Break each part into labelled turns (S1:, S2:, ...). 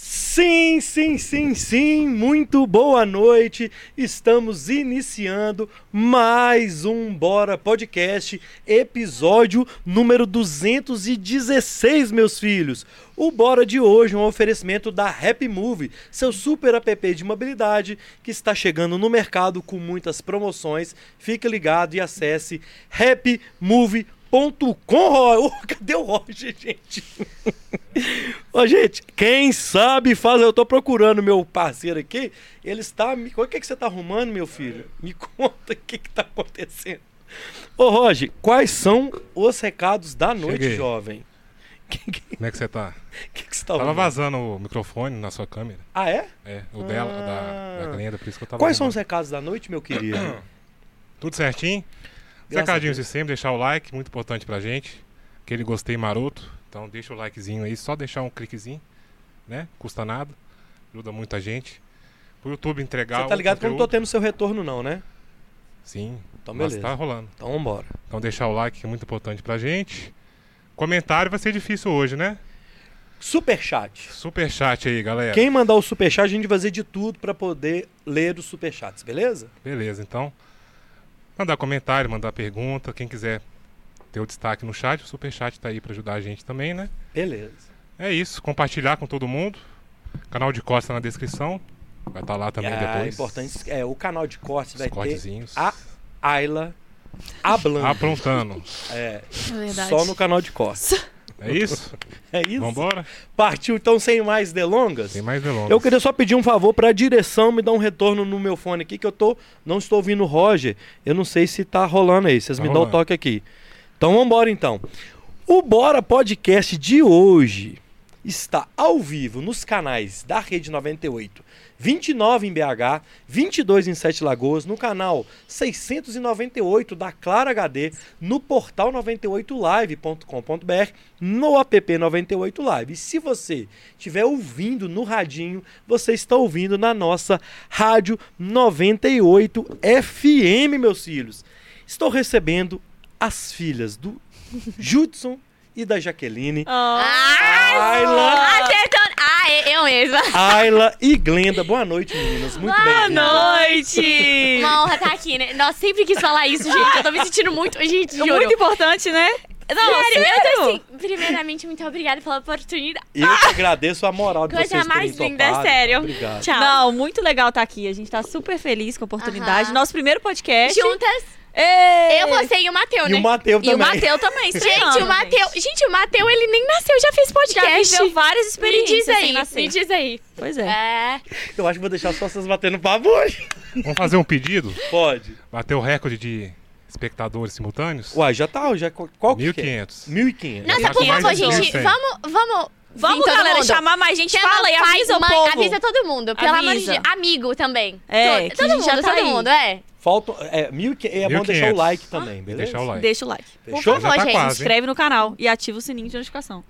S1: Sim, sim, sim, sim. Muito boa noite. Estamos iniciando mais um Bora Podcast, episódio número 216, meus filhos. O Bora de hoje é um oferecimento da Happy Move, seu super app de mobilidade que está chegando no mercado com muitas promoções. Fique ligado e acesse happymove.com. Roy. Ô, cadê o Roger, gente? Ô, gente, quem sabe faz. Eu tô procurando meu parceiro aqui. Ele está. me- O que, que você tá arrumando, meu filho? Me conta o que, que tá acontecendo. Ô, Roger, quais são os recados da noite,
S2: Cheguei.
S1: jovem? O que, que,
S2: Como é que você tá?
S1: que, que você tá
S2: Tava
S1: arrumando?
S2: vazando o microfone na sua câmera.
S1: Ah, é?
S2: É, o dela,
S1: Ah.
S2: da, da Glenda, por isso que eu tava.
S1: Quais são os
S2: arrumando.
S1: recados da noite, meu querido?
S2: Tudo certinho? Os
S1: Graças
S2: Recadinhos
S1: a Deus.
S2: de sempre, deixar o like, muito importante pra gente. Aquele gostei maroto. Então deixa o likezinho aí, só deixar um cliquezinho, né? Custa nada. Ajuda muita gente. Pro YouTube entregar.
S1: Você tá
S2: o
S1: ligado que eu não tô
S2: conteúdo.
S1: tendo seu retorno, não, né?
S2: Sim.
S1: Então,
S2: mas
S1: beleza.
S2: tá rolando.
S1: Então vambora.
S2: Então deixar o like que é muito importante pra gente. Comentário vai ser difícil hoje, né?
S1: Superchat.
S2: Superchat aí, galera.
S1: Quem mandar o superchat, a gente vai fazer de tudo pra poder ler os superchats, beleza?
S2: Beleza, então. Mandar comentário, mandar pergunta. Quem quiser ter o destaque no chat, o superchat tá aí pra ajudar a gente também, né?
S1: Beleza.
S2: É isso, compartilhar com todo mundo. Canal de cortes tá na descrição. Vai estar lá também
S1: Ah,
S2: depois.
S1: é importante. É, o canal de cortes
S2: Os
S1: vai ter
S2: cortezinhos.
S1: a Ayla Ablan.
S2: Aprontando.
S1: É,
S3: É verdade.
S1: só no canal de cortes.
S2: É isso?
S1: É isso?
S2: Vambora?
S1: Partiu então sem mais delongas?
S2: Tem mais delongas.
S1: Eu queria só pedir um favor pra direção me dar um retorno no meu fone aqui, que eu tô, não estou ouvindo o Roger. Eu não sei se tá rolando aí. Vocês
S2: Tá
S1: me dão o
S2: rolando.
S1: toque aqui. Então vambora então. O Bora Podcast de hoje está ao vivo nos canais da Rede 98, 29 em BH, 22 em Sete Lagoas, no canal 698 da Clara HD, no portal 98live.com.br, no app 98 Live. E se você estiver ouvindo no radinho, você está ouvindo na nossa Rádio 98 FM, meus filhos. Estou recebendo as filhas do Judson e da Jaqueline. Ayla,
S4: Acertando! Ah, é eu mesma.
S1: Ayla e Glenda. Boa noite, meninas. Muito
S3: Boa
S1: bem.
S3: noite!
S4: Uma honra estar aqui, né? Nossa, sempre quis falar isso, gente. Eu tô me sentindo muito. Gente, juro.
S3: Muito importante, né?
S4: Não,
S3: Sério?
S4: eu tô assim. Primeiramente, muito obrigada pela oportunidade.
S1: Eu que agradeço a moral de
S4: Coisa
S1: vocês terem
S4: mais linda,
S1: topado.
S4: sério.
S1: Obrigado.
S4: Tchau.
S3: Não, muito legal estar aqui. A gente tá super feliz com a oportunidade.
S4: Aham.
S3: Nosso primeiro podcast.
S4: Juntas,
S3: Ei!
S4: eu, você e o Mateu,
S1: E
S4: né?
S1: o Mateu também.
S3: E o Mateu também.
S4: Gente, o Mateu. Gente, o Mateu, ele nem nasceu, já fez
S3: Já
S4: podcast.
S3: viveu várias
S4: me
S3: experiências
S4: diz aí,
S3: sem nascer.
S4: me diz aí.
S3: Pois é.
S4: É.
S1: Eu acho que vou deixar só vocês batendo papo hoje.
S2: Vamos fazer um pedido?
S1: Pode.
S2: Bater o recorde de espectadores simultâneos?
S1: Uai, já tá? Já, qual qual que é?
S2: 1500.
S1: 1500.
S2: Não,
S4: Nossa, por
S2: Mais
S4: favor,
S2: de mil,
S4: gente,
S2: sério.
S4: vamos, vamos.
S3: Vamos,
S4: Sim, todo
S3: galera,
S4: mundo.
S3: chamar mais gente.
S4: Chama
S3: Fala aí,
S4: pai,
S3: avisa
S4: mãe,
S3: o povo.
S4: Avisa todo mundo, pelo amor de
S3: Avisa.
S4: Deus. Amigo também.
S3: É,
S4: todo
S3: que a gente
S4: todo
S3: já
S4: mundo,
S3: tá
S4: todo
S3: aí.
S4: mundo, é.
S1: Faltam, é, 1500. É bom
S2: 1500.
S1: deixar o like também, beleza?
S2: Deixar o like.
S3: Deixa o like.
S4: Por
S1: Fechou?
S4: favor,
S2: Já tá
S4: gente.
S2: quase, hein?
S3: Inscreve no canal e ativa o sininho de notificação.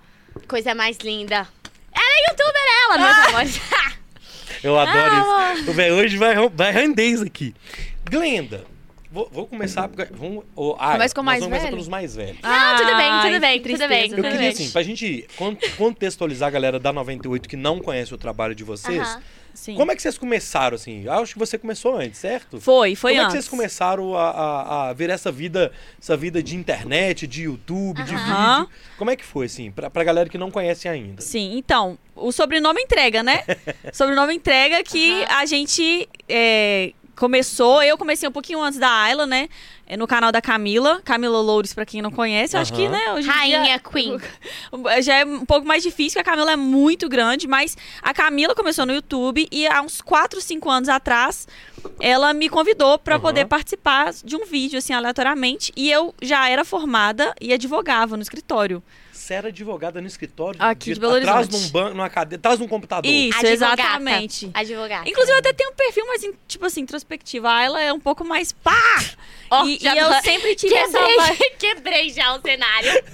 S4: Coisa mais linda. Ela é youtuber, ela, meus amores.
S1: Eu adoro
S4: Ah,
S1: isso. Ô, véi, hoje vai, vai render isso aqui. Glenda, vou, vou começar. porque- Vamos, ô, Ayla,
S5: Começa com o
S1: nós
S5: mais
S1: vamos começar
S5: velho?
S1: pelos mais velhos.
S3: Ah,
S4: tudo bem, tudo
S3: que
S4: bem, tudo
S3: tristeza,
S4: bem,
S3: né?
S1: Eu
S4: tudo
S1: queria,
S4: bem.
S1: assim, pra gente con- contextualizar a galera da 98 que não conhece o trabalho de vocês,
S4: Aham.
S3: Sim.
S1: como é que vocês começaram, assim? Acho que você começou antes, certo?
S3: Foi, foi
S1: Como é que
S3: antes.
S1: vocês começaram a, a- a ver essa vida, essa vida de internet, de YouTube, de
S3: Aham.
S1: vídeo? Como é que foi, assim, pra, pra galera que não conhece ainda?
S3: Sim, então, o sobrenome entrega, né? sobrenome entrega que
S4: Aham.
S3: a gente é, começou, eu comecei um pouquinho antes da Ayla, né? É, No canal da Camila, Camila Loures, pra quem não conhece, eu acho que,
S1: Aham.
S3: né, hoje em
S4: Rainha Queen.
S3: dia já é um pouco mais difícil, porque a Camila é muito grande, mas a Camila começou no YouTube e há uns 4, 5 anos atrás, ela me convidou pra
S1: Aham.
S3: poder participar de um vídeo, assim, aleatoriamente, e eu já era formada e advogava no escritório.
S1: Você era advogada no escritório?
S3: Aqui de Belo
S1: Atrás
S3: Horizonte.
S1: num banco, numa cadeira, atrás de um computador.
S3: Isso,
S4: Advogata.
S3: exatamente.
S4: Advogada.
S3: Inclusive, eu até tenho um perfil mais, in- tipo assim, introspectivo. Ah, ela é um pouco mais pá!
S4: Ó,
S3: e,
S4: já tá.
S3: e eu
S4: tô-
S3: sempre tive essa
S4: Quebrei,
S3: vibe.
S4: quebrei já o cenário.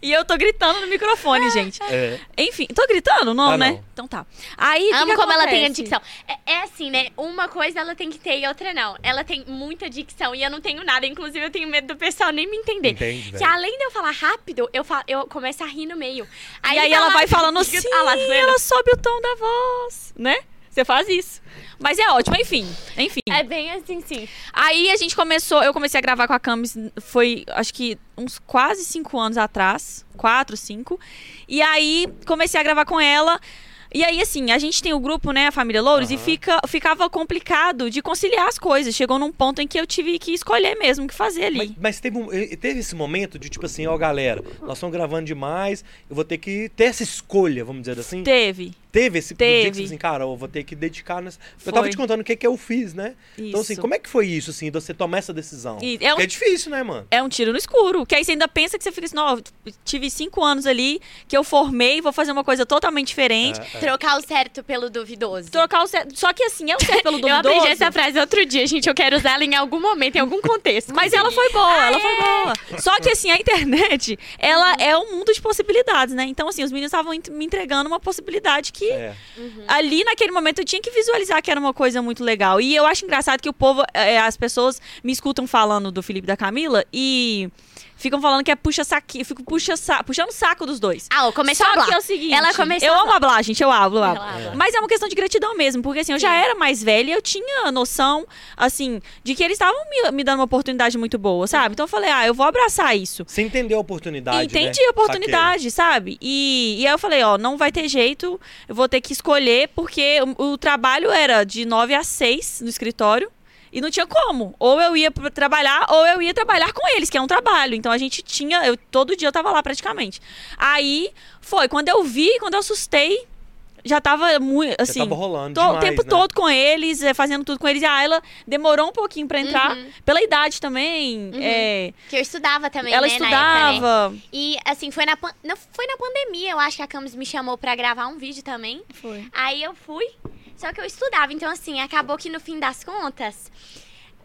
S3: E eu tô gritando no microfone, gente.
S4: Ah.
S1: É.
S3: Enfim, tô gritando? Não,
S1: Ah,
S3: né?
S1: não.
S3: Então tá. Aí, o que
S4: Amo
S3: que
S4: como ela tem a
S3: acontece?
S4: dicção. É, é assim, né? Uma coisa ela tem que ter e outra não. Ela tem muita dicção e eu não tenho nada. Inclusive, eu tenho medo do pessoal nem me entender.
S1: Entende,
S4: Que
S1: velho?
S4: além de eu falar rápido, eu, falo, eu começo a rir no meio.
S3: e
S4: tá
S3: aí ela vai falando assim,
S4: Ah lá, tá vendo?
S3: ela sobe o tom da voz, né? Você faz isso. Mas é ótimo, enfim. Enfim.
S4: É bem assim, sim.
S3: Aí a gente começou, eu comecei a gravar com a Camis, foi acho que uns quase cinco anos atrás, quatro, cinco. E aí comecei a gravar com ela. E aí, assim, a gente tem o grupo, né, a família Louros, e
S1: Aham.
S3: fica, ficava complicado de conciliar as coisas. Chegou num ponto em que eu tive que escolher mesmo o que fazer ali.
S1: Mas, mas teve, um- eh, teve esse momento de tipo assim, ó, galera, nós estamos gravando demais, eu vou ter que ter essa escolha, vamos dizer assim.
S3: Teve.
S1: teve esse
S3: Teve.
S1: teve. dia que você falou assim, cara, eu vou ter que dedicar nessa. Eu tava
S3: Foi.
S1: te contando o que, que eu fiz, né?
S3: Isso.
S1: Então, assim, como é que foi isso, assim, de você tomar essa decisão?
S3: E
S1: É,
S3: é um-
S1: é difícil, né, mano?
S3: É um tiro no escuro. Que aí você ainda pensa que você fica assim, não, eu tive cinco anos ali, que eu formei, vou fazer uma coisa totalmente diferente.
S4: É.
S1: É.
S4: Trocar o certo pelo duvidoso.
S3: Trocar o certo. Só que assim, é o certo pelo
S4: Eu
S3: duvidoso.
S4: aprendi essa frase outro dia, gente. Eu quero usar ela em algum momento, em algum contexto.
S3: Mas ela foi boa, ela foi boa. Só que assim, a internet, ela é um mundo de possibilidades, né? Então, assim, os meninos estavam ent- me entregando uma possibilidade que
S1: É.
S3: ali naquele momento eu tinha que visualizar que era uma coisa muito legal. E eu acho engraçado que o povo, eh, as pessoas me escutam falando do Felipe e da Camila e ficam falando que é puxa saquinho, fico puxa sa- puxando o saco dos dois.
S4: Ah, ó, começou
S3: Só
S4: a falar.
S3: que é o seguinte,
S4: Ela começou
S3: eu
S4: a
S3: amo hablar, gente, eu hablo, eu hablo.
S4: Ela habla.
S3: Mas é uma questão de gratidão mesmo, porque assim, eu já era mais velha, eu tinha noção, assim, de que eles estavam me, me dando uma oportunidade muito boa, sabe? Então eu falei, ah, eu vou abraçar isso.
S1: Você entendeu a oportunidade, né?
S3: Entendi a oportunidade, sabe? E, e aí eu falei, ó, não vai ter jeito, eu vou ter que escolher, porque o, o trabalho era de 9 às 6 no escritório. E não tinha como. Ou eu ia pra trabalhar, ou eu ia trabalhar com eles, que é um trabalho. Então a gente tinha. Eu, todo dia eu tava lá praticamente. Aí foi. Quando eu vi, quando eu assustei, já tava muito.
S1: Você
S3: Assim,
S1: tava rolando
S3: Tô
S1: demais,
S3: o tempo
S1: né?
S3: todo com eles, eh, fazendo tudo com eles. E a Ayla demorou um pouquinho pra entrar,
S4: Uhum.
S3: pela idade também. eh,
S4: Que eu estudava Uhum. também,
S3: ela
S4: né, na época, né?
S3: estudava.
S4: E, assim, foi na, pan- não, foi na pandemia, eu acho que a Camis me chamou pra gravar um vídeo também.
S3: Foi.
S4: Aí eu fui, só que eu estudava. Então, assim, acabou que no fim das contas,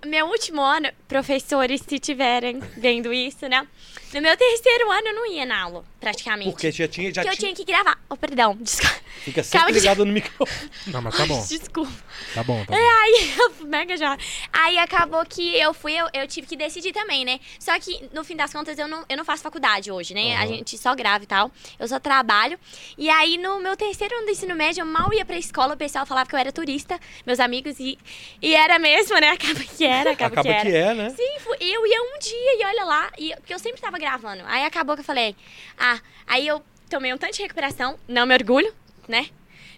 S4: meu último ano, professores, se tiverem vendo isso, né? No meu terceiro ano eu não ia na aula, praticamente.
S1: Porque já tinha. Já
S4: Porque eu
S1: tinha...
S4: tinha que gravar. Oh, perdão, desculpa.
S1: Fica sempre
S4: Calma,
S1: ligado no microfone.
S2: Não, mas tá bom.
S4: Desculpa.
S2: Tá bom, tá
S1: É.
S2: bom.
S4: Aí né, eu mega já. Aí acabou que eu fui, eu, eu tive que decidir também, né? Só que no fim das contas eu não, eu não faço faculdade hoje, né? A
S1: Aham.
S4: gente só grava e tal. Eu só trabalho. E aí no meu terceiro ano do ensino médio eu mal ia pra escola, o pessoal falava que eu era turista, meus amigos, e, e era mesmo, né? Acaba que era, acaba,
S1: Acaba
S4: que era.
S1: que é, né?
S4: Sim, fu- eu ia um dia e olha lá, e, porque eu sempre tava gravando. Aí acabou que eu falei, ah, aí eu tomei um tanto de recuperação, não me orgulho, né?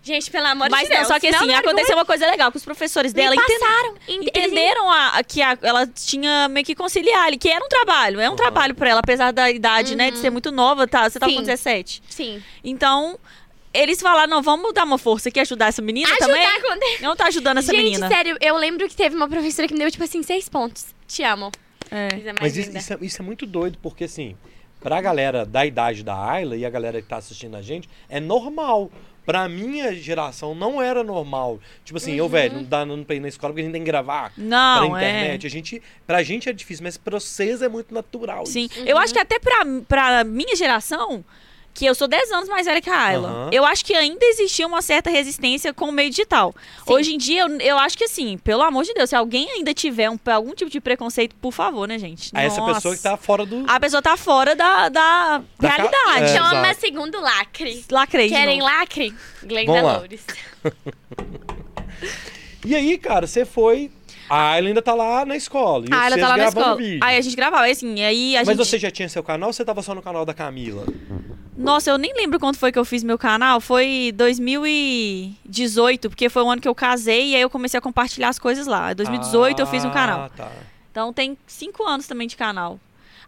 S4: Gente, pelo amor
S3: Mas
S4: de Deus.
S3: não, só que
S4: não
S3: assim,
S4: me orgulho.
S3: aconteceu uma coisa legal, que os professores dela
S4: Me
S3: enten-
S4: passaram, ent- eles
S3: entenderam a- a- que a- ela tinha meio que conciliar ali, que era um trabalho,
S1: Uhum.
S3: é um trabalho pra ela, apesar da idade, né, de ser muito nova, tá? Você tava com
S4: Uhum. Sim.
S3: 17.
S4: Sim.
S3: Então, eles falaram, não, vamos dar uma força aqui, ajudar essa menina também.
S4: Ajudar quando...
S3: Não tá ajudando essa
S4: Gente,
S3: menina.
S4: sério, eu lembro que teve uma professora que me deu, tipo assim, seis pontos. Te amo.
S3: É.
S4: Coisa mais
S1: Mas isso,
S4: linda.
S1: isso é, isso é muito doido, porque assim, pra galera da idade da Ayla e a galera que tá assistindo a gente, é normal. Pra minha geração não era normal. Tipo assim, eu, velho, não dá não pra ir na escola porque a gente tem que gravar pra
S3: Uhum. Não, é.
S1: internet. A gente, pra gente é difícil, mas pra vocês é muito natural.
S3: Sim.
S1: isso.
S3: Eu acho que até pra, pra minha geração, que eu sou 10 anos mais velha que a Ayla,
S1: Aham.
S3: eu acho que ainda existia uma certa resistência com o meio digital. Hoje em dia, eu, eu acho que assim, pelo amor de Deus, se alguém ainda tiver um- algum tipo de preconceito, por favor, né, gente?
S1: A essa
S3: Nossa.
S1: pessoa que tá fora do.
S3: A pessoa tá fora da, da,
S1: Da ca-
S3: realidade.
S1: É,
S4: Chama
S1: exato.
S4: segundo lacre.
S3: Lacrei. de
S4: Querem
S3: novo.
S4: lacre? Glenda
S1: Vamos lá.
S4: Loures.
S1: E aí, cara, você foi. A Ayla ainda tá lá na escola. E
S3: Ah, ela
S1: vocês
S3: tá lá na
S1: gravando
S3: escola.
S1: vídeo.
S3: Aí a gente gravava, aí, assim, aí a
S1: Mas
S3: gente...
S1: você já tinha seu canal ou você tava só no canal da Camila?
S3: Nossa, eu nem lembro quando foi que eu fiz meu canal. Foi 2018, porque foi o ano que eu casei e aí eu comecei a compartilhar as coisas lá. Em 2018 eu fiz um canal.
S1: Ah, tá.
S3: Então tem cinco anos também de canal.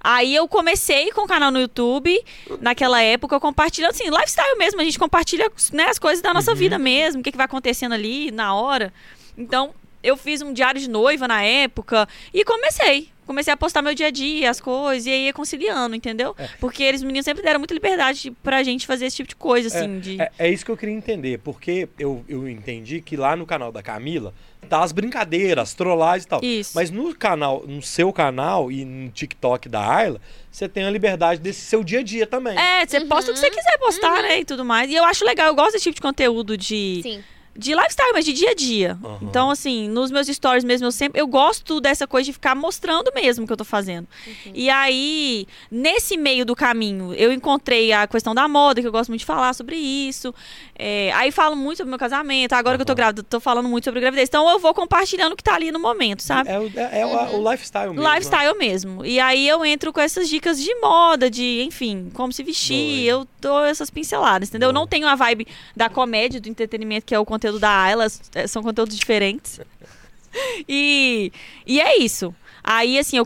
S3: Aí eu comecei com o canal no YouTube, naquela época, eu compartilhando, assim, lifestyle mesmo, a gente compartilha né, as coisas da
S1: Uhum.
S3: nossa vida mesmo, o que, que vai acontecendo ali na hora. Então, eu fiz um diário de noiva na época e comecei. comecei a postar meu dia a dia, as coisas, e aí ia conciliando, entendeu?
S1: É.
S3: Porque eles meninos sempre deram muita liberdade pra gente fazer esse tipo de coisa, assim, de.
S1: É, é isso que eu queria entender, porque eu, eu entendi que lá no canal da Camila tá as brincadeiras, as trollagens e tal.
S3: Isso.
S1: Mas no canal, no seu canal e no TikTok da Ayla, você tem a liberdade desse seu dia a dia também.
S3: É, você posta o que você quiser postar, né? E tudo mais. E eu acho legal, eu gosto desse tipo de conteúdo de.
S4: Sim.
S3: de lifestyle, mas de dia a dia.
S1: Aham.
S3: Então, assim, nos meus stories mesmo, eu sempre. Eu gosto dessa coisa de ficar mostrando mesmo o que eu tô fazendo. E aí, nesse meio do caminho, eu encontrei a questão da moda, que eu gosto muito de falar sobre isso. É, aí falo muito sobre meu casamento. Agora que eu tô
S1: Aham.
S3: grávida, tô falando muito sobre gravidez. Então eu vou compartilhando o que tá ali no momento, sabe?
S1: É, o- é- é o, o lifestyle mesmo. né?
S3: Lifestyle mesmo. E aí eu entro com essas dicas de moda, de, enfim, como se vestir.
S1: Boa.
S3: Eu dou essas pinceladas, entendeu? Eu não tenho a vibe da comédia, do entretenimento, que é o conteúdo da Ayla. é, São conteúdos diferentes. E, e é isso. Aí, assim, eu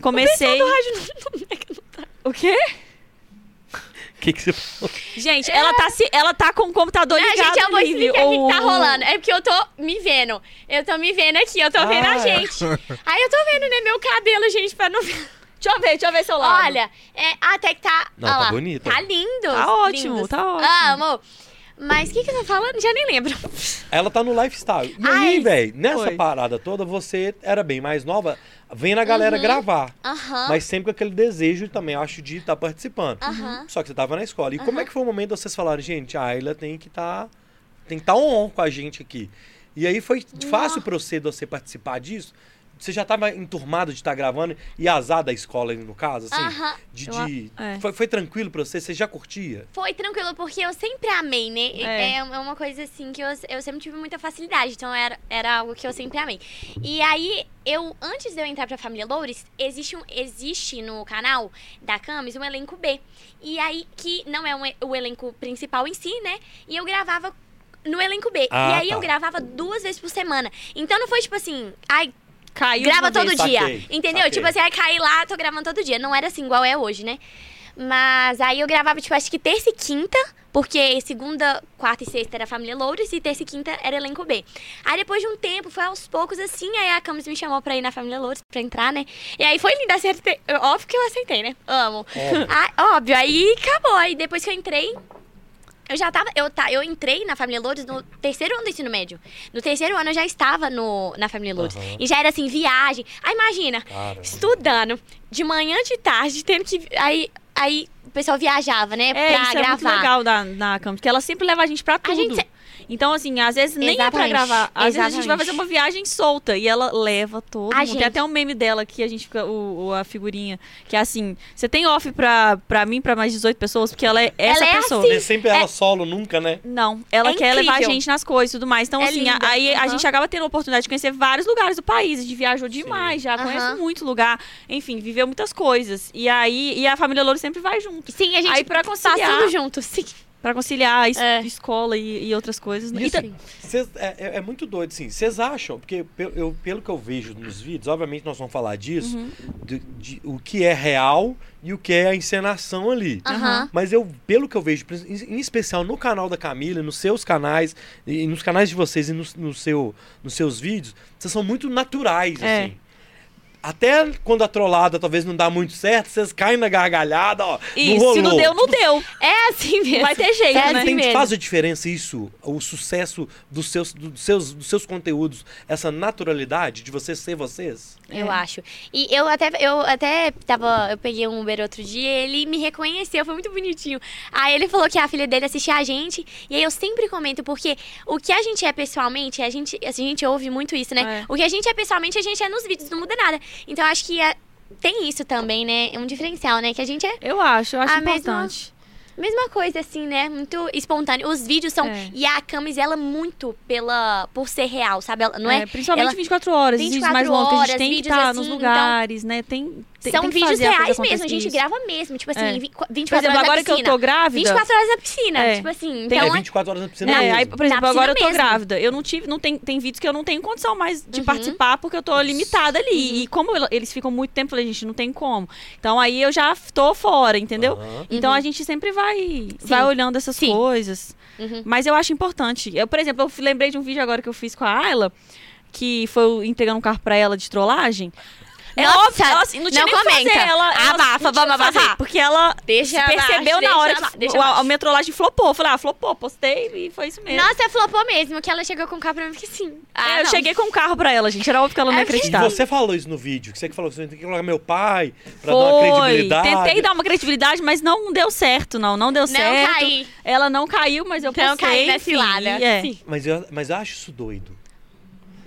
S3: comecei.
S4: é tá-
S3: O quê?
S1: O que, que você falou?
S3: Gente, ela tá, se, ela tá com o computador
S4: é- Não,
S3: ligado.
S4: É, gente, eu vou
S3: ali,
S4: explicar o que
S3: ou-
S4: que tá rolando. É porque eu tô me vendo. Eu tô me vendo aqui, eu tô vendo
S3: é.
S1: Ah.
S4: a gente. Aí eu tô vendo, né, meu cabelo, gente, pra não ver.
S3: Deixa eu ver, deixa eu ver seu lado.
S4: Olha, é, até que tá.
S1: Não,
S4: ó
S1: tá
S4: lá,
S1: bonito.
S4: Tá lindo.
S3: Tá ótimo, tá ótimo.
S4: Ah, amor. Mas o que, que eu tô falando? Já nem lembro.
S1: Ela tá no lifestyle. E
S4: Ai,
S1: aí, velho, nessa
S3: foi.
S1: parada toda, você era bem mais nova, vendo a galera
S3: Uhum.
S1: gravar.
S4: Aham.
S1: Mas sempre com aquele desejo também, acho, de estar participando.
S3: Uhum.
S4: Aham.
S1: Só que você tava na escola. E como é que foi o momento de vocês falarem, gente, a Ayla tem que estar. tem que estar on com a gente aqui. E aí foi fácil pra você, de você participar disso? Você já tava enturmado de estar gravando e azar da escola, no caso, assim?
S4: Aham.
S1: De,
S3: Eu a-
S1: de-
S3: é.
S1: foi, foi tranquilo pra você? Você já curtia?
S4: Foi tranquilo, porque eu sempre amei, né?
S3: É.
S4: É, é uma coisa assim que eu, eu sempre tive muita facilidade, então era, era algo que eu sempre amei. E aí, eu, antes de eu entrar pra família Loures, existe, um, existe no canal da Camis um elenco B. E aí, que não é um e- o elenco principal em si, né? E eu gravava no elenco B. e
S1: Ah,
S4: aí eu
S1: tá.
S4: gravava duas vezes por semana. Então não foi tipo assim, ai,
S3: Caiu
S4: grava
S3: de uma
S4: todo
S3: vez.
S1: Saquei,
S4: dia. Entendeu?
S1: saquei.
S4: Tipo assim, aí caí lá, tô gravando todo dia. Não era assim igual é hoje, né? Mas aí eu gravava, tipo, acho que terça e quinta, porque segunda, quarta e sexta era Família Loures e terça e quinta era elenco B. Aí depois de um tempo, foi aos poucos assim, aí a Camis me chamou pra ir na Família Loures pra entrar, né? E aí foi lindo, acertei. Óbvio que eu aceitei, né? Amo.
S1: Óbvio.
S4: Ah, óbvio, aí acabou. Aí depois que eu entrei, eu já tava. Eu, tá, eu entrei na Família Lourdes no terceiro ano do ensino médio. No terceiro ano eu já estava no, na Família Lourdes.
S1: Aham.
S4: E já era assim, viagem. Aí imagina,
S1: Cara.
S4: estudando de manhã de tarde, tendo que. Aí, aí o pessoal viajava, né?
S3: É,
S4: pra
S3: isso é muito
S4: gravar.
S3: legal da, na Campus, porque ela sempre leva a gente pra tudo.
S4: gente se-
S3: Então, assim, às vezes nem é pra
S4: Exatamente,
S3: gravar. Às vezes a gente vai
S4: exatamente.
S3: fazer uma viagem solta e ela leva todo
S4: A
S3: mundo. Tem
S4: gente-
S3: até um meme dela que a gente fica, o, o- a figurinha, que é assim, você tem off pra, pra mim, pra mais 18 pessoas, porque ela é essa
S4: Ela é
S3: pessoa.
S4: assim.
S1: Nem sempre ela solo, nunca, né?
S3: Não, ela
S4: É
S3: quer levar a
S4: incrível.
S3: gente nas coisas e tudo mais. Então,
S4: É
S3: assim,
S4: linda,
S3: a- aí a
S4: aham.
S3: gente acaba tendo a oportunidade de conhecer vários lugares do país. A gente viajou demais, já
S4: Aham.
S3: conhece muito lugar. Enfim, viveu muitas coisas. E aí, e a família Louro sempre vai junto.
S4: Sim, a gente
S3: Aí pra
S4: tá
S3: conciliar,
S4: tudo junto, sim.
S3: Pra conciliar a es-
S4: É.
S3: escola e, e outras coisas. né?
S1: E
S3: E
S4: Então,
S3: ta-
S1: assim, cês- é, é- é muito doido, sim. Vocês acham, porque pe- eu, pelo que eu vejo nos vídeos, obviamente nós vamos falar disso,
S3: Uhum.
S1: de, de o que é real e o que é a encenação ali.
S3: Ah.
S4: Aham.
S1: Mas eu, pelo que eu vejo, prin- em em especial no canal da Camila, nos seus canais, e e nos canais de vocês e no, no seu, nos seus vídeos, vocês são muito naturais,
S3: É.
S1: assim. Até quando a trollada talvez não dá muito certo, vocês caem na gargalhada, ó.
S3: E
S1: não
S3: se não
S1: rolou.
S3: deu, não deu.
S4: É assim mesmo.
S3: Vai ter jeito,
S4: É assim
S3: né?
S1: Entende?
S4: mesmo.
S1: Faz a diferença isso, o sucesso dos seus, do- dos seus, dos seus conteúdos, essa naturalidade de vocês ser vocês?
S4: Eu
S3: É.
S4: acho. E eu até, eu até tava. Eu peguei um Uber outro dia ele me reconheceu, foi muito bonitinho. Aí ele falou que a filha dele assistia a gente. E aí eu sempre comento, porque o que a gente é pessoalmente, a gente, a gente ouve muito isso, né? O que a gente é pessoalmente, a gente é nos vídeos, não muda nada. Então eu acho que é- tem isso também, né? É um diferencial, né? Que a gente é
S3: Eu acho, eu acho
S4: A mesma-
S3: importante.
S4: a mesma coisa, assim, né? Muito espontâneo. Os vídeos são.
S3: É.
S4: E a Camis, ela muito pela. por ser real, sabe? Ela, não é?
S3: principalmente
S4: ela-
S3: 24 horas, esses vídeos mais
S4: 24
S3: longos, que a gente
S4: horas,
S3: tem que
S4: vídeos
S3: estar
S4: assim,
S3: nos
S4: então,
S3: lugares, né? Tem, tem,
S4: são
S3: tem que
S4: vídeos
S3: fazer a coisa
S4: reais mesmo, a
S3: acontecer
S4: gente
S3: isso.
S4: grava mesmo, tipo assim,
S3: É.
S4: vi- 24
S3: Por exemplo,
S4: horas
S3: agora
S4: na
S3: que eu
S4: piscina.
S3: tô grávida.
S4: 24 horas na piscina,
S3: É.
S4: tipo assim.
S3: Tem-
S4: Então,
S1: é
S4: é-
S1: 24 horas na piscina
S3: É,
S1: mesmo.
S3: aí, por exemplo,
S4: Na
S3: agora eu tô
S4: piscina mesmo.
S3: grávida. Eu não tive, não tem, tem vídeos que eu não tenho condição mais de
S4: Uhum.
S3: participar porque eu tô limitada ali. E como el- eles ficam muito tempo, eu falei, gente, não tem como. Então aí eu já tô fora, entendeu?
S1: Aham.
S3: Então
S4: Uhum.
S3: a gente sempre vai, vai olhando essas
S4: Sim.
S3: coisas.
S4: Uhum.
S3: Mas eu acho importante. Eu, por exemplo, eu f- lembrei de um vídeo agora que eu fiz com a Ayla, que foi eu entregando um carro pra ela de trollagem.
S4: Nossa,
S3: ela, assim, não tinha
S4: não
S3: nem o que
S4: comenta.
S3: fazer. Ela, ela
S4: Abafa,
S3: não tinha
S4: vamos
S3: o que fazer,
S4: abafar.
S3: Porque ela
S4: Deixa
S3: se
S4: abaixo,
S3: percebeu
S4: deixa
S3: na hora
S4: abaixo,
S3: que
S4: deixa
S3: o- a,
S4: abaixo.
S3: a metrolagem flopou. Eu Falei, ah, flopou, postei e foi isso mesmo.
S4: Nossa, flopou mesmo, que ela chegou com o carro pra mim, que sim.
S3: É,
S4: Ah,
S3: eu
S4: não.
S3: cheguei com um carro pra ela, gente. Era óbvio que ela não ia
S4: É,
S1: E
S3: acreditar.
S1: você falou isso no vídeo, que você que falou que você tem que colocar meu pai pra dar uma
S3: Foi.
S1: credibilidade.
S3: Tentei dar uma credibilidade, mas não deu certo, não. Não deu
S4: Não
S3: certo.
S4: caí.
S3: Ela não caiu, mas eu
S4: Não
S3: postei.
S4: caí na
S3: enfim,
S4: cilada.
S3: é.
S4: Sim.
S1: Mas eu, mas eu acho isso doido.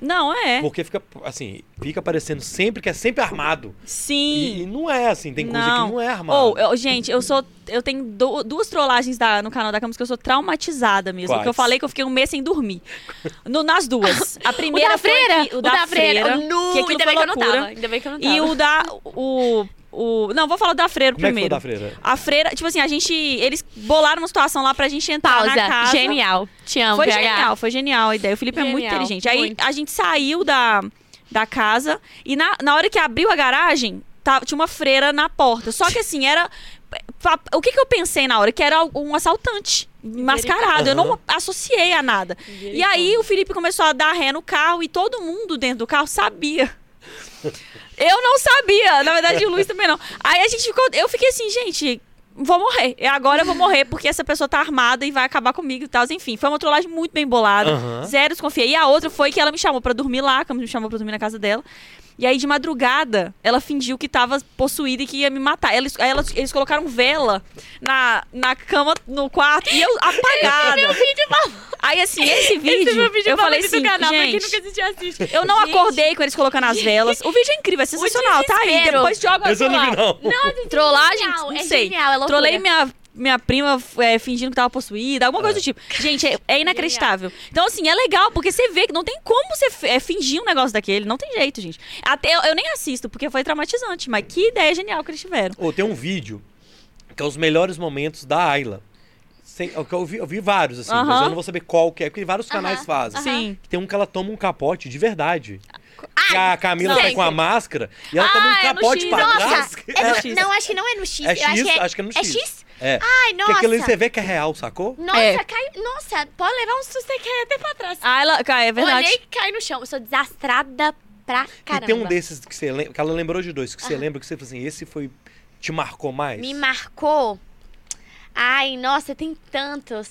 S3: Não, é.
S1: Porque fica, assim, fica parecendo sempre que é sempre armado.
S3: Sim.
S1: E, e não é assim, tem coisa que não é armado.
S3: Ou, eu- gente, eu sou. Eu tenho du- duas trollagens da- no canal da Camus que eu sou traumatizada mesmo.
S1: Quais?
S3: Que eu falei que eu fiquei um mês sem dormir. No- nas duas. A
S4: O da
S3: primeira foi
S4: freira?
S3: que- o da, freira.
S4: Nu,
S3: que aquilo
S4: ainda bem
S3: foi
S4: que eu não tava.
S3: loucura.
S4: Ainda bem que eu não tava.
S3: E o da. O, o, não, vou falar da freira
S1: Como é que foi o
S3: primeiro.
S1: da freira?
S3: A freira, tipo assim, a gente. Eles bolaram uma situação lá pra gente entrar na
S4: Pausa.
S3: casa.
S4: Genial. Te amo,
S3: Foi
S4: PH.
S3: genial, foi genial a ideia. O Felipe é muito
S4: Genial,
S3: inteligente. Aí
S4: muito.
S3: a gente saiu da, da casa e na, na hora que abriu a garagem, tava, tinha uma freira na porta. Só que assim, era. fa- O que, que eu pensei na hora? Que era um assaltante mascarado. Eu não
S1: Aham.
S3: associei a nada. E aí o Felipe começou a dar ré no carro e todo mundo dentro do carro sabia. Eu não sabia, na verdade o Luiz também não. Aí a gente ficou, eu fiquei assim, gente, vou morrer. E Agora eu vou morrer porque essa pessoa tá armada e vai acabar comigo e tal. Enfim, foi uma trollagem muito bem bolada.
S1: Aham.
S3: Zero desconfiei. E a outra foi que ela me chamou pra dormir lá, que me chamou pra dormir na casa dela. E aí de madrugada, ela fingiu que tava possuída e que ia me matar. Ela, aí ela- eles colocaram vela na, na cama, no quarto, e eu apagada. Aí assim, esse vídeo,
S4: Esse meu vídeo
S3: eu falei assim,
S4: do canal, pra quem
S3: gente,
S4: nunca assistiu, assiste.
S3: eu não
S4: Gente,
S3: acordei com eles colocando as velas. O vídeo é incrível, é sensacional, tá aí.
S4: desespero.
S3: Depois joga
S1: Mas eu não
S3: lá.
S1: vi, não.
S3: Trollagem,
S4: Genial,
S3: não
S4: é
S3: sei.
S4: genial, é loucura.
S3: Trolei minha, minha prima é, fingindo que tava possuída, alguma coisa do tipo. Gente, é, é inacreditável. Então, assim, é legal, porque você vê que não tem como você f- é, fingir um negócio daquele. Não tem jeito, gente. Até eu, eu nem assisto, porque foi traumatizante, mas que ideia genial que eles tiveram.
S1: Ou tem um vídeo que é os melhores momentos da Ayla. Sei- eu, eu vi, eu vi vários, assim, mas
S3: Aham.
S1: eu não vou saber qual que é, porque vários canais
S4: Aham, Ah,
S1: fazem.
S3: Sim.
S1: Tem um que ela toma um capote de verdade. Que a Camila
S4: sei.
S1: tá com a máscara e ela
S3: Ah,
S1: toma um
S3: é no
S1: capote
S3: X.
S1: pra
S3: Nossa,
S1: trás.
S4: É no
S3: É.
S4: X. Não, acho que não é no X.
S1: É
S4: Eu acho
S1: X?
S4: que é,
S1: Acho que é no
S4: É
S1: X.
S4: X?
S1: É.
S4: Ai,
S1: Porque
S4: nossa. Hum,
S1: aquilo ali você vê que é real, sacou?
S4: Nossa,
S3: É.
S4: cai... Nossa, pode levar um susto e cair até pra trás.
S3: Ah, ela, cara, é verdade.
S4: Olhei e cai no chão. Eu sou desastrada pra caramba. Ah.
S1: E tem um desses que você lembra, que ela lembrou de dois, que você lembra que você falou assim, esse foi te marcou mais?
S4: Me marcou. Ai, nossa, tem tantos.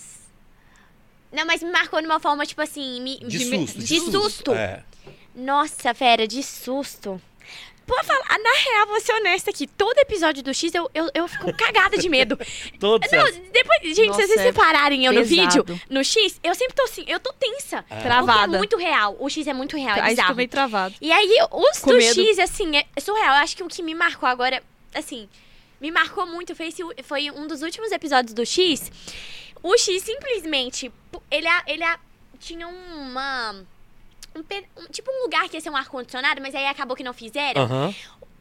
S4: Não, mas me marcou de uma forma, tipo assim... Me,
S1: de,
S4: me-
S1: susto,
S4: De susto.
S1: É.
S4: Nossa, fera, de susto. Pô, falar, ah, na real, vou ser honesta aqui. Todo episódio do X eu, eu, eu fico cagada de medo.
S1: Todos
S4: Não,
S1: essas.
S4: depois, gente,
S3: Nossa,
S4: se vocês
S3: é
S4: repararem eu no
S3: pesado.
S4: vídeo, no X, eu sempre tô assim, eu tô tensa.
S1: É.
S4: Porque
S3: Travada.
S4: é muito real. O X é muito real, é
S3: Aí
S4: bizarro.
S3: Ah, ficou meio travado.
S4: E aí, os
S3: Com
S4: do
S3: medo.
S4: X, assim, é surreal. Eu acho que o que me marcou agora, assim, me marcou muito foi, esse- foi um dos últimos episódios do X. O X simplesmente, pu- ele, a- ele a- tinha uma... um pe- um- tipo um lugar que ia ser um ar-condicionado, mas aí acabou que não fizeram.
S1: Aham.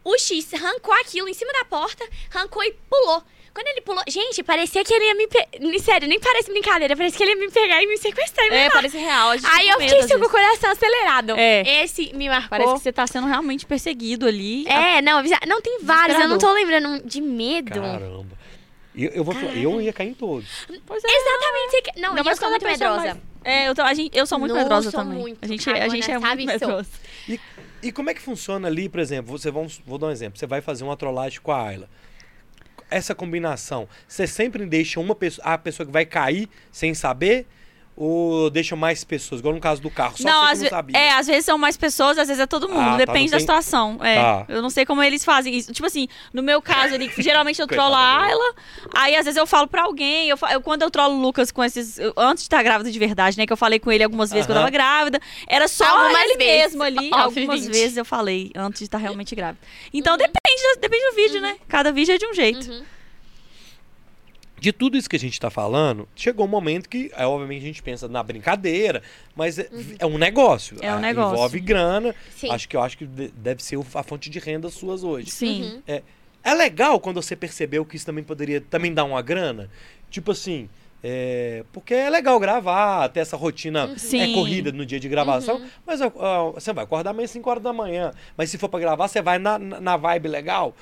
S4: O X arrancou aquilo em cima da porta, arrancou e pulou. Quando ele pulou, gente, parecia que ele ia me. Pe... Sério, nem parece brincadeira, parece que ele ia me pegar e me sequestrar. E me
S3: É,
S4: matar.
S3: parece real. A gente
S4: Aí
S3: fica
S4: eu
S3: com medo,
S4: fiquei
S3: às
S4: assim, com o
S3: vezes.
S4: coração acelerado.
S3: É.
S4: Esse me marcou.
S3: Parece que você tá sendo realmente perseguido ali.
S4: É, não, avisa- não tem vários, eu não tô lembrando um de medo.
S1: Caramba. Eu, eu vou falar, eu ia cair em todos.
S3: Pois é.
S4: Exatamente. você que- Não, e
S3: Ainda
S4: eu
S3: mais
S4: sou
S3: quando
S4: muito
S3: a pessoa é
S4: medrosa.
S3: mais- É, eu, tô- a gente, eu sou muito
S4: Não,
S3: medrosa
S4: sou
S3: também.
S4: muito
S3: a gente, a gente é
S4: cagona,
S3: muito
S4: sabe, sou.
S3: medrosa.
S1: E, e como é que funciona ali, por exemplo, você vamos, vou dar um exemplo, você vai fazer uma trollagem com a Ayla. Essa combinação, você sempre deixa uma pessoa, a pessoa que vai cair sem saber ou deixa mais pessoas, igual no caso do carro, só
S3: Não,
S1: você
S3: às,
S1: que
S3: ve-
S1: não sabia.
S3: é, às vezes são mais pessoas, às vezes é todo mundo.
S1: Ah, tá,
S3: depende
S1: não
S3: da
S1: tem-
S3: situação. É.
S1: Tá.
S3: Eu não sei como eles fazem isso. Tipo assim, no meu caso, ele, geralmente eu trollo
S1: Coitada
S3: a
S1: dele.
S3: Ayla. Aí às vezes eu falo pra alguém. Eu, fa- eu- quando eu trollo o Lucas com esses. eu- antes de estar grávida de verdade, né? Que eu falei com ele algumas vezes que eu
S1: Aham.
S3: tava grávida. Era só
S4: Algumas
S3: ele
S4: vezes.
S3: mesmo ali.
S4: Óbvio,
S3: algumas
S4: gente.
S3: vezes eu falei, antes de estar realmente grávida.
S4: Uhum.
S3: Então depende, da- depende do vídeo, né? Cada vídeo é de um jeito.
S1: De tudo isso que a gente tá falando, chegou um momento que, é, obviamente, a gente pensa na brincadeira, mas é, é um negócio.
S3: É um
S1: Ah,
S3: negócio.
S1: Envolve grana.
S4: Sim.
S1: Acho que eu acho que de- deve ser o- a fonte de renda suas hoje.
S3: Sim.
S4: Uhum.
S1: É legal quando você percebeu que isso também poderia também dar uma grana? Tipo assim, é, porque é legal gravar, ter essa rotina é
S3: Uhum. Sim. Uhum.
S1: corrida no dia de gravação, mas ah, ah, você vai acordar amanhã às 5 horas da manhã. Mas se for pra gravar, você vai na, na na vibe legal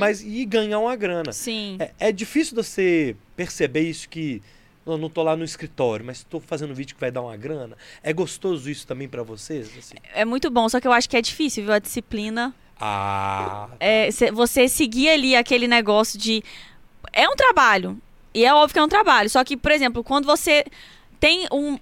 S1: mas e ganhar uma grana.
S3: Uhum. Sim.
S1: É, é difícil você perceber isso que eu não tô lá no escritório, mas tô fazendo um vídeo que vai dar uma grana. É gostoso isso também pra vocês? assim?
S3: É muito bom, só que eu acho que é difícil, viu? A disciplina
S1: Ah,
S3: É, cê- você seguir ali aquele negócio de. É um trabalho. E é óbvio que é um trabalho. Só que, por exemplo, quando você tem um.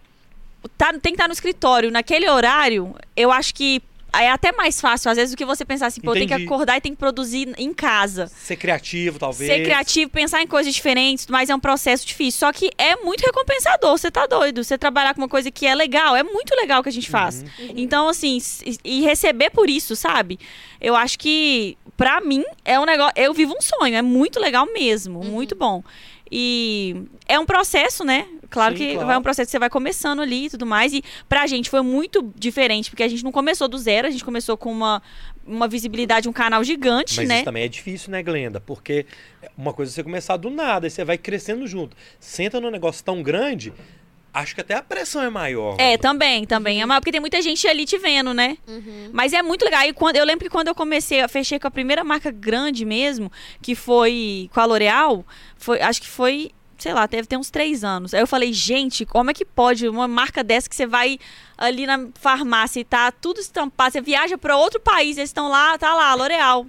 S3: Tá, tem que estar no escritório naquele horário, eu acho que é até mais fácil, às vezes, do que você pensar assim, pô, tem que
S1: Entendi.
S3: acordar e tem que produzir em casa.
S1: ser criativo, talvez.
S3: Ser criativo, pensar em coisas diferentes, mas é um processo difícil. Só que é muito recompensador, você tá doido. Você trabalhar com uma coisa que é legal, é muito legal o que a gente faz.
S1: Uhum.
S3: Então, assim, s- e receber por isso, sabe? Eu acho que, pra mim, é um negócio. Eu vivo um sonho, é muito legal mesmo, muito bom. E é um processo, né? Claro
S1: Sim,
S3: que
S1: claro.
S3: é um processo que você vai começando ali e tudo mais. E pra gente foi muito diferente, porque a gente não começou do zero, a gente começou com uma, uma visibilidade, um canal gigante,
S1: Mas
S3: né?
S1: isso também é difícil, né, Glenda? Porque uma coisa é você começar do nada, aí você vai crescendo junto. Senta num negócio tão grande, acho que até a pressão é maior.
S3: É, também, também. É maior, porque tem muita gente ali te vendo, né? Mas é muito legal. E quando, eu lembro que quando eu comecei, eu fechei com a primeira marca grande mesmo, que foi com a L'Oreal, foi, acho que foi, sei lá, deve ter uns três anos. Aí eu falei, gente, como é que pode uma marca dessa que você vai ali na farmácia e tá tudo estampado, você viaja pra outro país, eles estão lá, tá lá, L'Oreal.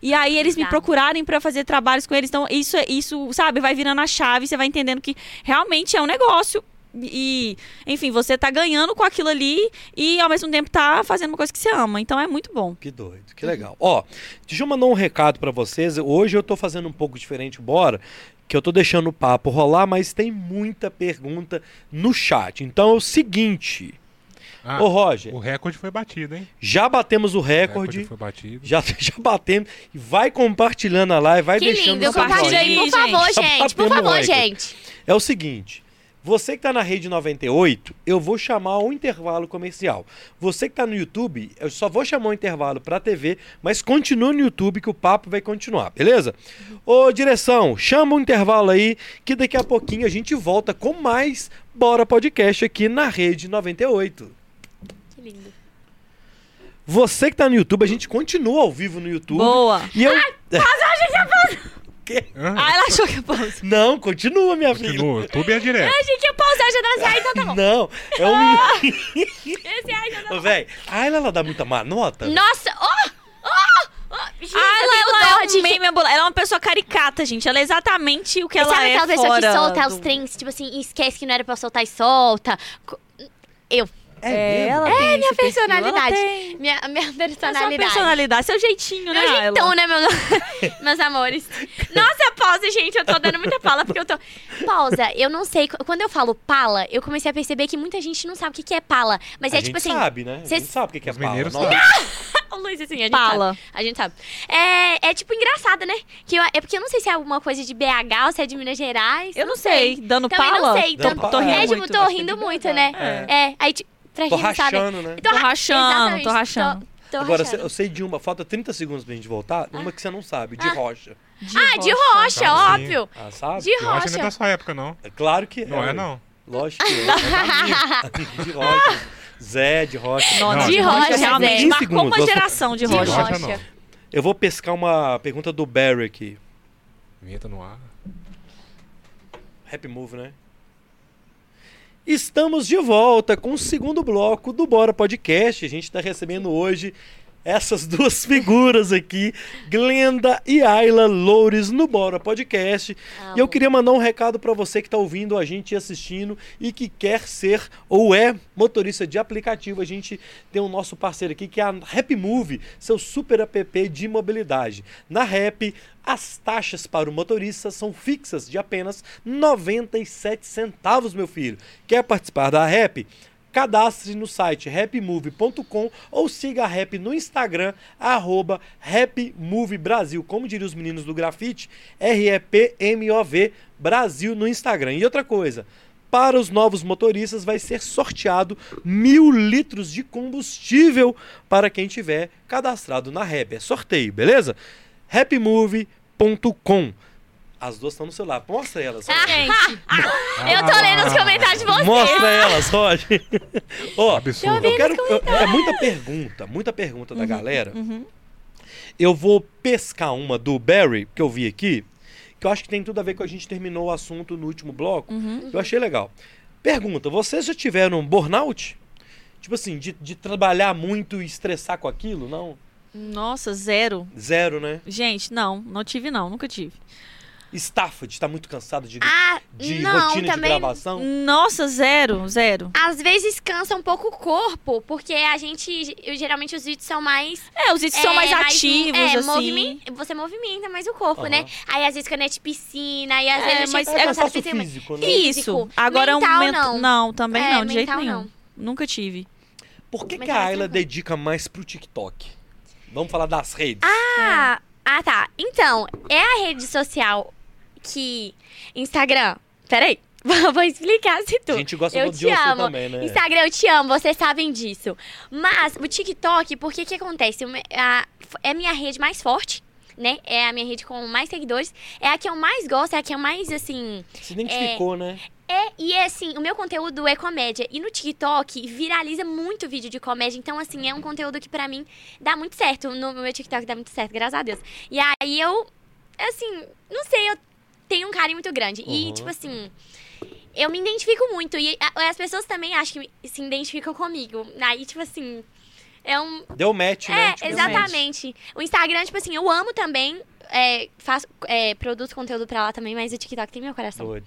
S3: E aí eles me
S4: Bizarro.
S3: procurarem pra fazer trabalhos com eles. Então isso é isso, sabe, vai virando a chave, você vai entendendo que realmente é um negócio e, enfim, você tá ganhando com aquilo ali e ao mesmo tempo tá fazendo uma coisa que você ama. Então é muito bom.
S1: Que doido, que legal. Ó, deixa eu mandar um recado pra vocês. Hoje eu tô fazendo um pouco diferente, bora, que eu tô deixando o papo rolar, mas tem muita pergunta no chat. Então é o seguinte,
S2: Ah,
S1: ô Roger,
S2: o recorde foi batido, hein?
S1: já batemos o
S2: O
S1: recorde,
S2: foi batido.
S1: já, já batemos, e vai compartilhando a live, vai
S4: Que
S1: deixando
S4: lindo,
S1: seu
S4: compartilha aí,
S1: joinha.
S4: por favor,
S1: Só
S4: gente.
S1: batemos
S4: Por
S1: o
S4: favor,
S1: like.
S4: gente.
S1: É o seguinte. Você que está na rede 98, eu vou chamar o intervalo comercial. Você que está no YouTube, eu só vou chamar o intervalo para a TV, mas continua no YouTube que o papo vai continuar, beleza? Ô, direção, chama o intervalo aí, que daqui a pouquinho a gente volta com mais Bora Podcast aqui na rede 98.
S4: Que lindo.
S1: Você que está no YouTube, a gente continua ao vivo no YouTube.
S3: Boa.
S1: E eu...
S2: Ah,
S3: Ah, ela achou que eu pausa.
S1: Não, continua, minha filha.
S2: o YouTube é direto.
S4: Achei que ia pausar já tava assim, ah, então tá bom. Ah!
S1: Não, é um.
S4: Esse ai já tava...
S1: Véi, a Ayla, ela dá muita má nota.
S4: Nossa, oh, ó! Ó! ó, gente,
S3: Ah,
S4: eu tenho
S3: ela, ela é
S4: dó de
S3: um meme ambulante. Ela é uma pessoa caricata, gente. Ela é exatamente o que ela
S4: Sabe
S3: é
S4: aquela pessoa
S3: fora
S4: que solta
S3: do-
S4: os trens, tipo assim, e esquece que não era pra soltar e solta? Co- Eu.
S3: É,
S1: mesmo?
S3: ela tem
S4: minha
S3: esse perfil, ela
S4: personalidade.
S3: tem.
S4: Minha, minha
S3: Sua
S4: personalidade.
S3: personalidade, seu jeitinho, né?
S4: Meu jeitão,
S3: Ayla?
S4: né, meu- meus amores? Nossa, pausa, gente. Eu tô dando muita pala porque eu tô. Pausa, eu não sei. qu- Quando eu falo pala, eu comecei a perceber que muita gente não sabe o que que é pala. Mas
S1: a
S4: é tipo
S1: gente
S4: assim.
S1: sabe, né? A
S4: cês-
S1: gente sabe o que que é
S2: Os
S1: pala.
S2: mineiros
S1: Nossa,
S4: O Luiz, assim, a gente
S3: Pala.
S4: sabe. A gente sabe. É, é tipo engraçado, né? Que eu- é porque eu não sei se é alguma coisa de BH ou se é de Minas Gerais.
S3: Eu não sei. Dando
S4: Também
S3: pala?
S4: não sei.
S1: Dando
S4: Então,
S1: pala.
S4: é,
S3: Tô rindo
S4: tipo,
S3: muito,
S4: tô
S3: acho que
S4: rindo
S3: é de
S4: muito,
S3: BH.
S4: né?
S1: É.
S4: É. Aí, tipo, pra
S1: Tô
S4: quem não sabe.
S1: rachando, né?
S3: Tô rachando,
S4: Exatamente,
S3: tô rachando.
S4: Tô, tô
S1: Agora,
S4: rachando.
S1: eu sei de uma. Falta 30 segundos pra gente voltar. Uma que você não sabe, de rocha.
S4: Ah, de rocha,
S2: Tá, sim.
S4: óbvio.
S1: Ah, sabe?
S4: De
S2: Eu acho que não é da
S4: rocha.
S2: sua época, não.
S1: É Claro que
S2: Não
S1: ué.
S2: é, não.
S1: Lógico que é. de rocha. Zé, de rocha.
S3: Não,
S2: Não,
S3: de
S2: de
S4: rocha,
S3: rocha,
S4: Zé.
S3: realmente.
S1: 15
S3: Marcou uma
S1: segundos.
S3: geração de
S4: De
S3: rocha.
S2: rocha.
S4: rocha.
S1: Eu vou pescar uma pergunta do Barry aqui.
S2: Vinheta no ar.
S1: Happy Move, né? Estamos de volta com o segundo bloco do Bora Podcast. A gente está recebendo hoje essas duas figuras aqui, Glenda e Ayla Loures, no Bora Podcast. E eu queria mandar um recado para você que está ouvindo a gente e assistindo e que quer ser ou é motorista de aplicativo. A gente tem o nosso parceiro aqui que é a Rap Move, seu super app de mobilidade. Na Rap, as taxas para o motorista são fixas de apenas 97 centavos, meu filho. Quer participar da Rap? Cadastre no site rapmove.com ou siga a Rap no Instagram, arroba Rapmove Brasil. Como diriam os meninos do grafite, R-E-P-M-O-V Brasil no Instagram. E outra coisa, para os novos motoristas vai ser sorteado mil litros de combustível para quem tiver cadastrado na Rap. É sorteio, beleza? Rapmove.com As duas estão no celular. Mostra elas. Roger.
S3: Gente,
S4: Eu tô lendo os comentários de vocês.
S1: Ah. Mostra elas, Roger. Ó,
S2: Absurdo.
S1: eu quero. eu- é muita pergunta, muita pergunta
S4: Uhum,
S1: da galera. Eu vou pescar uma do Barry, que eu vi aqui, que eu acho que tem tudo a ver com a gente terminou o assunto no último bloco.
S4: Uhum.
S1: Eu achei legal. Pergunta: vocês já tiveram burnout? Tipo assim, de, de trabalhar muito e estressar com aquilo? Não?
S3: Nossa, zero.
S1: Zero, né?
S3: Gente, não, não tive não, nunca tive.
S1: Stafford tá muito cansado de,
S4: Ah,
S1: de
S4: não,
S1: rotina de
S4: também.
S1: gravação.
S3: Nossa, zero, zero.
S4: Às vezes cansa um pouco o corpo, porque a gente. Geralmente os vídeos são mais
S3: É, os itens são mais ativos,
S4: é,
S3: assim.
S4: movimen- você movimenta mais o corpo,
S1: Aham.
S4: né? Aí às vezes quando é de piscina, e às
S3: É,
S4: vezes
S3: mas
S4: eu
S1: é
S4: chego cansada
S1: cansaço
S4: de piscina, mas-
S1: físico, né?
S3: Isso.
S4: Físico.
S3: Agora é um
S4: Mental,
S3: momento.
S4: não.
S3: Não, também
S4: É,
S3: não, de jeito
S4: mental,
S3: nenhum.
S4: não.
S3: Nunca tive.
S1: Por que,
S4: Mas
S1: que
S4: é
S1: a
S4: mais
S1: Ayla
S4: tranquilo.
S1: dedica mais pro TikTok? Vamos falar das redes.
S4: Ah, ah, tá. Então, é a rede social que. Instagram. Peraí. Vou explicar se tu.
S1: a gente gosta
S4: eu
S1: muito de
S4: te
S1: você
S4: amo.
S1: também, né?
S4: Instagram, eu te amo, vocês sabem disso. Mas o TikTok, por que que acontece? O me- a- f- é a minha rede mais forte, né? É a minha rede com mais seguidores. É a que eu mais gosto, é a que eu mais, assim...
S1: Se identificou, né?
S4: É, e é assim, o meu conteúdo é comédia. E no TikTok viraliza muito vídeo de comédia. Então, assim, é um conteúdo que pra mim dá muito certo. No meu TikTok dá muito certo, graças a Deus. E aí eu, assim, não sei, eu tenho um carinho muito grande.
S1: Uhum.
S4: E, tipo assim, eu me identifico muito. E a- as pessoas também acham que se identificam comigo. Aí, tipo assim, é um.
S1: Deu match, né?
S4: É,
S1: Tipo,
S4: exatamente. O Instagram, tipo assim, eu amo também. É, faço, é, produzo conteúdo pra lá também, mas o TikTok tem meu coração.
S1: Doido.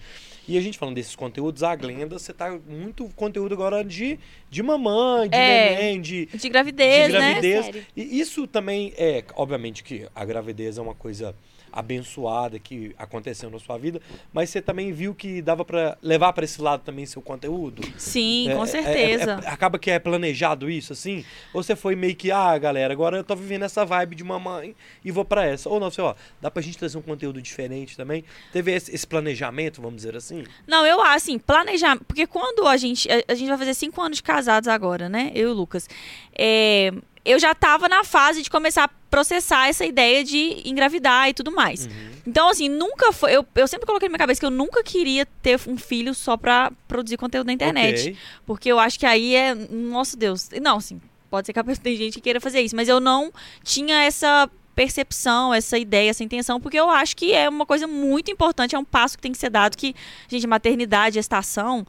S1: E a gente falando desses conteúdos, a Glenda, você tá muito conteúdo agora de, de mamãe, de
S3: É.
S1: neném, de,
S3: De gravidez,
S1: de
S3: né?
S1: gravidez.
S4: É Sério.
S1: E isso também é, obviamente que a gravidez é uma coisa abençoada que aconteceu na sua vida, mas você também viu que dava pra levar pra esse lado também seu conteúdo?
S3: Sim,
S1: É, é,
S3: com
S1: é,
S3: certeza.
S1: é, acaba que é planejado isso, assim? Ou você foi meio que, ah, galera, agora eu tô vivendo essa vibe de mamãe e vou pra essa. Ou não, sei lá, dá pra gente trazer um conteúdo diferente também? Teve esse, esse planejamento, vamos dizer assim?
S3: Não, eu acho assim, planejar. Porque quando a gente. A, a gente vai fazer cinco anos de casados agora, né? Eu e o Lucas. É, eu já tava na fase de começar a processar essa ideia de engravidar e tudo mais.
S1: Uhum.
S3: Então, assim, nunca foi. Eu, eu sempre coloquei na minha cabeça que eu nunca queria ter um filho só pra produzir conteúdo na internet.
S1: Ok.
S3: Porque eu acho que aí é. Nosso Deus. Não, assim, pode ser que a pessoa tem gente que queira fazer isso, mas eu não tinha essa percepção, essa ideia, essa intenção, porque eu acho que é uma coisa muito importante, é um passo que tem que ser dado que, gente, maternidade, gestação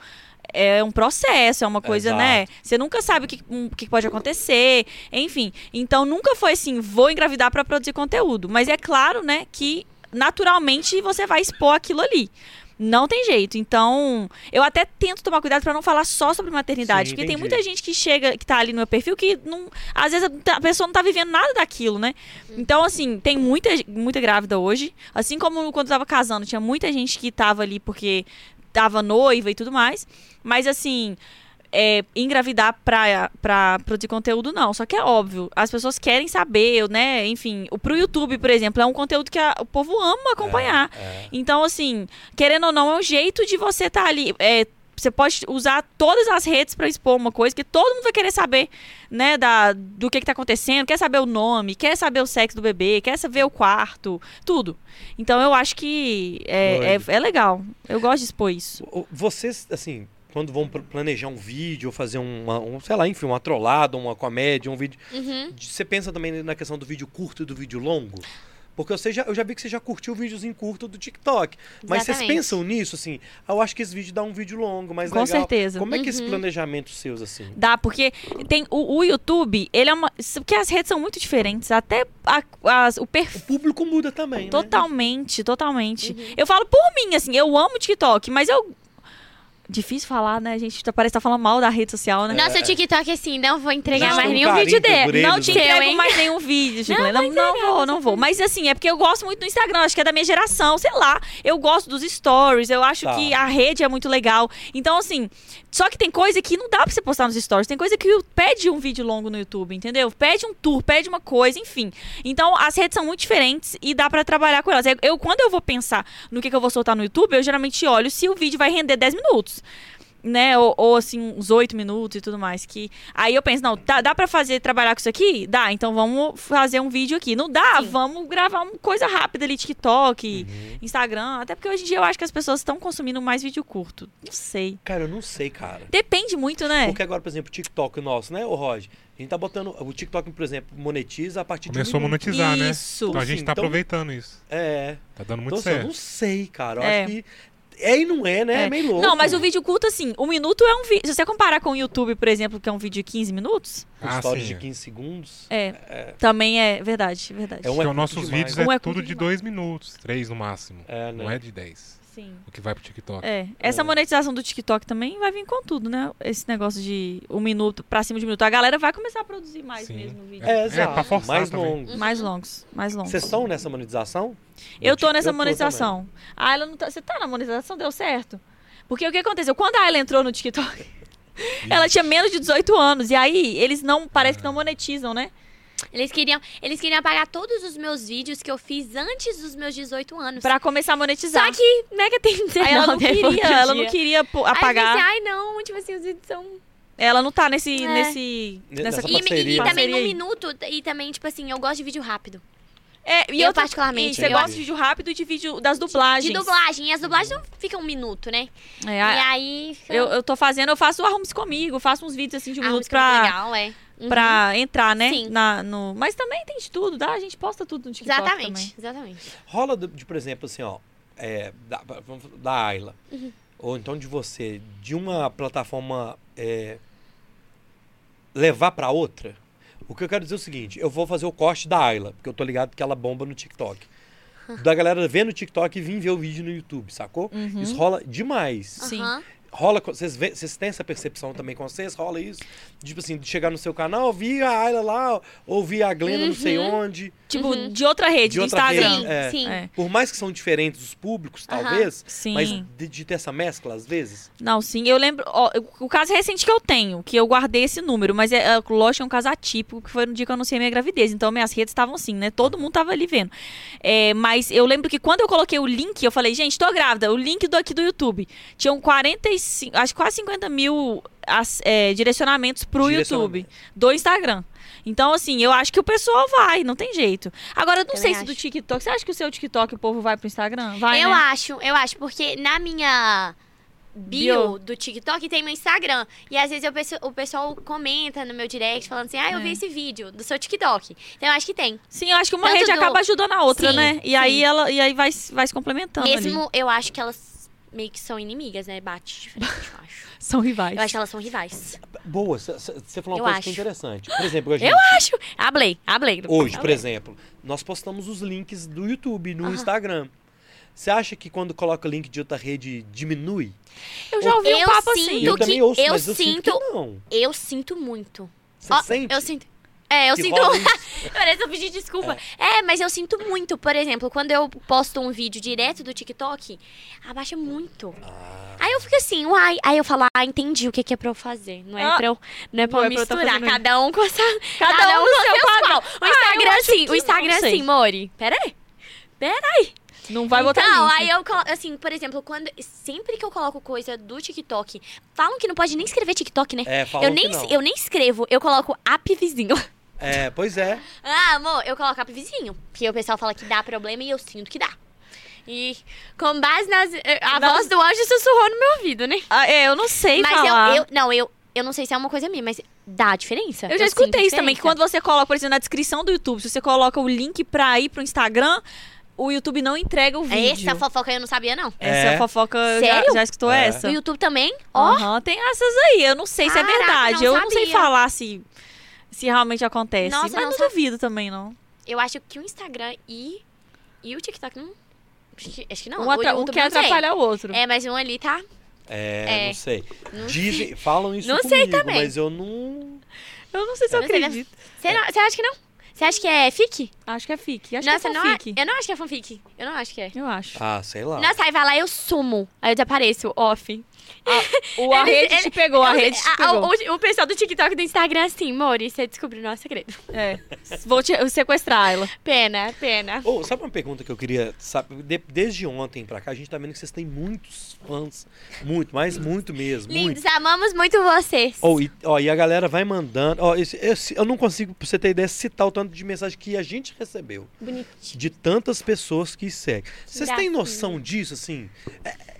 S3: é um processo, é uma coisa, né? Você nunca sabe o que, um, o que pode acontecer, enfim. Então nunca foi assim, vou engravidar pra produzir conteúdo, mas é claro, né, que naturalmente você vai expor aquilo ali. Não tem jeito. Então, eu até tento tomar cuidado pra não falar só sobre maternidade,
S1: Sim,
S3: porque tem
S1: entendi.
S3: muita gente que chega, que tá ali no meu perfil que não, às vezes a pessoa não tá vivendo nada daquilo, né? Então, assim, tem muita, muita grávida hoje. Assim como quando eu tava casando, tinha muita gente que tava ali porque tava noiva e tudo mais. Mas, assim, é, engravidar pra, pra produzir conteúdo, não. Só que é óbvio, as pessoas querem saber, né? Enfim, o- pro YouTube, por exemplo, é um conteúdo que a- o povo ama acompanhar.
S1: É.
S3: Então, assim, querendo ou não, é um jeito de você estar ali. é, você pode usar todas as redes para expor uma coisa, que todo mundo vai querer saber, né, da, do que, que tá acontecendo, quer saber o nome, quer saber o sexo do bebê, quer saber o quarto, tudo. Então eu acho que é,
S1: Doido.
S3: é, é legal. Eu gosto de expor isso.
S1: O- Vocês, assim, quando vão pr- planejar um vídeo ou fazer uma, um, sei lá, enfim, uma trollada, uma comédia, um vídeo.
S4: Uhum.
S1: de- Você pensa também na questão do vídeo curto e do vídeo longo? Porque você já, eu já vi que você já curtiu o videozinho curto do TikTok. Mas vocês
S4: Exatamente.
S1: pensam nisso, assim? "Ah, Eu acho que esse vídeo dá um vídeo longo, mas
S3: Com
S1: legal.
S3: certeza. Uhum.
S1: Como é que é esse planejamento seus, assim?
S3: Dá, porque tem o, o YouTube, ele é uma. Porque as redes são muito diferentes. Até a- as- o perfil.
S1: O público muda também, né? Uhum.
S3: Totalmente, totalmente. Eu falo por mim, assim, eu amo o TikTok, mas eu. Difícil falar, né? A gente tá- parece que tá falando mal da rede social, né?
S1: É
S4: Nossa, o TikTok, assim, não vou entregar
S1: Não,
S4: mais
S1: tem
S4: nenhum
S1: carinho
S4: vídeo
S1: por
S4: dele.
S1: eles,
S3: Não
S1: né?
S3: te
S4: Seu,
S3: entrego
S4: hein?
S3: mais nenhum vídeo, Chiclete. Não, não vou, não vou. Mas assim, é porque eu gosto muito do Instagram. Acho que é da minha geração, sei lá. Eu gosto dos stories, eu acho
S1: Tá.
S3: que a rede é muito legal. Então, assim, só que tem coisa que não dá pra você postar nos stories. Tem coisa que pede um vídeo longo no YouTube, entendeu? Pede um tour, pede uma coisa, enfim. Então, as redes são muito diferentes e dá pra trabalhar com elas. Eu, quando eu vou pensar no que, que eu vou soltar no YouTube, eu geralmente olho se o vídeo vai render 10 minutos né? Ou, ou, assim, uns oito minutos e tudo mais. Que... Aí eu penso, não, dá, dá pra fazer, trabalhar com isso aqui? Dá, então vamos fazer um vídeo aqui. Não dá, vamos gravar uma coisa rápida ali, TikTok,
S1: Uhum.
S3: Instagram. Até porque hoje em dia eu acho que as pessoas estão consumindo mais vídeo curto. Não sei.
S1: Cara, eu não sei, cara.
S3: Depende muito, né?
S1: Porque é agora, por exemplo, o TikTok nosso, né, ô Roger? A gente tá botando. O TikTok, por exemplo, monetiza a partir
S2: Começou a
S1: de. um minuto.
S2: monetizar, né?
S3: Isso.
S2: Então a gente
S1: Sim,
S2: tá
S1: então-
S2: aproveitando isso.
S1: É.
S2: Tá dando
S1: Então,
S2: muito
S1: assim, eu
S2: certo.
S1: não sei, cara. Eu
S3: É.
S1: acho que É e não é, né? É, meio louco.
S3: Não, mas o vídeo curto, assim, um minuto é um vídeo. Se você comparar com o YouTube, por exemplo, que é um vídeo de 15 minutos,
S1: Os
S2: Ah,
S1: stories
S2: sim,
S1: de
S2: é.
S1: 15 segundos.
S3: é. Também é verdade, verdade.
S1: É um-
S2: Porque os
S1: curto
S2: nossos
S1: demais.
S2: vídeos
S3: Um
S2: é,
S3: é curto
S2: tudo de
S3: demais.
S2: dois minutos, três no máximo.
S1: É, né?
S2: Não é de 10.
S3: Sim.
S2: O que vai pro TikTok.
S3: É, essa monetização do TikTok também vai vir com tudo, né? Esse negócio de um minuto pra cima de um minuto. A galera vai começar a produzir mais
S2: Sim.
S3: mesmo vídeo.
S1: É,
S2: É,
S1: exato.
S2: pra forçar
S1: mais
S2: também.
S4: Uhum.
S1: longo.
S3: Mais longos, mais longos.
S1: Vocês estão nessa monetização?
S3: Eu tô nessa
S1: Eu também.
S3: monetização. A Ayla não tá... Você tá na monetização? Deu certo? Porque o que aconteceu? Quando a Ayla entrou no TikTok, ela tinha menos de 18 anos. E aí, eles não... Parece que não monetizam, né?
S4: Eles queriam, eles queriam apagar todos os meus vídeos que eu fiz antes dos meus 18 anos.
S3: Pra começar a monetizar.
S4: Só que Mega tem 19
S3: Aí ela não queria,
S4: hoje em
S3: ela não
S4: dia.
S3: queria pô,
S4: Aí eu
S3: apagar.
S4: pensei, ai não, tipo assim, os vídeos são...
S3: Ela não tá nesse...
S4: É.
S3: nesse nessa...
S1: Nessa
S4: E, e, e
S1: parceria.
S4: também
S3: Parceria
S4: no
S3: aí.
S4: minuto, e também, tipo assim, eu gosto de vídeo rápido.
S3: É, e
S4: Eu
S3: outra-
S4: particularmente,
S3: e Você
S1: eu
S3: gosta
S1: acho.
S3: de vídeo rápido e de vídeo das dublagens.
S4: De dublagem, e as dublagens não ficam um minuto, né?
S3: É, a-
S4: e aí... fica-
S3: Eu, eu tô fazendo, eu faço arrumes comigo, faço uns vídeos assim de um
S4: Ah,
S3: minuto
S4: música muito
S3: pra,
S4: legal, é. Uhum.
S3: pra entrar, né?
S4: Sim.
S3: Na, no... Mas também tem de tudo, dá? A gente posta tudo no TikTok também.
S4: Exatamente, exatamente.
S1: Rola, de, de, por exemplo, assim, ó. é, da, vamos- da Ayla.
S3: Uhum.
S1: Ou então de você. De uma plataforma é, levar pra outra. O que eu quero dizer é o seguinte: eu vou fazer o corte da Ayla, porque eu tô ligado que ela bomba no TikTok. Da galera vendo o TikTok e vir ver o vídeo no YouTube, sacou?
S3: Uhum.
S1: Isso rola demais.
S3: Sim.
S4: Aham.
S1: Rola, com- vocês, vê- vocês têm essa percepção também com vocês? Rola isso? Tipo assim, de chegar no seu canal, vi a Ayla lá, ou vi a Glenda não sei onde.
S3: Tipo,
S4: Uhum.
S3: de outra rede,
S1: De
S3: do
S1: outra
S3: Instagram.
S1: rede, É.
S4: Sim, sim.
S3: É.
S1: Por mais que são diferentes os públicos,
S4: Aham.
S1: talvez,
S3: Sim.
S1: mas de, de ter essa mescla às vezes.
S3: Não, sim, eu lembro. ó, eu- o caso recente que eu tenho, que eu guardei esse número, mas é, é, lógico, é um caso atípico, que foi no dia que eu anunciei minha gravidez. Então minhas redes estavam assim, né? Todo mundo tava ali vendo. É, mas eu lembro que quando eu coloquei o link, eu falei, gente, tô grávida, o link do aqui do YouTube. Tinham 45, acho que quase 50 mil as- é, direcionamentos pro
S1: Direcionamento.
S3: YouTube, do Instagram. Então, assim, eu acho que o pessoal vai, não tem jeito. Agora, eu não
S4: Também
S3: sei se do
S4: acho.
S3: TikTok. Você acha que o seu TikTok o povo vai pro Instagram? Vai,
S4: eu
S3: né?
S4: acho, eu acho, porque na minha bio, do TikTok tem meu Instagram. E às vezes eu penso- o pessoal comenta no meu direct falando assim: ah, eu
S3: É.
S4: vi esse vídeo do seu TikTok. Então eu acho que tem.
S3: Sim, eu acho que uma
S4: Tanto
S3: rede
S4: do-
S3: acaba ajudando a outra,
S4: Sim,
S3: né? E
S4: sim.
S3: aí ela e aí vai, se- vai se complementando
S4: Mesmo
S3: ali.
S4: eu acho que elas meio que são inimigas, né? Bate de frente, eu acho.
S3: São rivais.
S4: Eu acho que elas são rivais.
S1: Boa, você falou uma
S4: Eu
S1: coisa que é
S4: acho.
S1: interessante. Por exemplo, a gente,
S4: Eu acho. Ablei, ablei.
S1: hoje, por
S4: Ablei.
S1: exemplo, nós postamos os links do YouTube no
S4: Aham.
S1: Instagram. Você acha que quando coloca link de outra rede diminui?
S3: Eu já ouvi um
S4: Eu
S3: papo assim.
S4: sinto-
S1: eu
S4: que-
S1: também ouço,
S4: eu
S1: mas eu sinto, que
S4: sinto-
S1: não.
S4: Eu sinto muito.
S1: Você
S4: Ó,
S1: sente?
S4: Eu sinto. É, eu
S1: que
S4: sinto.
S1: rola isso?
S4: Parece que eu pedi desculpa. É. mas eu sinto muito. Por exemplo, quando eu posto um vídeo direto do TikTok, abaixa muito.
S1: Ah,
S4: Aí eu fico assim, uai. Aí eu falo, ah, entendi o que, que é pra eu fazer. Não é
S3: Ah,
S4: pra eu, não é pra
S3: não
S4: eu
S3: é pra eu tá
S4: misturar.
S3: fazendo
S4: cada um com essa.
S3: Cada um no seu canal.
S4: O Instagram,
S3: acho
S4: assim,
S3: que
S4: o
S3: não
S4: Instagram,
S3: sei.
S4: assim, Mori. Pera aí.
S3: Não vai botar
S4: então,
S3: link.
S4: aí eu colo- assim, por exemplo, quando sempre que eu coloco coisa do TikTok, falam que não pode nem escrever TikTok, né?
S1: é, falam
S4: Eu nem,
S1: que não.
S4: eu nem escrevo, eu coloco app vizinho.
S1: É, pois é.
S4: Ah, amor, eu coloco app vizinho. Porque o pessoal fala que dá problema e eu sinto que dá. E com base nas. eh, A
S3: Não.
S4: voz do anjo sussurrou no meu ouvido, né?
S3: Ah, é, eu não sei
S4: mas
S3: falar.
S4: Eu, eu. Não, eu, eu não sei se é uma coisa minha, mas dá a diferença.
S3: Eu já
S4: sinto
S3: escutei isso
S4: diferença.
S3: também, que quando você coloca, por exemplo, na descrição do YouTube, se você coloca o link pra ir pro Instagram, o YouTube não entrega o vídeo.
S4: É Essa fofoca eu não sabia, não.
S3: Essa
S1: É.
S3: fofoca eu já,
S4: Sério?
S3: já escutou
S1: É.
S3: essa?
S4: O YouTube também, ó.
S3: Aham, tem essas aí. Eu não sei se é
S4: Caraca,
S3: verdade.
S4: não
S3: eu não sei
S4: sabia.
S3: falar se, se realmente acontece.
S4: Nossa,
S3: mas
S4: não
S3: não
S4: sabia.
S3: duvido também, não.
S4: Eu acho que o Instagram e. E o TikTok não. Acho que, acho que não.
S3: um, atra-
S4: o
S3: um
S4: YouTube
S3: quer
S4: não sei.
S3: atrapalhar o outro.
S4: É, mas um ali tá.
S1: É,
S4: É.
S1: não sei.
S4: Não
S1: Dizem, falam isso
S4: Não
S1: comigo,
S4: sei também.
S1: mas eu não...
S3: Eu não sei se eu
S4: Não sei,
S3: acredito.
S4: Você não- você acha que não? Você acha que é fic?
S3: Acho que é fique. É. Acho
S4: Nossa,
S3: que é
S4: não
S3: fanfic.
S4: Eu não acho que é fanfic. Eu não acho que é.
S3: Eu acho.
S1: Ah, sei lá.
S4: Nossa, aí vai lá, eu sumo. Aí eu desapareço, off.
S3: Ah, O a
S4: Eles-
S3: rede te pegou, a
S4: Não,
S3: rede te
S4: a- a-
S3: pegou.
S4: o, o pessoal do TikTok e do Instagram, assim, Mori, você descobriu o nosso segredo.
S3: É. Vou te, eu sequestrar ela.
S4: Pena, pena.
S1: Ô, sabe uma pergunta que eu queria saber? De- desde ontem pra cá, a gente tá vendo que vocês têm muitos fãs. Muito, mas muito mesmo. Muito.
S4: Lindos, amamos muito vocês.
S1: Ô, e, ó, e a galera vai mandando. Ó, esse- esse- eu não consigo, pra você ter ideia, citar o tanto de mensagem que a gente recebeu.
S4: Bonitinho.
S1: De tantas pessoas que seguem. Vocês têm
S4: Gracinha.
S1: noção disso, assim? É-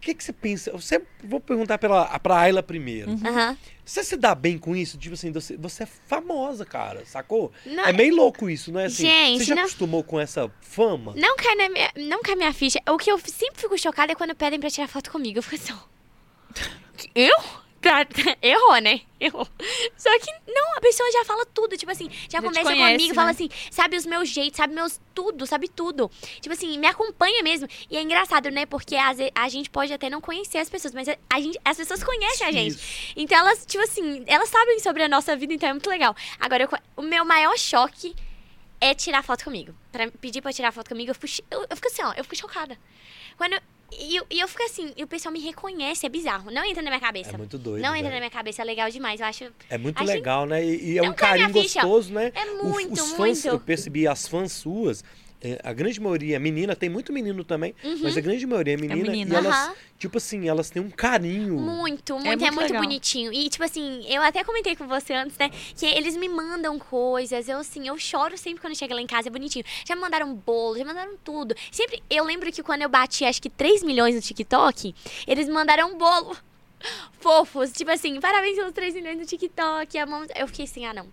S1: que, que você pensa? Você, vou perguntar pela, pra Ayla primeiro.
S4: Aham.
S1: Você se dá bem com isso? Tipo assim, você, você é famosa, cara, sacou?
S4: Não,
S1: É meio louco isso, não é assim?
S4: Gente,
S1: você já
S4: não-
S1: acostumou com essa fama? É
S4: não, cai na minha, não cai minha ficha. O que eu sempre fico chocada é quando pedem pra tirar foto comigo. Eu fico assim, ó, que- eu? Tá- tá- Errou, né? Errou. Só que não, a pessoa já fala tudo. Tipo assim, já
S3: Já te
S4: conversa
S3: conhece,
S4: comigo, fala
S3: né?
S4: assim, sabe os meus jeitos, sabe meus tudo, sabe tudo. Tipo assim, me acompanha mesmo. E é engraçado, né? Porque às ve- a gente pode até não conhecer as pessoas, mas a, a gente, as pessoas conhecem a gente.
S1: Isso.
S4: Então elas, tipo assim, elas sabem sobre a nossa vida, então é muito legal. Agora, eu co- o meu maior choque é tirar foto comigo. Pra pedir pra tirar foto comigo, eu fico, chi- eu, eu fico assim, ó, eu fico chocada. Quando eu- e, eu- e eu fico assim, e o pessoal me reconhece, é bizarro. Não entra na minha cabeça.
S1: É muito doido.
S4: não entra na
S1: velho.
S4: minha cabeça, é legal demais, eu acho.
S1: É muito
S4: Achei-
S1: legal, né? E, e é
S4: Não
S1: um
S4: cai minha
S1: carinho
S4: ficha.
S1: gostoso, né?
S4: É
S1: O-
S4: muito,
S1: os fãs, eu
S4: muito.
S1: percebi, as fãs suas, eh, a grande maioria é menina, tem muito menino também,
S4: Uhum.
S1: mas a grande maioria é menina.
S3: menina.
S1: E elas,
S4: Aham.
S1: tipo assim, elas têm um carinho.
S4: Muito, muito, é
S3: muito
S4: muito,
S3: legal.
S4: bonitinho. E, tipo assim, eu até comentei com você antes, né? Que eles me mandam coisas. Eu, assim, eu choro sempre quando chega lá em casa, é bonitinho. Já me mandaram bolo, já me mandaram tudo. Sempre, eu lembro que quando eu bati, acho que 3 milhões no TikTok, eles me mandaram um bolo. Fofos, tipo assim, parabéns pelos 3 milhões no TikTok. amamos. Eu fiquei assim, ah, não.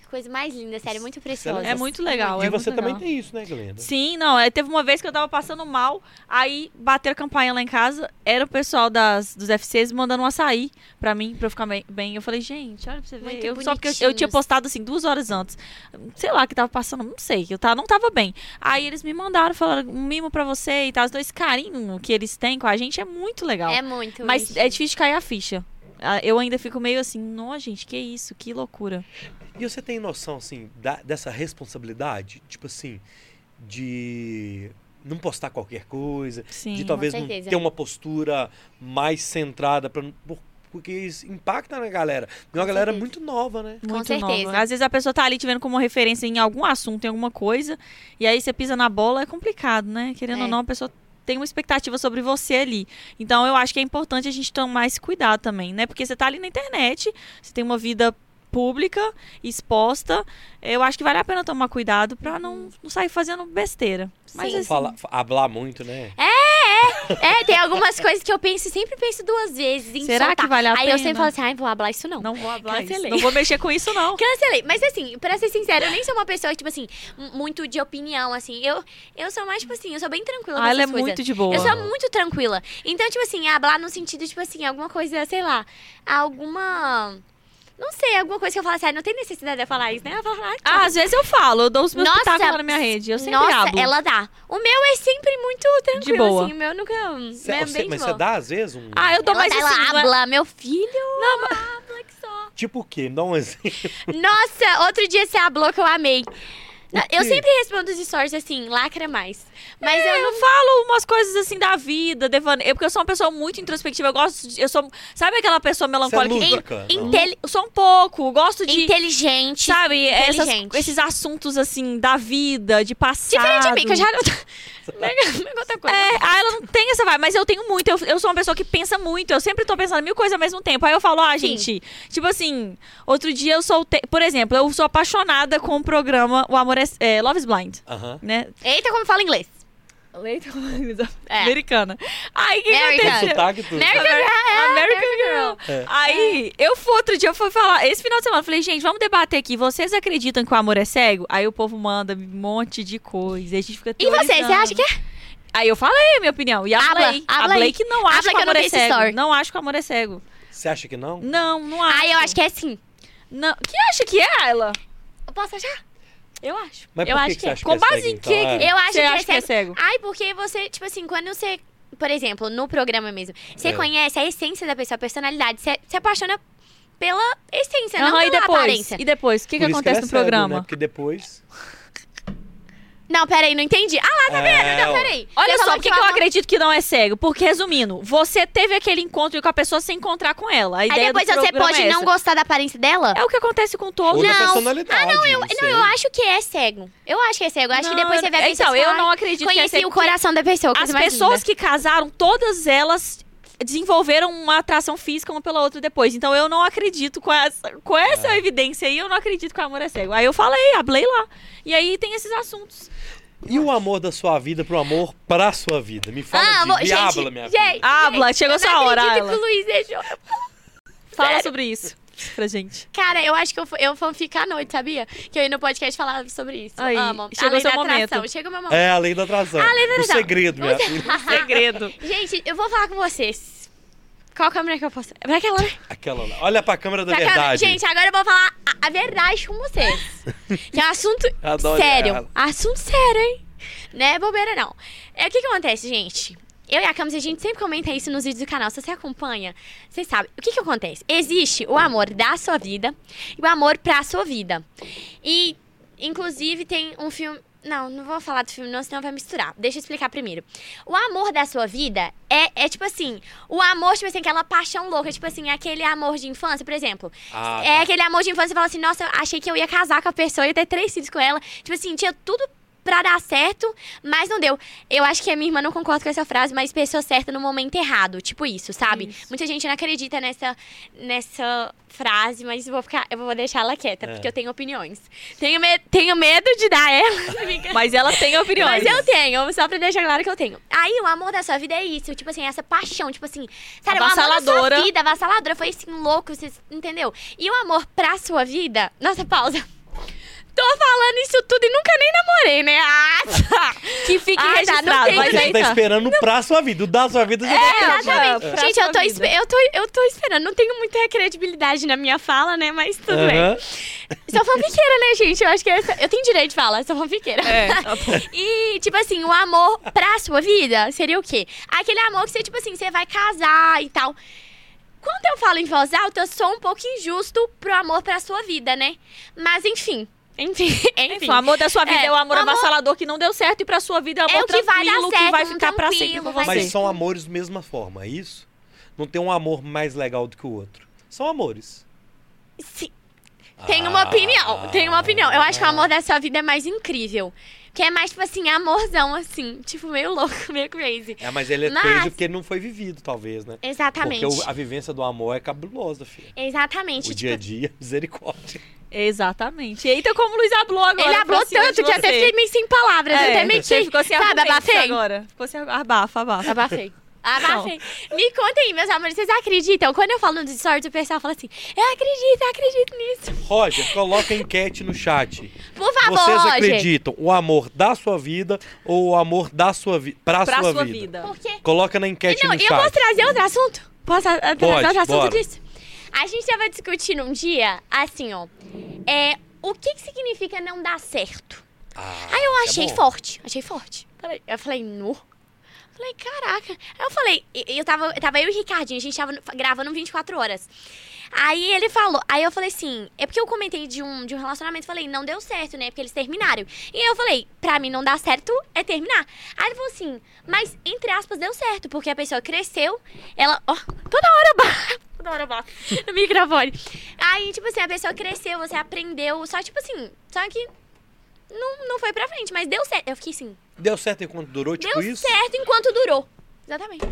S4: Que coisa mais linda, sério, muito preciosa.
S3: É muito legal.
S1: e
S3: é
S1: você
S3: muito
S1: também
S3: legal.
S1: tem isso, né, Glenda?
S3: Sim, não. é, Teve uma vez que eu tava passando mal, aí bateram campainha lá em casa, era o pessoal das, dos FCs mandando um açaí pra mim, pra eu ficar bem- bem. Eu falei, gente, olha pra você ver.
S4: Muito
S3: Eu, só porque eu, eu tinha
S4: bonitinhos.
S3: postado assim duas horas antes. Sei lá o que tava passando, não sei. Eu tava, não tava bem. Aí eles me mandaram, falaram um mimo pra você e tal. Os dois carinho que eles têm com a gente é muito legal.
S4: É muito.
S3: Mas
S4: bonitinho.
S3: é difícil de cair a ficha. Ah, Eu ainda fico meio assim, nossa, gente, que isso, que loucura.
S1: E você tem noção, assim, da- dessa responsabilidade? Tipo assim, de não postar qualquer coisa,
S3: Sim.
S1: de talvez não
S4: certeza.
S1: ter uma postura mais centrada, pra, não- por- porque isso impacta na galera. E uma galera
S4: certeza.
S1: muito nova, né?
S4: Com
S3: Muito
S4: certeza.
S3: nova. Às vezes a pessoa tá ali te vendo como referência em algum assunto, em alguma coisa, e aí você pisa na bola, é complicado, né? Querendo
S4: É.
S3: ou não, a pessoa tem uma expectativa sobre você ali. Então eu acho que é importante a gente tomar esse cuidado também, né? Porque você tá ali na internet, você tem uma vida pública, exposta, eu acho que vale a pena tomar cuidado pra
S4: Uhum.
S3: não, não sair fazendo besteira. Mas
S1: Não
S3: assim,
S1: fala, fa- hablar muito, né?
S4: É, tem algumas coisas que eu penso e sempre penso duas vezes. Em
S3: Será
S4: soltar.
S3: que vale a
S4: Aí eu
S3: pena?
S4: sempre falo assim, ai, vou hablar isso não.
S3: não vou hablar isso,
S4: Cancelei.
S3: não vou mexer com isso não.
S4: Cancelei. Mas assim, pra ser sincera, eu nem sou uma pessoa, tipo assim, m- muito de opinião, assim. Eu, eu sou mais, tipo assim, eu sou bem tranquila
S3: Ah, ela é
S4: nessas coisas.
S3: muito de boa.
S4: Eu sou muito tranquila. Então, tipo assim, hablar no sentido, tipo assim, alguma coisa, sei lá, alguma. Não sei, alguma coisa que eu falo assim, ah, não tem necessidade de eu falar isso, né? Eu falo, ah, tá.
S3: Ah, às vezes eu falo, eu dou os meus
S4: Nossa,
S3: pitacos lá na minha rede, eu sempre
S4: Nossa,
S3: hablo.
S4: ela dá. O meu é sempre muito tranquilo,
S3: boa.
S4: assim. O meu nunca.
S1: Cê-
S4: é
S1: cê-
S4: bem de
S1: mas
S4: boa.
S1: você dá, às vezes, um.
S3: Ah, eu tô
S4: Ela, tá
S3: mais
S4: ela
S3: assim, não é-
S4: habla, meu filho.
S1: Tipo o quê? Me dá um exemplo.
S4: Nossa, outro dia você hablou que eu amei. Eu sempre respondo os stories assim, lacra mais. Mas eu não
S3: É, Eu falo umas coisas assim da vida, devane... eu, porque eu sou uma pessoa muito introspectiva. Eu gosto de, Eu sou. Sabe aquela pessoa
S1: Você é
S3: melancólica? que-
S1: lúdica. não.
S4: Inte-
S3: Eu sou um pouco. eu Gosto de.
S4: Inteligente.
S3: Sabe? essas-
S4: inteligente.
S3: esses assuntos assim da vida, de passado.
S4: Diferente de mim, que eu já não. Pega- pega outra coisa.
S3: É, ah, ela não tem essa vibe, mas eu tenho muito. Eu, eu sou uma pessoa que pensa muito. Eu sempre tô pensando mil coisas ao mesmo tempo. Aí eu falo, ah,
S4: Sim.
S3: gente, tipo assim, outro dia eu soltei. Por exemplo, eu sou apaixonada com o programa O Amor é, é, Love is Blind,
S1: Aham.
S3: né?
S4: Eita, como fala inglês.
S3: Leite com camisa
S4: É.
S3: americana. Aí o que
S4: American.
S1: Tem
S3: aconteceu? É,
S1: sotaque e tudo.
S4: American
S3: American Girl.
S1: É.
S3: Aí eu fui outro dia, eu fui falar, esse final de semana, eu falei, gente, vamos debater aqui. Vocês acreditam que o amor é cego? Aí o povo manda um monte de coisa. Aí a gente fica
S4: E você, você acha que é?
S3: Aí eu falei a minha opinião. E a
S4: Habla,
S3: Blake, a
S4: habla aí.
S3: Blake não acha
S4: Habla
S3: que
S4: que
S3: o
S4: eu não
S3: amor
S4: vi
S3: é
S4: esse
S3: cego.
S4: story.
S3: Não acha que o amor é cego.
S1: Você acha que não?
S3: Não, não acha.
S4: Ah, eu acho que é sim.
S3: Não. Que acha que é ela?
S4: Eu posso achar? Eu acho.
S1: Mas por
S4: eu
S1: que
S4: acho
S1: que
S4: que,
S1: você
S4: é.
S1: acha que
S3: Com
S1: é cego,
S3: base em
S1: então?
S3: que
S1: É.
S3: que-
S4: Eu acho
S3: Você
S4: que,
S3: acha
S4: é,
S3: que é
S4: cego.
S3: cego?
S4: Ai, porque você, tipo assim, quando você. Por exemplo, no programa mesmo, você
S1: É.
S4: conhece a essência da pessoa, a personalidade. Você se apaixona pela essência, não
S3: Aham, e
S4: pela
S3: depois?
S4: aparência.
S3: E depois? O que, que
S1: Por isso
S3: acontece
S1: ela é
S3: no
S1: cego,
S3: programa?
S1: Né? Porque depois.
S4: Não, peraí, não entendi. Ah,
S1: Ah, tá vendo?
S4: não, peraí.
S3: Olha
S4: Você
S3: só,
S4: falou
S3: por que
S4: eu
S3: que eu
S4: amo-
S3: acredito que não é cego? Porque, resumindo, você teve aquele encontro com a pessoa sem encontrar com ela. A
S4: Aí
S3: ideia
S4: depois
S3: do
S4: você
S3: programa
S4: pode
S3: é
S4: não
S3: essa.
S4: gostar da aparência dela?
S3: É o que acontece com todos.
S1: Outra
S4: Não.
S1: personalidade. Ah, não, eu.
S4: Não, eu acho que é cego. Eu acho que é cego. Eu acho que
S3: Não,
S4: depois
S3: eu-
S4: você vê a pessoa
S3: Então,
S4: e fala,
S3: eu não
S4: "Ai,
S3: acredito que é
S4: Conheci
S3: cego.
S4: o coração da pessoa.
S3: As
S4: coisa mais
S3: pessoas
S4: linda."
S3: que casaram, todas elas desenvolveram uma atração física uma pela outra depois. Então eu não acredito com essa, com é essa evidência aí, eu não acredito que o amor é cego. Aí eu falei, hablei lá. E aí tem esses assuntos.
S1: E o amor da sua vida pro amor pra sua vida? Me fala
S4: Ah,
S1: de
S4: amor,
S1: diabla,
S4: gente,
S1: minha
S4: gente,
S1: vida.
S4: gente,
S3: Abla, Ah, chegou
S4: eu não
S3: sua hora,
S4: acredito
S3: Abla.
S4: que o Luiz deixou.
S3: Fala
S4: Sério.
S3: sobre isso pra gente.
S4: Cara, eu acho que eu, fu- eu fanfico à noite, sabia? Que eu ia no podcast falar sobre isso.
S3: Aí,
S4: Amo.
S3: chegou
S4: Além
S3: seu
S4: da
S3: momento.
S4: atração, Chega o meu momento.
S1: É a lei da atração.
S4: A lei da
S1: o
S4: atração.
S1: segredo, minha filha.
S3: Segredo.
S4: Gente, eu vou falar com vocês. Qual câmera que eu posso? Pra aquela, né?
S1: Aquela lá. Olha pra câmera da
S4: Pra câmera.
S1: verdade.
S4: Gente, agora eu vou falar a, a verdade com vocês. que é um assunto
S1: Adoro
S4: sério.
S1: ela.
S4: Assunto sério, hein? Não é bobeira, não. É o que, que acontece, gente? Eu e a Camis, a gente sempre comenta isso nos vídeos do canal. Se você acompanha, você sabe. O que, que acontece? Existe o amor da sua vida e o amor pra sua vida. E, inclusive, tem um filme. Não, não vou falar do filme, não, senão vai misturar. Deixa eu explicar primeiro. O amor da sua vida é, é tipo assim: o amor, tipo assim, aquela paixão louca, tipo assim, aquele amor de infância, por exemplo.
S1: Ah,
S4: É aquele amor de infância, você fala assim, nossa, eu achei que eu ia casar com a pessoa, ia ter três filhos com ela. Tipo assim, tinha tudo pra dar certo, mas não deu. Eu acho que a minha irmã não concorda com essa frase, mas pessoa certa no momento errado, tipo isso, sabe?
S3: Isso.
S4: Muita gente não acredita nessa, nessa frase, mas eu vou ficar, eu vou deixar ela quieta,
S1: É.
S4: porque eu tenho opiniões. Tenho, me- tenho medo de dar ela.
S3: Mas ela tem opiniões.
S4: Mas eu tenho, só pra deixar claro que eu tenho. Aí o amor da sua vida é isso, tipo assim, essa paixão, tipo assim, sabe, o amor da
S3: Avassaladora.
S4: sua vida, avassaladora, foi assim, louco, você entendeu? E o amor pra sua vida, nossa, pausa. Tô falando isso tudo e nunca nem namorei, né? Ah, tá.
S3: Que
S4: Ah,
S3: fique
S4: tá,
S3: registrado.
S4: não tem
S3: vai
S1: Você
S4: direito.
S1: tá esperando pra sua vida. O da sua vida você já
S3: É,
S1: quer.
S3: exatamente. Pra
S4: Gente, eu tô,
S3: sua
S4: espe-
S3: vida.
S4: eu, tô, eu tô esperando. Não tenho muita credibilidade na minha fala, né? Mas tudo bem.
S1: Aham.
S4: Sou fanfiqueira, né, gente? Eu acho que essa- eu tenho direito de falar, sou fanfiqueira.
S3: É, tá bom.
S4: E, tipo assim, o amor pra sua vida seria o quê? Aquele amor que você, tipo assim, você vai casar e tal. Quando eu falo em voz alta, eu sou um pouco injusto pro amor pra sua vida, né? Mas, enfim. Enfim, enfim.
S3: Enfim, o amor da sua vida é,
S4: É,
S3: o amor
S4: o amor-
S3: avassalador que não deu certo e pra sua vida é o amor
S4: É o que vai dar
S3: tranquilo que
S4: certo,
S3: vai
S4: um
S3: ficar pra sempre com
S4: tranquilo,
S3: você.
S4: vai
S1: Mas
S4: Sim.
S1: são amores da mesma forma, é isso? Não tem um amor mais legal do que o outro. São amores.
S4: Sim. Tem uma opinião,
S1: Ah.
S4: tem uma opinião. Eu acho que o amor da sua vida é mais incrível. Que é mais, tipo assim, amorzão, assim. Tipo, meio louco, meio crazy.
S1: É, mas ele é
S4: Mas-
S1: crazy porque não foi vivido, talvez, né?
S4: Exatamente.
S1: Porque o- a vivência do amor é cabulosa, filha.
S4: Exatamente. tipo,
S1: O dia a dia, misericórdia.
S3: Exatamente. Eita, como o Luiz ablou agora.
S4: ele abriu
S3: pra cima
S4: tanto
S3: de
S4: que eu até
S3: você.
S4: fiquei meio sem palavras. eu
S3: É,
S4: até meio
S3: você
S4: que.
S3: ficou sem
S4: sabe,
S3: argumentos
S4: abafei?
S3: agora. Ficou sem abafa, abafa.
S4: Abafei. Abafei. Me contem aí, meus amores, vocês acreditam? Quando eu falo de sorte, o pessoal fala assim: Eu acredito, eu acredito nisso.
S1: Roger, coloca a enquete no chat.
S4: Por favor,
S1: Vocês
S4: Tá Roger.
S1: acreditam o amor da sua vida ou o amor da sua vida pra,
S3: Pra
S1: sua,
S3: sua
S1: vida?
S3: vida.
S4: Porque.
S1: Coloca na enquete
S4: Não,
S1: no
S4: eu
S1: chat.
S4: posso trazer outro assunto? Posso tra- trazer
S1: Pode,
S4: outro assunto
S1: bora.
S4: disso? A gente tava discutindo um dia, assim, ó. É, o que, que significa não dar certo?
S1: Ah,
S4: Aí eu
S1: é
S4: achei
S1: bom.
S4: forte, achei forte. Falei- Eu falei, nu. Falei, caraca. Aí eu falei, e- eu tava, tava eu e o Ricardinho, a gente tava no- gravando 24 horas. Aí ele falou, aí eu falei assim, é porque eu comentei de um, de um relacionamento, falei, não deu certo, né? Porque eles terminaram. E eu falei, pra mim não dar certo é terminar. Aí ele falou assim, mas entre aspas deu certo, porque a pessoa cresceu, ela, ó, toda hora eu bato, toda hora eu bato no microfone. Aí, tipo assim, a pessoa cresceu, você aprendeu, só tipo assim, só que não, não foi pra frente, mas deu certo. Eu fiquei assim,
S1: Deu certo enquanto durou, tipo
S4: deu
S1: isso?
S4: certo enquanto durou. Exatamente.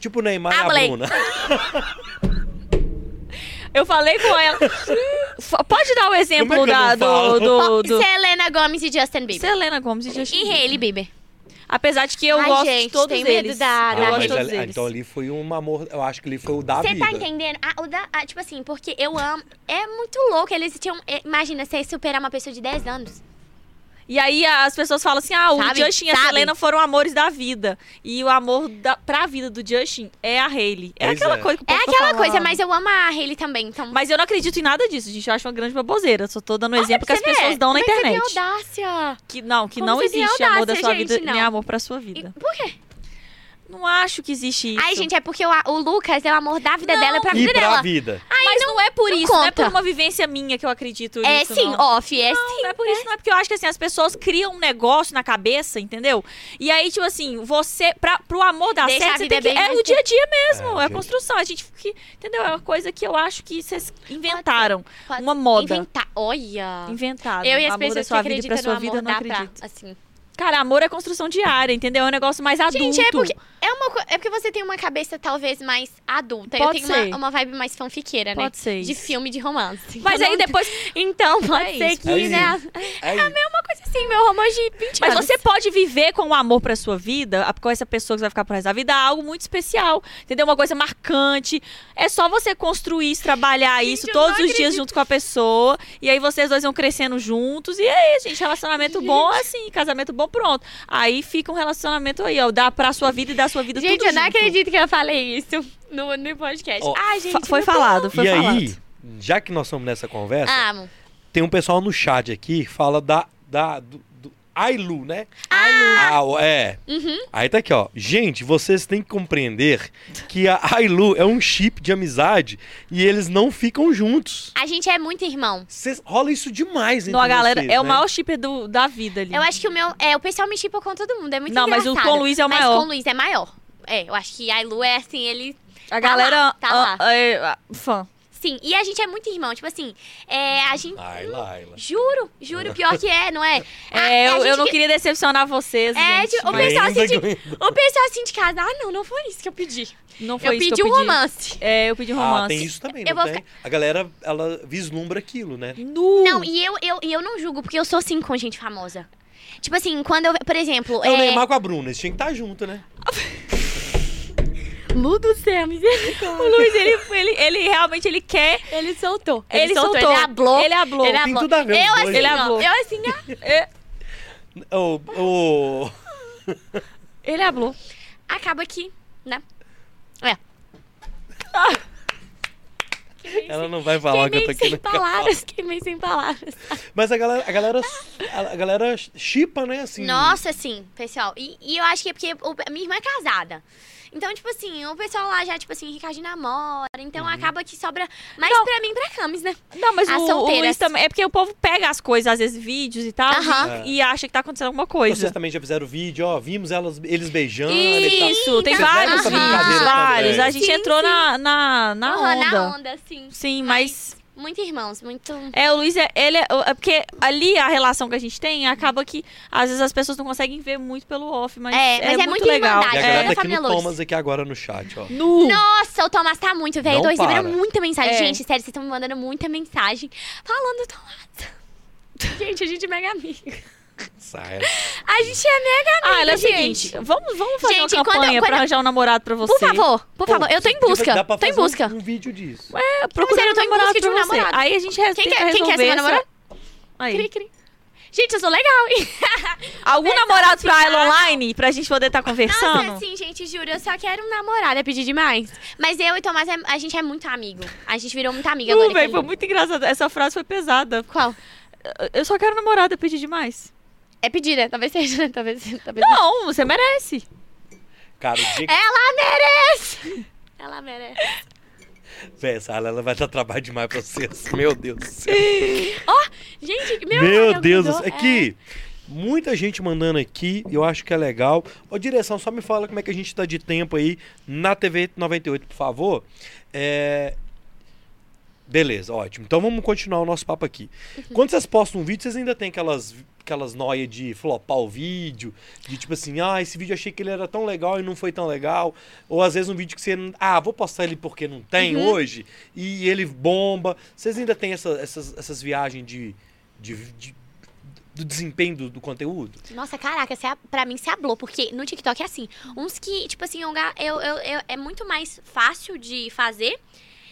S1: Tipo o Neymar
S4: Ah,
S1: e a
S4: Blake.
S1: Bruna.
S3: Eu falei com ela. F- Pode dar o exemplo
S1: Como é que eu
S3: da,
S1: não falo?
S3: do, do, do-
S4: Selena é Gomes e Justin Bieber.
S3: Selena Gomes e Justin
S4: E
S3: Bieber.
S4: Hailey Bieber.
S3: é Apesar de que eu
S4: Ai,
S3: gosto de
S4: gente,
S3: todos
S4: tenho medo
S3: eles.
S4: da-
S3: eu
S4: da-
S1: Ah,
S3: gosto de
S1: mas
S3: todos
S1: ali-
S3: eles.
S1: então ali foi um amor. Eu acho que ali foi o da
S4: Você
S1: vida.
S4: tá entendendo? Ah, o da, ah, tipo assim, porque eu amo. É muito louco. Eles tinham. é, Imagina, você superar uma pessoa de 10 anos.
S3: E aí as pessoas falam assim: ah, o
S4: Sabe?
S3: Justin e a
S4: Sabe?
S3: Selena foram amores da vida. E o amor da, pra vida do Justin é a Hailey. É
S1: Pois
S3: aquela
S1: é.
S3: coisa que o
S4: É
S3: povo
S4: aquela
S3: fala.
S4: coisa, mas eu amo a Hailey também. Então.
S3: Mas eu não acredito em nada disso, gente. Eu acho uma grande baboseira. Só tô dando um exemplo que
S4: Olha
S3: as
S4: pra você
S3: pessoas
S4: ver,
S3: dão
S4: como
S3: na
S4: é que
S3: internet.
S4: Você tem audácia.
S3: Que não, que
S4: Como
S3: não
S4: você tem
S3: existe amor da
S4: audácia,
S3: sua
S4: gente,
S3: vida, nem
S4: não.
S3: amor pra sua vida.
S4: Por quê?
S3: Não acho que existe isso.
S4: Ai, gente, é porque o, o Lucas é o amor da vida
S3: Não.
S4: dela pra
S1: E
S4: vida
S1: pra
S4: dela.
S1: vida.
S3: mas não, é por
S4: não
S3: isso, não é por
S4: conta.
S3: uma vivência minha que eu acredito
S4: É
S3: nisso,
S4: sim,
S3: não.
S4: off, é
S3: Não,
S4: sim.
S3: não é por isso, não é porque eu acho que assim, as pessoas criam um negócio na cabeça, entendeu? E aí, tipo assim, você, pra, pro amor dar
S4: Deixa
S3: certo,
S4: a
S3: você
S4: vida
S3: tem que,
S4: bem
S3: é
S4: mais
S3: o dia a dia mesmo,
S1: É,
S3: é,
S1: gente.
S3: construção. A gente, fica- entendeu? É uma coisa que eu acho que vocês inventaram,
S4: Pode
S3: uma moda.
S4: Inventar. Olha.
S3: Inventaram.
S4: Eu e as
S3: amor da
S4: pessoas
S3: sua
S4: que
S3: vida e
S4: acreditam
S3: pra sua
S4: no
S3: vida,
S4: amor
S3: eu não
S4: dá
S3: acredito.
S4: Pra, assim.
S3: Cara, amor é construção diária, entendeu? É um negócio mais adulto.
S4: Gente, é porque, é, uma, co- é porque você tem uma cabeça talvez mais adulta.
S3: Pode
S4: eu
S3: ser.
S4: tenho uma, uma vibe mais fanfiqueira, né?
S3: Pode ser
S4: De
S3: isso.
S4: filme, de romance.
S3: Mas
S4: Então
S3: aí
S4: não-
S3: depois
S4: Então, pode
S3: É
S4: ser
S3: isso,
S4: que,
S1: é isso.
S4: né?
S1: É,
S4: Uma coisa assim, Sim, meu romance de 20
S3: Mas
S4: anos.
S3: você pode viver com o amor pra sua vida, a- com essa pessoa que você vai ficar pro resto da vida, é algo muito especial. Entendeu? Uma coisa marcante. É só você construir isso, trabalhar
S4: Gente,
S3: isso
S4: eu
S3: todos
S4: não
S3: os dias junto com a pessoa. E aí vocês dois vão crescendo juntos. E é isso, gente. Relacionamento bom é assim, casamento bom, pronto. Aí fica um relacionamento aí, ó. Dá pra sua vida e da sua vida
S4: Gente,
S3: tudo
S4: eu não
S3: junto.
S4: acredito que eu falei isso no, no podcast.
S1: Ó,
S4: ah,
S3: Fa-
S4: gente.
S3: foi
S4: não-
S3: falado, foi
S1: e
S3: falado.
S1: aí, já que nós estamos nessa conversa,
S4: Amo.
S1: tem um pessoal no chat aqui que fala da. da do, do Ailu, né? Ailu. é. Aí tá aqui, ó. Gente, vocês têm que compreender que a Ailu é um chip de amizade e eles não ficam juntos.
S4: A gente é muito irmão.
S1: Cês, rola isso demais, entre
S3: Não, a galera
S1: vocês,
S3: é o
S1: né?
S3: maior shipper do, da vida ali.
S4: Eu acho que o meu. É, o pessoal me chipa com todo mundo. É muito
S3: Não, mas o
S4: engraçado.
S3: com o Luiz é o maior.
S4: Mas com o Luiz é maior. É, eu acho que a Lu é assim, ele.
S3: A galera.
S4: tá lá, tá
S3: ah, é, ah, fã.
S4: Sim, e a gente é muito irmão. Tipo assim, é, a gente.
S1: Ayla, Ayla.
S4: Juro, juro, pior que é, não é? A-
S3: É,
S4: a
S3: eu, eu
S4: gente
S3: não
S4: que-
S3: queria decepcionar vocês.
S4: É,
S3: gente,
S4: tipo, o
S3: mas
S4: pessoal, assim,
S1: Glenda,
S4: de,
S1: Glenda.
S4: o pessoal assim de casa, ah, não, não foi isso que eu pedi.
S3: não foi
S4: Eu
S3: isso
S4: pedi
S3: que
S4: um romance.
S3: É, eu pedi um romance.
S1: Ah, tem isso também,
S4: Eu
S1: não
S4: vou
S1: tem? A galera, ela vislumbra aquilo, né?
S3: Nu. Tá.
S4: Não, e eu, eu, e eu não julgo, porque eu sou assim com gente famosa. Tipo assim, quando eu, por exemplo,
S1: É o
S4: é,
S1: Neymar com a Bruna, eles tinham que estar junto, né?
S4: Lu do céu,
S3: o Luiz, ele, ele, ele realmente ele quer.
S4: ele soltou.
S3: Ele, soltou.
S4: Ele ablou.
S3: Ele ablou.
S4: Ele
S1: Tem
S4: ablou.
S1: tudo a ver os
S4: Eu
S1: dois,
S4: assim, ó,
S3: né? Ele ablou.
S4: eu assim, ah,
S1: O, o-
S3: Ele ablou.
S4: acaba aqui, né?
S1: Ela não vai falar que eu
S4: queimei
S1: tô aqui.
S4: sem
S1: né?
S4: palavras, queimei sem palavras.
S1: Mas a galera, a galera, a galera chipa, né? Assim,
S4: Nossa, sim, pessoal. E, e eu acho que é porque o- a minha irmã é casada. Então, tipo assim, o pessoal lá já, tipo assim, Ricardo namora. Então
S1: Uhum.
S4: acaba que sobra mais
S3: Não.
S4: pra mim e pra Camis, né?
S3: Não, mas
S4: As
S3: o, o
S4: solteiras.
S3: Luiz também. É porque o povo pega as coisas, às vezes, vídeos e tal,
S4: Aham.
S3: e, e acha que tá acontecendo alguma
S1: Vocês
S3: coisa.
S1: também já fizeram vídeo, ó, vimos elas, eles beijando e tal.
S3: Isso, tem
S4: Sim, tá.
S3: vários
S4: Aham.
S3: vídeos, vários. A gente
S4: Sim,
S3: entrou
S4: sim.
S3: na, na, na
S4: Aham,
S3: onda.
S4: na onda, sim.
S3: Sim, mas
S4: Mas- Muito irmãos, muito.
S3: É, o Luiz, é, ele é, é porque ali a relação que a gente tem acaba que às vezes as pessoas não conseguem ver muito pelo off, mas
S4: É,
S3: é,
S4: mas é
S3: muito,
S4: muito
S3: legal.
S1: E
S4: irmandade,
S1: a
S4: É.
S1: galera
S4: Minha
S1: tá aqui
S4: família
S1: no
S4: Lourdes.
S1: Thomas aqui agora no chat, ó.
S3: Nu.
S4: Nossa, o Thomas tá muito, velho.
S1: Não
S4: Tô recebendo
S1: para.
S4: muita mensagem.
S3: uh. É.
S4: Gente, sério, vocês estão me mandando muita mensagem falando do Thomas. Gente, a gente é mega amiga.
S1: Sai.
S4: A gente é mega amiga.
S3: Ah, olha é o
S4: gente.
S3: seguinte, vamos, vamos fazer
S4: Gente,
S3: uma
S4: quando-
S3: campanha
S4: quando-
S3: pra arranjar um namorado pra você.
S4: Por favor, por favor, Tá eu tô em
S1: Pô,
S4: busca.
S1: dá pra
S4: Tô em
S1: fazer um-
S4: busca.
S1: Um, vídeo disso.
S3: É, procura
S4: sério, eu
S3: um
S4: tô em busca
S3: namorado
S4: de um
S3: pra você.
S4: namorado.
S3: Aí a gente res...
S4: Quem
S3: tenta
S4: quer- quem quer ser meu
S3: resolver essa-
S4: namorado?
S3: Aí.
S4: Cri, cri. Gente, eu sou legal, hein?
S3: Algum namorado pra ela online pra gente poder estar conversando?
S4: Nossa, assim, gente, juro, eu só quero um namorado, é pedir demais. Mas eu e Tomás, é- a gente é muito amigo. A gente virou Uh, muito amiga agora.
S3: Nu, Uh, véi,
S4: que
S3: foi
S4: lindo.
S3: muito engraçado. Essa frase foi pesada.
S4: Qual?
S3: Eu só quero namorado, eu pedi demais.
S4: É pedida, talvez seja, né? Talvez, talvez
S3: Não, você merece.
S1: Cara, o dia que
S4: Ela merece! Ela merece.
S1: Véi, essa aula, ela vai dar trabalho demais pra vocês. Meu Deus do céu.
S4: Gente, meu,
S1: Meu,
S4: horário
S1: Deus é do
S4: mudou. É.
S1: céu. Aqui, muita gente mandando aqui, eu acho que é legal. Ô, direção, só me fala como é que a gente tá de tempo aí na TV 98, por favor. É... Beleza, ótimo. Então vamos continuar o nosso papo aqui. Quando vocês postam um vídeo, vocês ainda tem aquelas aquelas noia de flopar o vídeo, de tipo assim, ah, esse vídeo eu achei que ele era tão legal e não foi tão legal, ou às vezes um vídeo que você, não- ah, vou postar ele porque não tem hoje e ele bomba. Vocês ainda têm essa- essas, essas viagens de, de- de- do desempenho do, do conteúdo?
S4: É. Nossa, caraca, você, a- pra mim se ablou, porque no TikTok é assim. Uns que, tipo assim, eu, ga- eu, eu- eu- é muito mais fácil de fazer,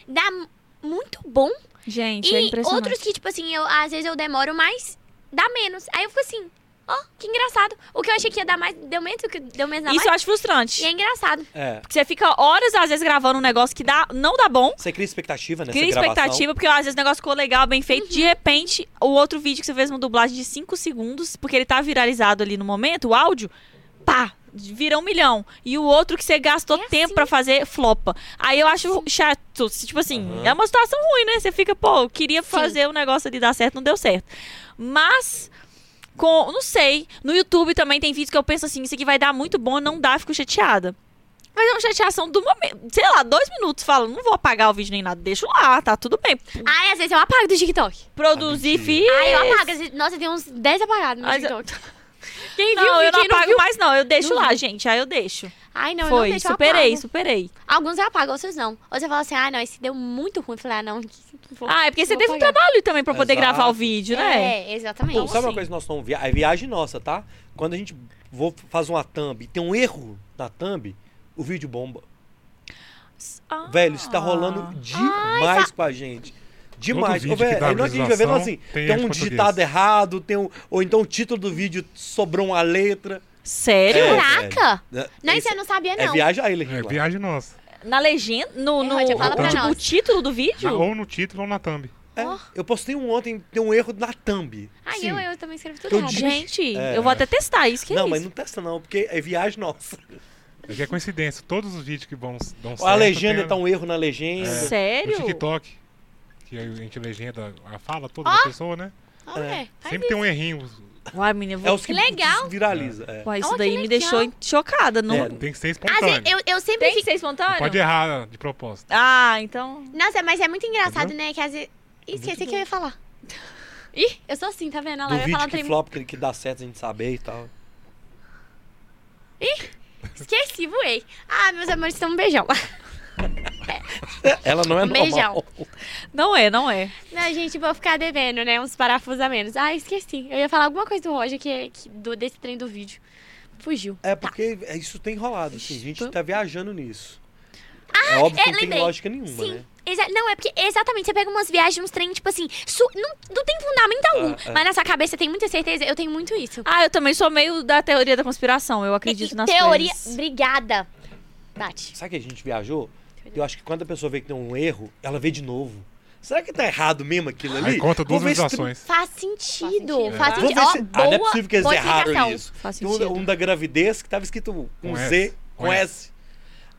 S4: dá m- muito bom.
S3: Gente, é
S4: E
S3: impressionante.
S4: outros que, tipo assim, eu, às vezes eu demoro mais, dá menos. Aí eu fico assim, ó, que engraçado. O que eu achei que ia dar mais, deu menos, o que deu menos na
S3: Isso
S4: mais.
S3: eu acho frustrante.
S4: E é engraçado.
S1: É.
S3: Porque Você fica horas, às vezes, gravando um negócio que dá, não dá bom.
S1: Você cria expectativa nessa
S3: Cria
S1: gravação?
S3: expectativa, porque às vezes o negócio ficou legal, bem feito. De repente, o outro vídeo que você fez uma dublagem de 5 segundos, porque ele tá viralizado ali no momento, o áudio, pá, vira um milhão. E o outro que você gastou
S4: É assim.
S3: tempo pra fazer, flopa. Aí eu acho chato. se- Tipo assim,
S1: Aham.
S3: é uma situação ruim, né? Você fica, pô, eu queria
S4: Sim.
S3: fazer o negócio ali dar certo, não deu certo. Mas. Com, não sei. No YouTube também tem vídeos que eu penso assim, isso aqui vai dar muito bom, não dá, fico chateada. Mas é uma chateação do momento. Sei lá, dois minutos falando, não vou apagar o vídeo nem nada, deixa lá, tá tudo bem.
S4: Ai, às vezes eu apago do TikTok.
S3: Produzir
S1: Ah, mentira.
S3: vídeos.
S4: Ai, eu apago. às vezes- Nossa, tem uns 10 apagados no
S3: Mas-
S4: TikTok. Quem viu,
S3: Não,
S4: viu,
S3: eu não
S4: quem
S3: apago
S4: viu.
S3: mais, não. Eu deixo
S4: Não
S3: lá,
S4: viu.
S3: gente. Aí eu deixo.
S4: Ai, não, eu não
S3: Foi,
S4: deixo eu
S3: superei,
S4: apago.
S3: superei.
S4: Alguns eu apago, outros não. Ou você fala assim, ah, não, esse deu muito ruim. Eu falei, ah, não, que, que Vou-
S3: Ah, é porque você
S4: vou
S3: teve um
S4: pagar.
S3: trabalho também pra poder
S1: Exato.
S3: gravar o vídeo, né?
S4: É, exatamente.
S1: Pô, sabe uma coisa que nós tomamos? É viagem nossa, tá? Quando a gente vo- faz uma thumb e tem um erro na thumb, o vídeo bomba.
S3: Ah.
S1: Velho, isso tá rolando demais com a gente. Demais.
S2: vídeo
S1: Ô, velho,
S2: que dá
S1: aí nós que a gente vai vendo assim,
S2: visualização
S1: tem,
S2: tem
S1: um
S2: erro de
S1: digitado
S2: português.
S1: errado, tem um, ou então o título do vídeo sobrou uma letra.
S3: Sério?
S1: É.
S4: Caraca!
S1: né?
S4: Não,
S1: Isso
S4: isso eu não sabia,
S1: é
S4: não.
S1: viagem a ele.
S2: É, viagem nossa.
S3: Na legenda? No,
S4: É,
S3: no,
S4: Roger,
S2: fala pra
S3: tipo,
S4: nós.
S3: o título do
S2: Na-
S3: vídeo?
S2: ou no título ou na thumb.
S1: É, eu postei um ontem, tem um erro na thumb.
S4: Ai,
S2: Sim.
S4: eu, eu também escrevo tudo
S1: Eu
S4: errado.
S1: digo-
S3: Gente, é. eu vou até testar isso. Que
S1: não,
S3: é
S1: mas
S3: isso?
S1: não testa não, porque é viagem nossa.
S2: É que é coincidência. Todos os vídeos que vão dão certo.
S1: a legenda
S2: tem
S1: tá um erro na legenda.
S3: Sério?
S2: No TikTok. Que a gente legenda a fala toda da pessoa, né?
S4: Ah, ué, faz
S2: Sempre tem um errinho.
S3: Uai, menina, eu
S1: É
S3: vou...
S1: os que
S4: Que legal.
S1: viraliza. é.
S3: Uai, isso
S4: Ó,
S3: daí
S4: que
S3: me
S4: legal.
S3: deixou chocada. Não...
S1: É.
S2: Tem que ser
S4: Às
S2: espontâneo.
S4: vezes, eu, eu sempre
S3: Tem que
S4: fico...
S3: ser espontâneo?
S2: Pode errar né, de propósito.
S3: Ah, então...
S4: Nossa, mas é muito engraçado,
S2: Entendeu?
S4: né? Que às vezes...
S1: É
S4: Ih, Esqueci o
S2: Muito
S4: que eu ia falar. Ih, eu sou assim, tá vendo? Ela
S1: Do
S4: vai falar
S1: vídeo
S4: um
S1: que
S4: trem-
S1: flop, que, que dá certo a gente saber e tal.
S4: Esqueci, voei. Ah, meus amores, então um beijão.
S1: Ela não é
S4: Um beijão.
S1: normal.
S3: Não é, não é.
S4: Não, gente, vou ficar devendo, né? Uns parafusos a menos. Ah, esqueci. Eu ia falar alguma coisa do Roger, que, que- do, desse trem do vídeo. Fugiu.
S1: É porque é, isso tem rolado, assim, a gente
S3: Ixi,
S1: tá viajando nisso. é óbvio que
S4: é,
S1: não tem
S4: lembrei.
S1: lógica nenhuma,
S4: Sim.
S1: né?
S4: exa- Não, é porque exatamente, você pega umas viagens, uns trem, tipo assim, su- não, não tem fundamento algum.
S1: é.
S4: Mas na sua cabeça tem muita certeza, eu tenho muito isso.
S3: Ah, eu também sou meio da teoria da conspiração. Eu
S4: E-
S3: acredito nas
S4: Teoria.
S3: coisas.
S4: Obrigada. Bate.
S1: Sabe que a gente viajou? Eu acho que quando a pessoa vê que tem um erro, ela vê de novo. Será que tá errado mesmo aquilo ali?
S2: Aí conta
S1: Vou
S2: duas
S1: ver se tem-
S2: visualizações.
S4: Faz sentido.
S3: sentido,
S4: Faz
S3: né?
S1: Vou
S4: sentido.
S1: ver
S4: Ó,
S1: se... ah,
S4: boa,
S1: não é possível que eles
S4: boa
S1: erraram
S4: explicação.
S1: isso.
S3: Faz
S1: Tem um, da-
S3: sentido.
S1: um da gravidez que tava escrito com,
S2: Com
S1: Z,
S2: S.
S1: com
S2: Com
S1: S.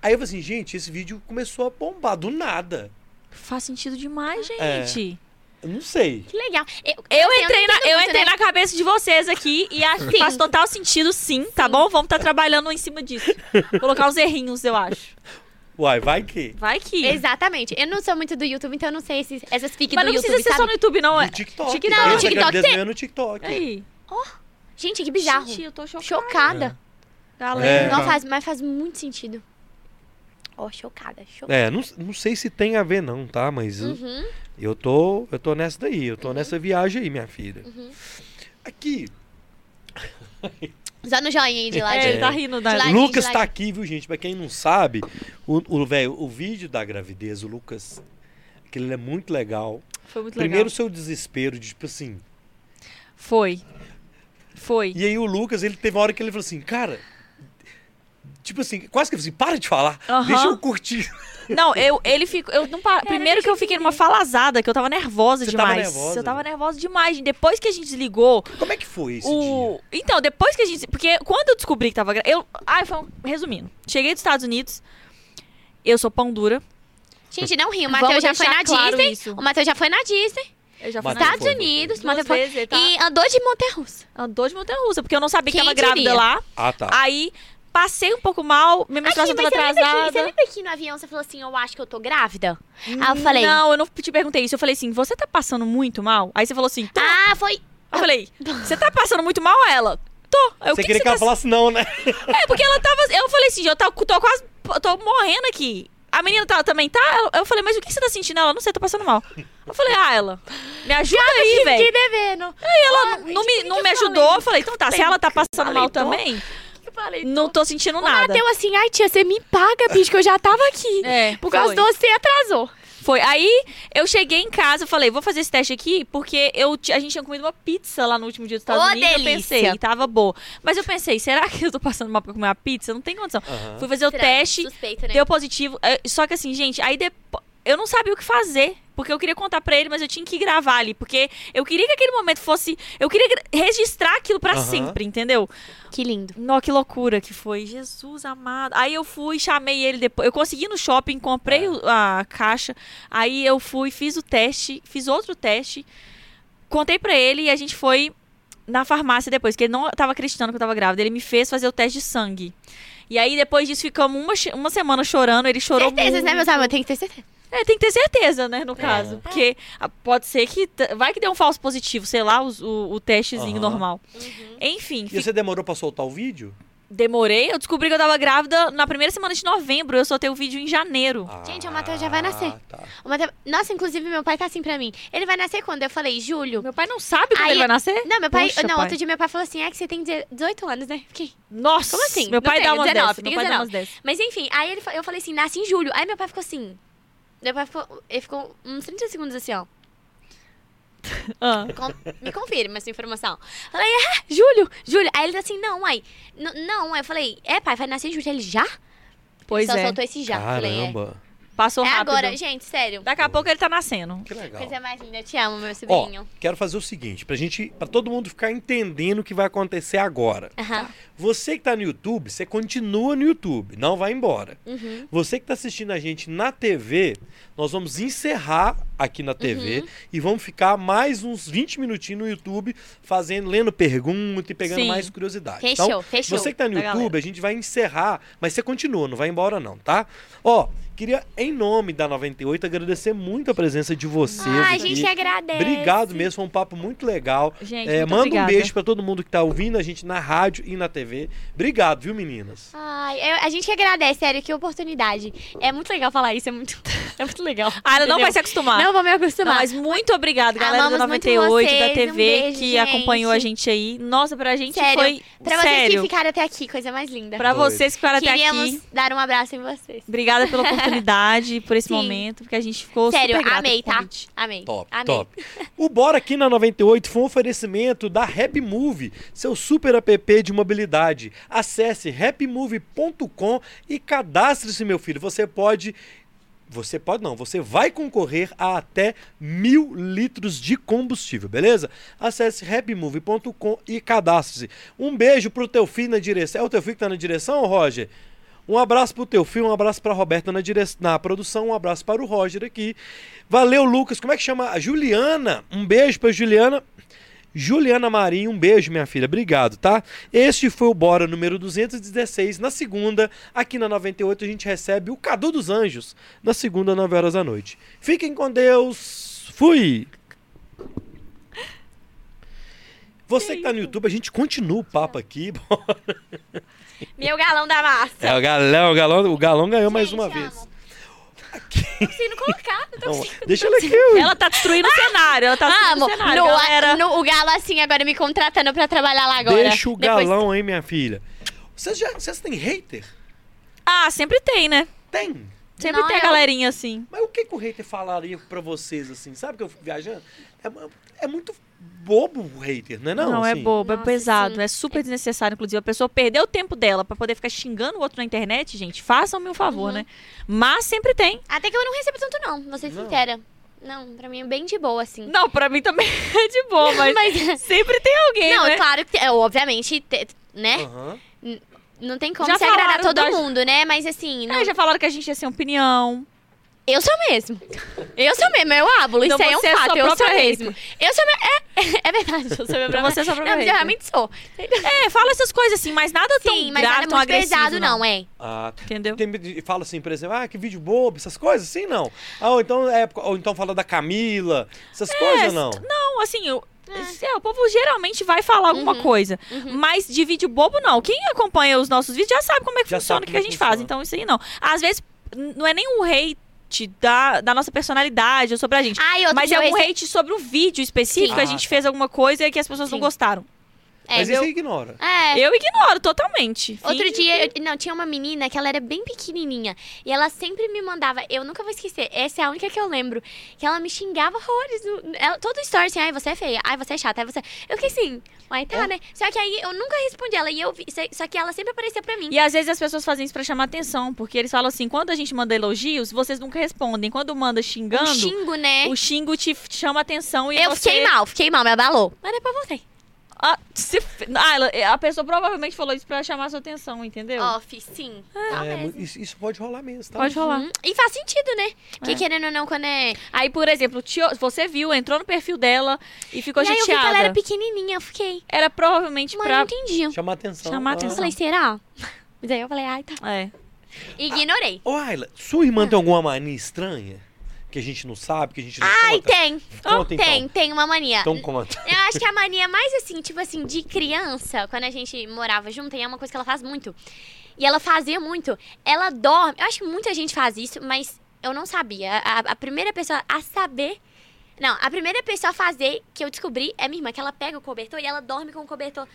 S1: Aí eu falei assim, gente, esse vídeo começou a bombar do nada.
S3: Faz sentido demais,
S1: É.
S3: gente.
S1: Eu não sei.
S4: Que legal. Eu,
S3: Eu
S4: assim, não
S3: entrei, na,
S4: entendo
S3: eu
S4: muito,
S3: entrei
S4: né?
S3: na cabeça de vocês aqui e acho que faz total sentido sim, tá bom? Vamos estar trabalhando em cima disso. Colocar os errinhos, eu acho.
S1: Uai, vai que.
S3: Vai que...
S4: Exatamente. Eu não sou muito do YouTube, então eu não sei esses, essas fics
S3: Mas
S4: do
S3: não
S4: YouTube,
S3: precisa ser só
S4: sabe?
S3: no YouTube, não. É...
S1: No TikTok.
S3: TikTok.
S1: Essa
S3: Não, TikTok
S1: gravidez
S4: tem.
S1: ganhou no TikTok.
S3: Aí.
S4: Gente, que bizarro.
S3: Gente, eu tô chocada.
S4: Chocada.
S1: É.
S4: Não
S1: Não.
S4: faz, mas faz muito sentido. Ó, chocada, chocada.
S1: É, não, não sei se tem a ver não, tá? Mas eu-
S4: Uhum.
S1: eu, tô, eu tô nessa daí, eu tô nessa viagem aí, minha filha. Aqui,
S4: Só no joinha aí de lá.
S3: É,
S4: de-
S3: ele tá rindo da...
S4: De lá- Tadinho,
S1: Lucas
S4: tadinho.
S1: tá aqui, viu, gente? Pra quem não sabe, o, o, véio, o vídeo da gravidez, o Lucas, aquele é muito legal.
S3: Foi muito legal.
S1: Primeiro o seu desespero, de, tipo assim.
S3: Foi. Foi.
S1: E aí o Lucas, ele teve uma hora que ele falou assim, cara. Tipo assim, quase que assim, para de falar,
S3: Aham.
S1: deixa eu curtir.
S3: Não, eu, ele ficou. Eu não pa- Primeiro que eu fiquei numa falazada, que eu tava nervosa
S1: Você tava
S3: demais.
S1: nervosa?
S3: Eu tava nervosa demais. Depois que a gente desligou,
S1: Como é que foi esse dia?
S3: o. Então, depois que a gente. Porque quando eu descobri que tava. gra- Eu. Ai, foi um... Resumindo. Cheguei dos Estados Unidos. Eu sou pão dura.
S4: Gente, não ri. O
S3: Vamos
S4: Matheus já foi
S3: deixar
S4: na
S3: claro
S4: Disney.
S3: isso.
S4: O Matheus já foi na Disney.
S3: Eu já
S1: fui Mateus
S4: Estados
S1: foi, foi.
S4: Unidos.
S3: Duas
S4: Matheus foi.
S3: vezes, ele tá-
S4: E andou de Monterrussa.
S3: Andou de montanha russa, porque eu não sabia
S4: Quem
S3: que tava grávida
S4: diria?
S3: lá.
S1: Ah, tá.
S3: Aí passei um pouco mal, minha
S4: Aqui, mas
S3: menstruação tava
S4: você lembra, que, você
S3: atrasada.
S4: lembra que no avião você falou assim, eu acho que eu tô grávida? Aí eu falei...
S3: Hum, Não, eu não te perguntei isso. Eu falei assim, você tá passando muito mal? Aí você falou assim, tô.
S4: Ah, foi...
S3: Eu falei, você tá passando muito mal ela? Tô. Aí, o
S1: Você
S3: que
S1: queria
S3: que
S1: que ela
S3: tá
S1: falasse não, né?
S3: É, porque ela tava. Eu falei assim, eu tava, tô quase. tô morrendo aqui. A menina tá, também tá? Ela- Eu falei, mas o que você tá sentindo? Ela, não sei, tô passando mal. Eu falei, ah, ela, me ajuda aí,
S4: Fiquei
S3: velho.
S4: devendo.
S3: Aí ela não me, não me ajudou. Eu falei, então tá, se ela tá passando
S4: falei,
S3: mal
S4: tô.
S3: também,
S4: Eu falei...
S3: não tô sentindo
S4: O
S3: nada.
S4: Matheus assim, ai tia, você me paga, bicho, que eu já tava aqui.
S3: É,
S4: um- Por causa
S3: foi.
S4: do você atrasou.
S3: Foi. Aí eu cheguei em casa, eu falei, vou fazer esse teste aqui, porque eu, ti- a gente tinha comido uma pizza lá no último dia dos Estados
S4: Ô,
S3: Unidos. Eu
S4: delícia.
S3: pensei, tava boa. Mas eu pensei, será que eu tô passando mal pra comer uma pizza? Não tem condição.
S1: Aham.
S3: Fui fazer o teste.
S4: Suspeito, né?
S3: Deu positivo. É, Só que assim, gente, aí depois. Eu não sabia o que fazer. Porque eu queria contar pra ele, mas eu tinha que gravar ali. Porque eu queria que aquele momento fosse. Eu queria gra- registrar aquilo pra
S1: Aham.
S3: sempre, entendeu?
S4: Que lindo.
S3: Nó, que loucura que foi. Jesus amado. Aí eu fui, chamei ele depois. Eu consegui ir no shopping,
S1: É.
S3: comprei o- a caixa. Aí eu fui, fiz o teste, fiz outro teste. Contei pra ele e a gente foi na farmácia depois, porque ele não tava acreditando que eu tava grávida. Ele me fez fazer o teste de sangue. E aí, depois disso, ficamos uma, che- uma semana chorando. Ele chorou
S4: Certezas,
S3: muito.
S4: né, É. meus amores? Tem que ter certeza.
S3: É, tem que ter certeza, né,
S1: É.
S3: no caso. Porque ah, pode ser que. t- Vai que deu um falso positivo, sei lá, os- o, o testezinho
S1: Aham.
S4: Uhum.
S3: normal. Enfim,
S1: E
S3: fi-
S1: você demorou pra soltar o vídeo?
S3: demorei. Eu descobri que eu tava grávida na primeira semana de novembro. Eu só tenho o vídeo em janeiro.
S4: Gente, o Matheus já vai nascer.
S1: Ah, tá.
S4: O Mateu- Nossa, inclusive, meu pai tá assim pra mim. Ele vai nascer quando? Eu falei, julho.
S3: Meu pai não sabe quando
S4: Aí-
S3: ele vai nascer?
S4: Não, meu pai.
S3: Poxa,
S4: não,
S3: pai.
S4: outro dia meu pai falou assim: é que você tem 18 anos, né? Fiquei.
S3: Nossa,
S4: Como assim?
S3: Meu
S4: Não
S3: pai
S4: tenho,
S3: dá umas
S4: 19,
S3: 10. Meu
S4: tenho
S3: pai dá
S4: 19.
S3: umas 10.
S4: Mas enfim, aí ele fa- eu falei assim: nasce em julho. Aí meu pai ficou assim. Meu pai ficou, ele ficou uns 30 segundos assim, ó.
S3: Ah.
S4: Com- me confirma essa informação. Falei, é, julho, julho. Aí ele tá assim, não, mãe. n- não, aí eu falei, é, pai, vai nascer em julho. Ele já?
S3: Pois
S4: Só
S3: é.
S4: soltou esse já. Falei, é.
S1: Caramba.
S3: Passou
S4: É
S3: rápido.
S4: agora, gente, sério.
S3: Daqui a pouco ele tá nascendo.
S1: Que legal.
S4: Coisa mais linda, eu te amo, meu
S1: Ó,
S4: sobrinho.
S1: quero fazer o seguinte, pra gente, pra todo mundo ficar entendendo o que vai acontecer agora.
S4: Aham.
S1: Você que tá no YouTube, você continua no YouTube, não vai embora.
S4: Uhum.
S1: Você que tá assistindo a gente na TV, nós vamos encerrar aqui na TV
S4: Uhum.
S1: e vamos ficar mais uns 20 minutinhos no YouTube fazendo, lendo pergunta e pegando
S3: Sim.
S1: mais curiosidade.
S4: Fechou,
S1: então,
S4: fechou.
S1: Você que tá no
S3: da
S1: YouTube,
S3: galera.
S1: a gente vai encerrar, mas você continua, não vai embora não, tá? Ó, queria em nome da 98 agradecer muito a presença de vocês
S4: Ah, a
S1: aqui.
S4: gente agradece.
S1: Obrigado mesmo, foi um papo muito legal.
S3: Gente,
S1: É,
S3: muito
S1: manda
S3: obrigada.
S1: um beijo pra todo mundo que tá ouvindo a gente na rádio e na TV. Obrigado, viu, meninas?
S4: Ai, eu- a gente que agradece, sério, que oportunidade. É muito legal falar isso, é muito, é muito legal.
S3: Ah, ela não
S4: Entendeu?
S3: vai se acostumar.
S4: Não vou me
S3: Não,
S4: acostumar.
S3: mas muito obrigado, galera da
S4: Amamos muito
S3: 98, da
S4: vocês,
S3: TV,
S4: um beijo,
S3: que
S4: gente.
S3: acompanhou a gente aí. Nossa, pra gente
S4: Sério,
S3: foi.
S4: pra vocês que
S3: sério.
S4: ficaram até aqui, coisa mais linda.
S3: Pra
S1: Doido.
S3: vocês que ficaram até
S4: Queríamos
S3: aqui.
S4: dar um abraço em vocês.
S3: Obrigada pela oportunidade, por esse
S4: Sim.
S3: momento, porque a gente ficou
S4: Sério,
S3: super grata
S4: amei,
S3: com o
S4: tá?
S3: convite.
S4: Amei.
S1: Top,
S4: amei.
S1: top. O Bora aqui na 98 foi um oferecimento da Happy Move, seu super app de mobilidade. Acesse happymove.com e cadastre-se, meu filho. Você pode. Você pode não, você vai concorrer a até mil litros de combustível, beleza? Acesse happymove.com e cadastre-se. Um beijo pro teu filho na direção. É o teu filho que tá na direção, Roger? Um abraço pro teu filho, um abraço pra Roberta na, dire... na produção, um abraço para o Roger aqui. Valeu, Lucas. Como é que chama? A Juliana. Um beijo pra Juliana. Juliana Marinho, um beijo, minha filha. Obrigado, tá? Este foi o Bora número 216. Na segunda, aqui na 98, a gente recebe o Cadu dos Anjos. Na segunda, 9 horas da noite. Fiquem com Deus. Fui! Você que tá no YouTube, a gente continua o papo aqui.
S4: Meu galão da massa.
S1: É o galão, o galão, o galão ganhou Então, mais
S4: Gente,
S1: uma
S4: amo.
S1: vez.
S4: Não sei não colocar. Não tô
S1: Não,
S4: conseguindo.
S1: deixa ele aqui.
S3: Ela tá destruindo o cenário, ela tá destruindo
S4: Amo.
S3: o cenário,
S4: No-
S3: galera.
S4: no- o galo assim agora me contratando pra trabalhar lá agora.
S1: Deixa o
S4: Depois-
S1: galão, hein, minha filha. Vocês já, vocês têm hater?
S3: Ah, sempre tem, né?
S1: Tem.
S3: Sempre
S4: Não, é
S3: tem a
S4: eu-
S3: galerinha assim.
S1: Mas o que, que o hater falaria pra vocês, assim? Sabe que eu fico viajando? É, mu- é muito bobo o hater, não é não?
S3: é
S1: assim?
S3: bobo, é
S4: Nossa,
S3: pesado,
S4: sim.
S3: é super desnecessário. Inclusive, a pessoa perdeu o tempo dela pra poder ficar xingando o outro na internet, gente. Façam-me um
S4: Uhum.
S3: favor, né? Mas sempre tem.
S4: Até que eu não recebo tanto não, vou ser
S1: Não.
S4: sincera. Não, pra mim é bem de boa assim.
S3: Não, pra mim também é de boa, mas,
S4: Mas-
S3: sempre tem alguém,
S4: não,
S3: né?
S4: é claro que, tem- é, obviamente, te-
S3: É.
S4: né?
S1: Aham.
S4: Não tem como
S3: Já
S4: se agradar
S3: falaram
S4: todo
S3: da-
S4: mundo, né? Mas assim, não-
S3: Ah, já falaram que a gente ia ser opinião.
S4: eu sou mesmo. Eu sou mesmo, eu ablo.
S3: Então
S4: isso aí é um
S3: você é sua
S4: fato, eu sou
S3: própria hater.
S4: mesmo. Eu sou mesmo. É, é verdade, eu sou mesmo.
S3: Pra você é só pra
S4: Não, mas eu realmente sou.
S3: É, fala essas coisas assim, mas nada tão
S4: Sim, mas
S3: grave,
S4: nada é
S3: tão
S4: muito
S3: agressivo,
S4: pesado, não, é.
S1: Ah,
S3: Entendeu?
S1: tem, e fala assim, por exemplo, ah, que vídeo bobo, essas coisas? Sim, não. Ah, ou então, é, ou então fala da Camila, essas coisas, não.
S3: É, Não, assim, eu- é, o povo geralmente vai falar alguma
S4: Uhum.
S3: coisa. Mas de vídeo bobo, não. Quem acompanha os nossos vídeos já sabe como é que
S1: Já
S3: funciona,
S1: sabe
S3: o que,
S1: como
S3: a gente
S1: funciona.
S3: faz. Então, isso aí não. Às vezes, n- não é nem um hate da, da nossa personalidade ou sobre a gente.
S4: Ai, Ah, outro
S3: mas
S4: dia
S3: é
S4: eu
S3: um
S4: rece-
S3: hate sobre um vídeo específico.
S1: Sim.
S3: A
S1: Ah,
S3: gente
S1: tá.
S3: fez alguma coisa e que as pessoas não
S4: Sim.
S3: gostaram.
S4: É,
S1: Mas
S4: meu-
S1: isso aí ignora.
S4: é.
S3: Eu ignoro totalmente.
S4: Outro
S3: Finge
S4: dia, eu- não, tinha uma menina que ela era bem pequenininha. E ela sempre me mandava, eu nunca vou esquecer, essa é a única que eu lembro. Que ela me xingava horrores. no- Ela, todo story assim, ai, você é feia, ai, você é chata, ai, você... Eu fiquei assim, ai, tá, né? Só que aí eu nunca respondi ela. E eu vi, só- só que ela sempre aparecia pra mim.
S3: E é às vezes as pessoas fazem isso pra chamar atenção, porque eles falam assim: quando a gente manda elogios, vocês nunca respondem. Quando manda xingando,
S4: Um xingo, né?
S3: o xingo te f- chama atenção e
S4: Eu
S3: você...
S4: fiquei mal, fiquei mal, me abalou. Mas é depois voltei.
S3: Ah, se f- Ah, ela- a pessoa provavelmente falou isso pra chamar sua atenção, entendeu?
S4: Off, sim.
S1: É,
S4: Talvez.
S1: mu- isso, isso pode rolar mesmo, tá?
S3: Pode rolar.
S4: Hum, E faz sentido, né? Porque
S3: É.
S4: querendo ou não, quando é.
S3: Aí, por exemplo, tio- você viu, entrou no perfil dela e ficou
S4: e aí eu vi que
S3: chateada.
S4: ela era
S3: era,
S4: pequenininha, eu fiquei.
S3: provavelmente
S4: Mas eu não
S3: pra.
S4: entendi.
S1: Chamar atenção.
S3: Chamar
S1: Ah.
S4: Eu
S3: atenção.
S4: falei, será? Mas aí eu falei, ai, tá.
S3: É.
S4: Ignorei.
S3: Ah.
S1: Ô, Ayla, sua irmã tem alguma mania estranha? que a gente não sabe, que a gente não
S4: Ai,
S1: conta?
S4: tem.
S1: Conta, então.
S4: tem, tem uma mania.
S1: Então conta.
S4: Eu acho que a mania mais assim, tipo assim, de criança, quando a gente morava junto, e é uma coisa que ela faz muito. E ela fazia muito. Ela dorme. Eu acho que muita gente faz isso, mas eu não sabia. A, a primeira pessoa a saber. Não, a primeira pessoa a fazer que eu descobri é minha irmã, que ela pega o cobertor e ela dorme com o cobertor.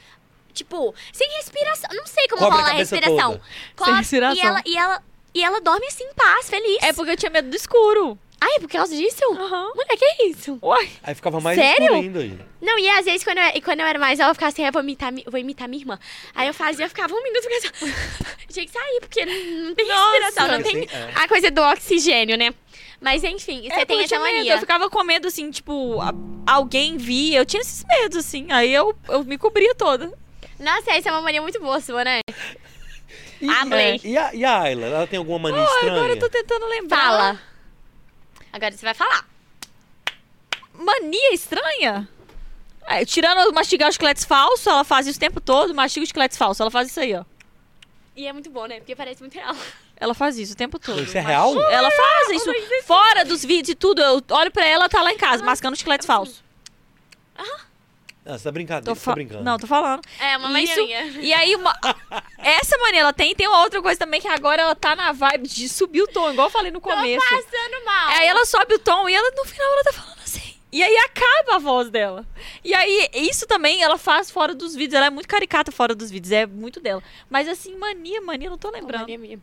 S4: Tipo, sem respiração. Não sei como
S1: Cobre a
S4: rola a,
S1: cabeça
S4: respiração.
S1: toda.
S4: Cobre- E
S3: respiração.
S4: ela, e, ela, e ela dorme assim, em paz, feliz.
S3: É porque eu tinha medo do escuro.
S4: Ai, é por causa disso?
S3: Aham.
S4: Mulher, que é isso?
S3: Uai.
S1: Aí ficava mais
S4: Sério?
S1: escuro ainda aí.
S4: Não, e às vezes, quando eu, e quando eu era mais nova, eu ficava assim, ah, vou imitar, mi- vou imitar minha irmã. Aí eu fazia, eu ficava um minuto, ficava assim, tinha que sair, porque não não tem respiração, não tem
S1: Assim, é.
S4: a coisa do oxigênio, né? Mas enfim, você
S3: É, porque
S4: tem
S3: eu
S4: essa
S3: tinha medo,
S4: mania.
S3: Eu ficava com medo, assim, tipo, a- alguém via. Eu tinha esses medos, assim. Aí eu, eu me cobria toda.
S4: Nossa, essa é uma mania muito boa sua, né?
S1: E, é,
S4: Amei.
S1: E a, e a Ayla, ela tem alguma mania estranha?
S3: Ah, Agora eu tô tentando lembrar.
S4: Fala. Agora você vai falar.
S3: Mania estranha? É, tirando mastigar os chicletes falsos, ela faz isso o tempo todo. Mastiga os chicletes falsos. Ela faz isso aí, ó.
S4: E é muito bom, né? Porque parece muito real.
S3: Ela faz isso o tempo todo.
S1: Isso é real?
S3: Ela faz isso fora dos vídeos e tudo. Eu olho pra ela, tá lá em casa, mascando chiclete falso.
S1: Ah, você tá brincando,
S3: Tô
S1: você tá
S3: fa-
S1: brincando.
S3: Não, tô falando.
S4: É, uma
S3: Isso-
S4: mania.
S3: E aí, uma- essa mania ela tem. Tem uma outra coisa também que agora ela tá na vibe de subir o tom, igual eu falei no começo. É,
S4: Tô passando mal.
S3: Aí ela sobe o tom e ela no final ela tá falando assim. E aí acaba a voz dela. E aí, isso também ela faz fora dos vídeos. Ela é muito caricata fora dos vídeos, é muito dela. Mas assim, mania, mania, eu não tô
S4: Uma
S3: lembrando.
S4: mania minha.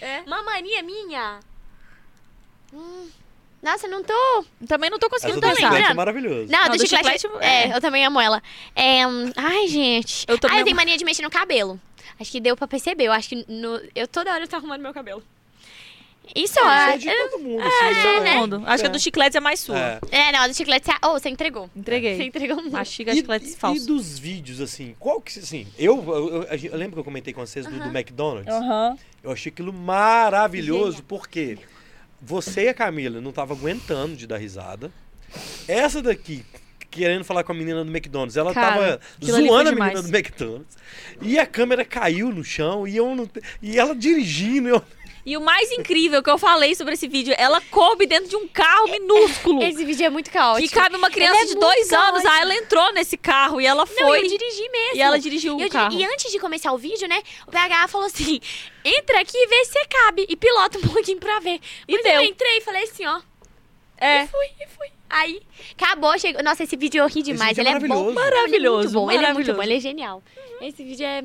S3: É.
S4: Uma mania minha? Hum. Nossa, não tô...
S3: Também não tô
S1: Essa
S3: conseguindo
S1: do
S3: pensar.
S1: chiclete é
S4: lembrando.
S1: maravilhoso.
S4: Não,
S3: Não,
S4: do,
S3: do
S4: chiclete.
S3: chiclete,
S4: é.
S3: é.
S4: eu também amo ela. É, hum, ai, gente.
S3: Eu também
S4: ai, eu tenho
S3: amo.
S4: mania de mexer no cabelo. Acho que deu pra perceber. Eu acho que no, eu toda hora eu tô arrumando meu cabelo. Isso,
S1: Ah,
S4: ó.
S1: isso é de
S4: eu-
S1: todo mundo, assim,
S3: de todo
S1: né?
S3: é, mundo. Acho que a do chiclete é mais sua.
S1: É.
S4: É, não, a do chiclete. você- Oh, você entregou. Você
S3: Entreguei.
S4: entregou muito.
S3: Mastiga
S1: E-
S3: chicletes
S1: e,
S3: falsos.
S1: e dos vídeos, assim, qual que, assim, eu, eu, eu- eu lembro que eu comentei com vocês do, do McDonald's,
S3: Aham.
S1: eu achei aquilo maravilhoso,
S4: Genial.
S1: porque você e a Camila não tava aguentando de dar risada, essa daqui, querendo falar com a menina do McDonald's, ela
S3: Cara,
S1: tava
S3: aquilo ali foi
S1: zoando a
S3: demais.
S1: menina do McDonald's, e a câmera caiu no chão, e eu não, te- e ela dirigindo, eu...
S3: E o mais incrível que eu falei sobre esse vídeo, ela coube dentro de um carro minúsculo.
S4: Esse vídeo é muito caótico.
S3: Que cabe uma
S4: Ele
S3: criança
S4: é
S3: de
S4: muito
S3: dois anos.
S4: caótico.
S3: Aí ela entrou nesse carro e
S4: Não,
S3: ela foi.
S4: eu dirigi mesmo.
S3: e ela dirigiu o
S4: Eu di-
S3: carro.
S4: E antes de começar o vídeo, né, o PH falou assim: entra aqui e vê se você cabe. E pilota um pouquinho pra ver.
S3: E
S4: Mas
S3: deu.
S4: eu entrei e falei assim, ó.
S3: É.
S4: E fui, e fui. Aí, acabou, chegou. Nossa, esse vídeo eu ri demais.
S1: vídeo é
S4: Ele é bom.
S1: maravilhoso.
S4: Ele
S3: Maravilhoso,
S4: é muito bom, ele é muito
S3: maravilhoso.
S4: bom, ele é genial. Esse vídeo é.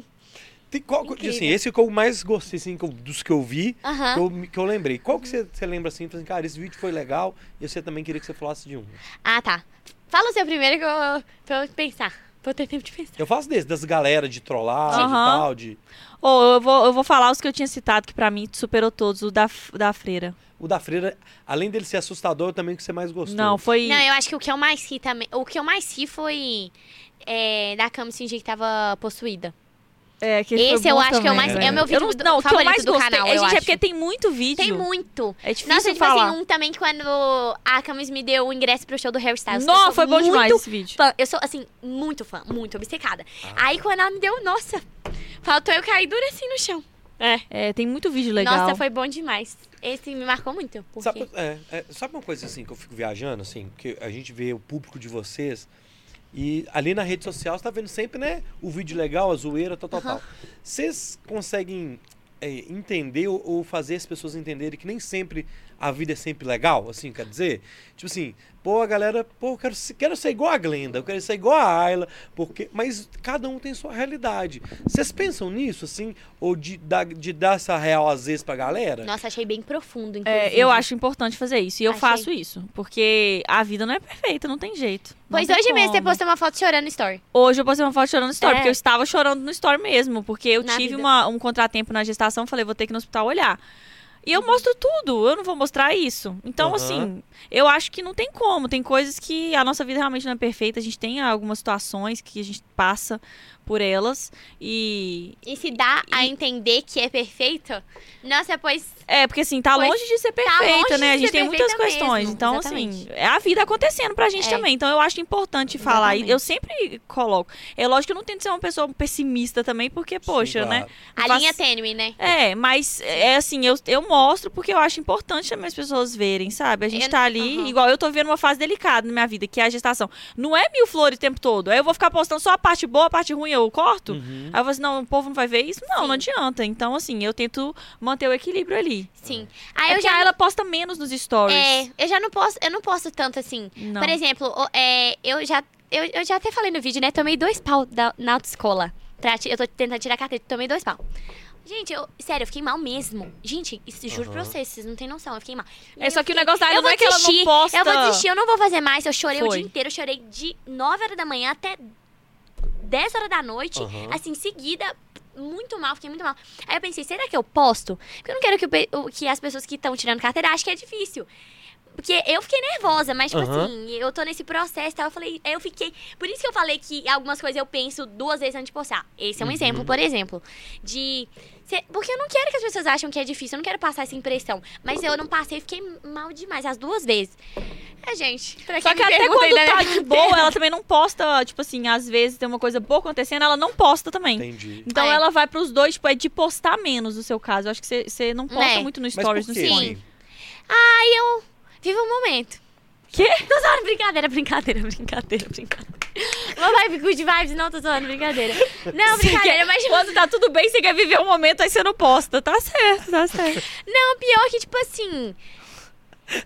S1: Tem qual,
S4: Incrível.
S1: assim, esse que eu mais gostei, assim, que eu- dos que eu vi,
S4: Aham.
S1: que, eu, me- que eu lembrei. Qual que você, você lembra, assim, falando assim, cara, esse vídeo foi legal, e você também queria que você falasse de um?
S4: Ah, tá. Fala o seu primeiro que eu. pra eu pensar. Pra eu ter tempo de pensar.
S1: Eu faço desse, das galera de trollagem e
S3: Aham.
S1: tal, de...
S3: Ô, eu, vou, eu vou falar os que eu tinha citado, que pra mim superou todos. O da, da freira.
S1: O da freira, além dele ser assustador, também o que você mais gostou.
S3: Não, foi.
S4: Não, eu acho que o que eu mais ri também. O que eu mais ri foi. É, da cama fingir que tava possuída.
S3: é, que
S4: esse
S3: foi
S4: eu
S3: bom
S4: acho que é o
S3: também,
S4: mais-
S3: né?
S4: é o meu vídeo
S3: eu
S4: do-
S3: não, não, o que eu
S4: favorito
S3: mais
S4: do
S3: gostei.
S4: canal,
S3: é,
S4: eu
S3: gente, é
S4: acho.
S3: porque tem muito vídeo.
S4: Tem muito.
S3: É difícil
S4: Nossa, tipo
S3: falar.
S4: assim, um também que quando a Camis me deu o ingresso pro show do Harry Styles. que eu
S3: não,
S4: sou
S3: foi bom
S4: um- muito
S3: demais esse vídeo.
S4: fã. Eu sou, assim, muito fã, muito obcecada. Aí quando ela me deu, nossa, faltou eu cair dura assim no chão. É.
S3: É, tem muito vídeo legal.
S4: Nossa, foi bom demais. Esse me marcou muito. Porque...
S1: Sabe, é, é, sabe uma coisa, assim, que eu fico viajando, assim, que a gente vê o público de vocês, e ali na rede social você tá vendo sempre, né, o vídeo legal, a zoeira, tal, tal, tal. Vocês conseguem é, entender ou, ou fazer as pessoas entenderem que nem sempre a vida é sempre legal, assim, quer dizer? Tipo assim, pô, a galera, pô, eu quero, se- quero ser igual a Glenda, eu quero ser igual a Ayla, porque... Mas cada um tem sua realidade. Vocês pensam nisso, assim, ou de, dar- de dar essa real às vezes pra galera?
S4: Nossa, achei bem profundo, inclusive.
S3: É, eu acho importante fazer isso. E eu
S4: Achei.
S3: faço isso. Porque a vida não é perfeita, não tem jeito. Não
S4: Pois
S3: tem
S4: hoje mesmo você
S3: como.
S4: postou uma foto chorando no story.
S3: Hoje eu postei uma foto chorando no story,
S4: É.
S3: porque eu estava chorando no story mesmo. Porque eu
S4: Na
S3: tive
S4: vida.
S3: uma- um contratempo na gestação, falei, vou ter que ir no hospital olhar. E eu mostro tudo, eu não vou mostrar isso.
S1: Aham.
S3: Então, assim, eu acho que não tem como. Tem coisas que a nossa vida realmente não é perfeita. A gente tem algumas situações que a gente passa por elas. E.
S4: E se dá a entender que é perfeito? Nossa, pois.
S3: É, porque assim, tá
S4: Pois,
S3: longe de ser
S4: longe
S3: perfeita,
S4: de
S3: né? A gente
S4: ser
S3: tem muitas
S4: perfeita
S3: questões.
S4: mesmo,
S3: Então, assim,
S4: exatamente.
S3: é a vida acontecendo pra gente
S4: É.
S3: também. Então, eu acho importante falar. E
S4: Exatamente.
S3: eu sempre coloco. É lógico que eu não tento ser uma pessoa pessimista também, porque, poxa,
S1: Sim,
S3: né?
S1: claro.
S4: A
S3: Faz-
S4: linha tênue, né?
S3: É, mas é assim, eu, eu mostro porque eu acho importante também as pessoas verem, sabe? A gente
S4: Eu-
S3: tá ali,
S4: Aham.
S3: igual eu tô vivendo uma fase delicada na minha vida, que é a gestação. Não é mil flores o tempo todo. Aí eu vou ficar postando só a parte boa, a parte ruim eu corto.
S1: Uhum.
S3: Aí eu falo assim, não, o povo não vai ver isso? Não,
S4: Sim.
S3: não adianta. Então, assim, eu tento manter o equilíbrio ali.
S4: Sim.
S3: Aí
S4: Aí eu
S3: já
S4: já.
S3: ela posta menos nos stories.
S4: É, eu já não posso. Eu não posso tanto assim.
S3: Não.
S4: Por exemplo, o- é, eu já. Eu, eu já até falei no vídeo, né? Tomei dois pau da, na autoescola. Pra, ti- eu tô tentando tirar a carteira, tomei dois pau. Gente, eu, sério, eu fiquei mal mesmo. Gente, isso, juro pra
S1: Aham.
S4: vocês, vocês não têm noção, eu fiquei mal. E
S3: É
S4: eu
S3: só que
S4: fiquei-
S3: o negócio da
S4: eu
S3: Ellen não
S4: vou
S3: é que ela não
S4: desistir,
S3: posta.
S4: Eu vou desistir, eu não vou fazer mais. Eu chorei o
S3: Foi.
S4: dia inteiro, eu chorei de 9 horas da manhã até 10 horas da noite,
S1: Aham.
S4: assim, seguida, muito mal, fiquei muito mal. Aí eu pensei, será que eu posto? Porque eu não quero que, o pe- o- que as pessoas que estão tirando carteira achem que é difícil. Porque eu fiquei nervosa, mas, tipo
S1: Aham.
S4: assim, eu tô nesse processo e tal. Eu falei, eu fiquei. Por isso que eu falei que algumas coisas eu penso duas vezes antes de postar. Esse é um exemplo, por exemplo. De. cê- Porque eu não quero que as pessoas acham que é difícil, eu não quero passar essa impressão. Mas eu não passei, fiquei mal demais, as duas vezes. É, gente. Pra
S3: Só
S4: quem
S3: que
S4: me
S3: até
S4: pergunta né?
S3: quando
S4: aí da
S3: tá
S4: minha
S3: de boa, ela também não posta, tipo assim, às vezes tem uma coisa boa acontecendo, ela não posta também.
S1: Entendi.
S3: Então
S4: É.
S3: ela vai pros dois, tipo, é de postar menos no seu caso. Eu acho que você- você não posta
S4: É.
S3: muito no
S1: Mas
S3: stories,
S1: por
S3: no
S1: quê?
S3: story.
S1: assim?
S4: Aí eu. Viva o momento.
S3: Quê?
S4: Tô zoando, brincadeira, brincadeira, brincadeira, brincadeira. Não vai vir good vibes, não, tô zoando, brincadeira. Não,
S3: Você
S4: brincadeira,
S3: quer-
S4: mas tipo,
S3: Quando tá tudo bem, você quer viver um momento, aí você não posta. Tá certo, tá certo.
S4: Não, pior que, tipo assim.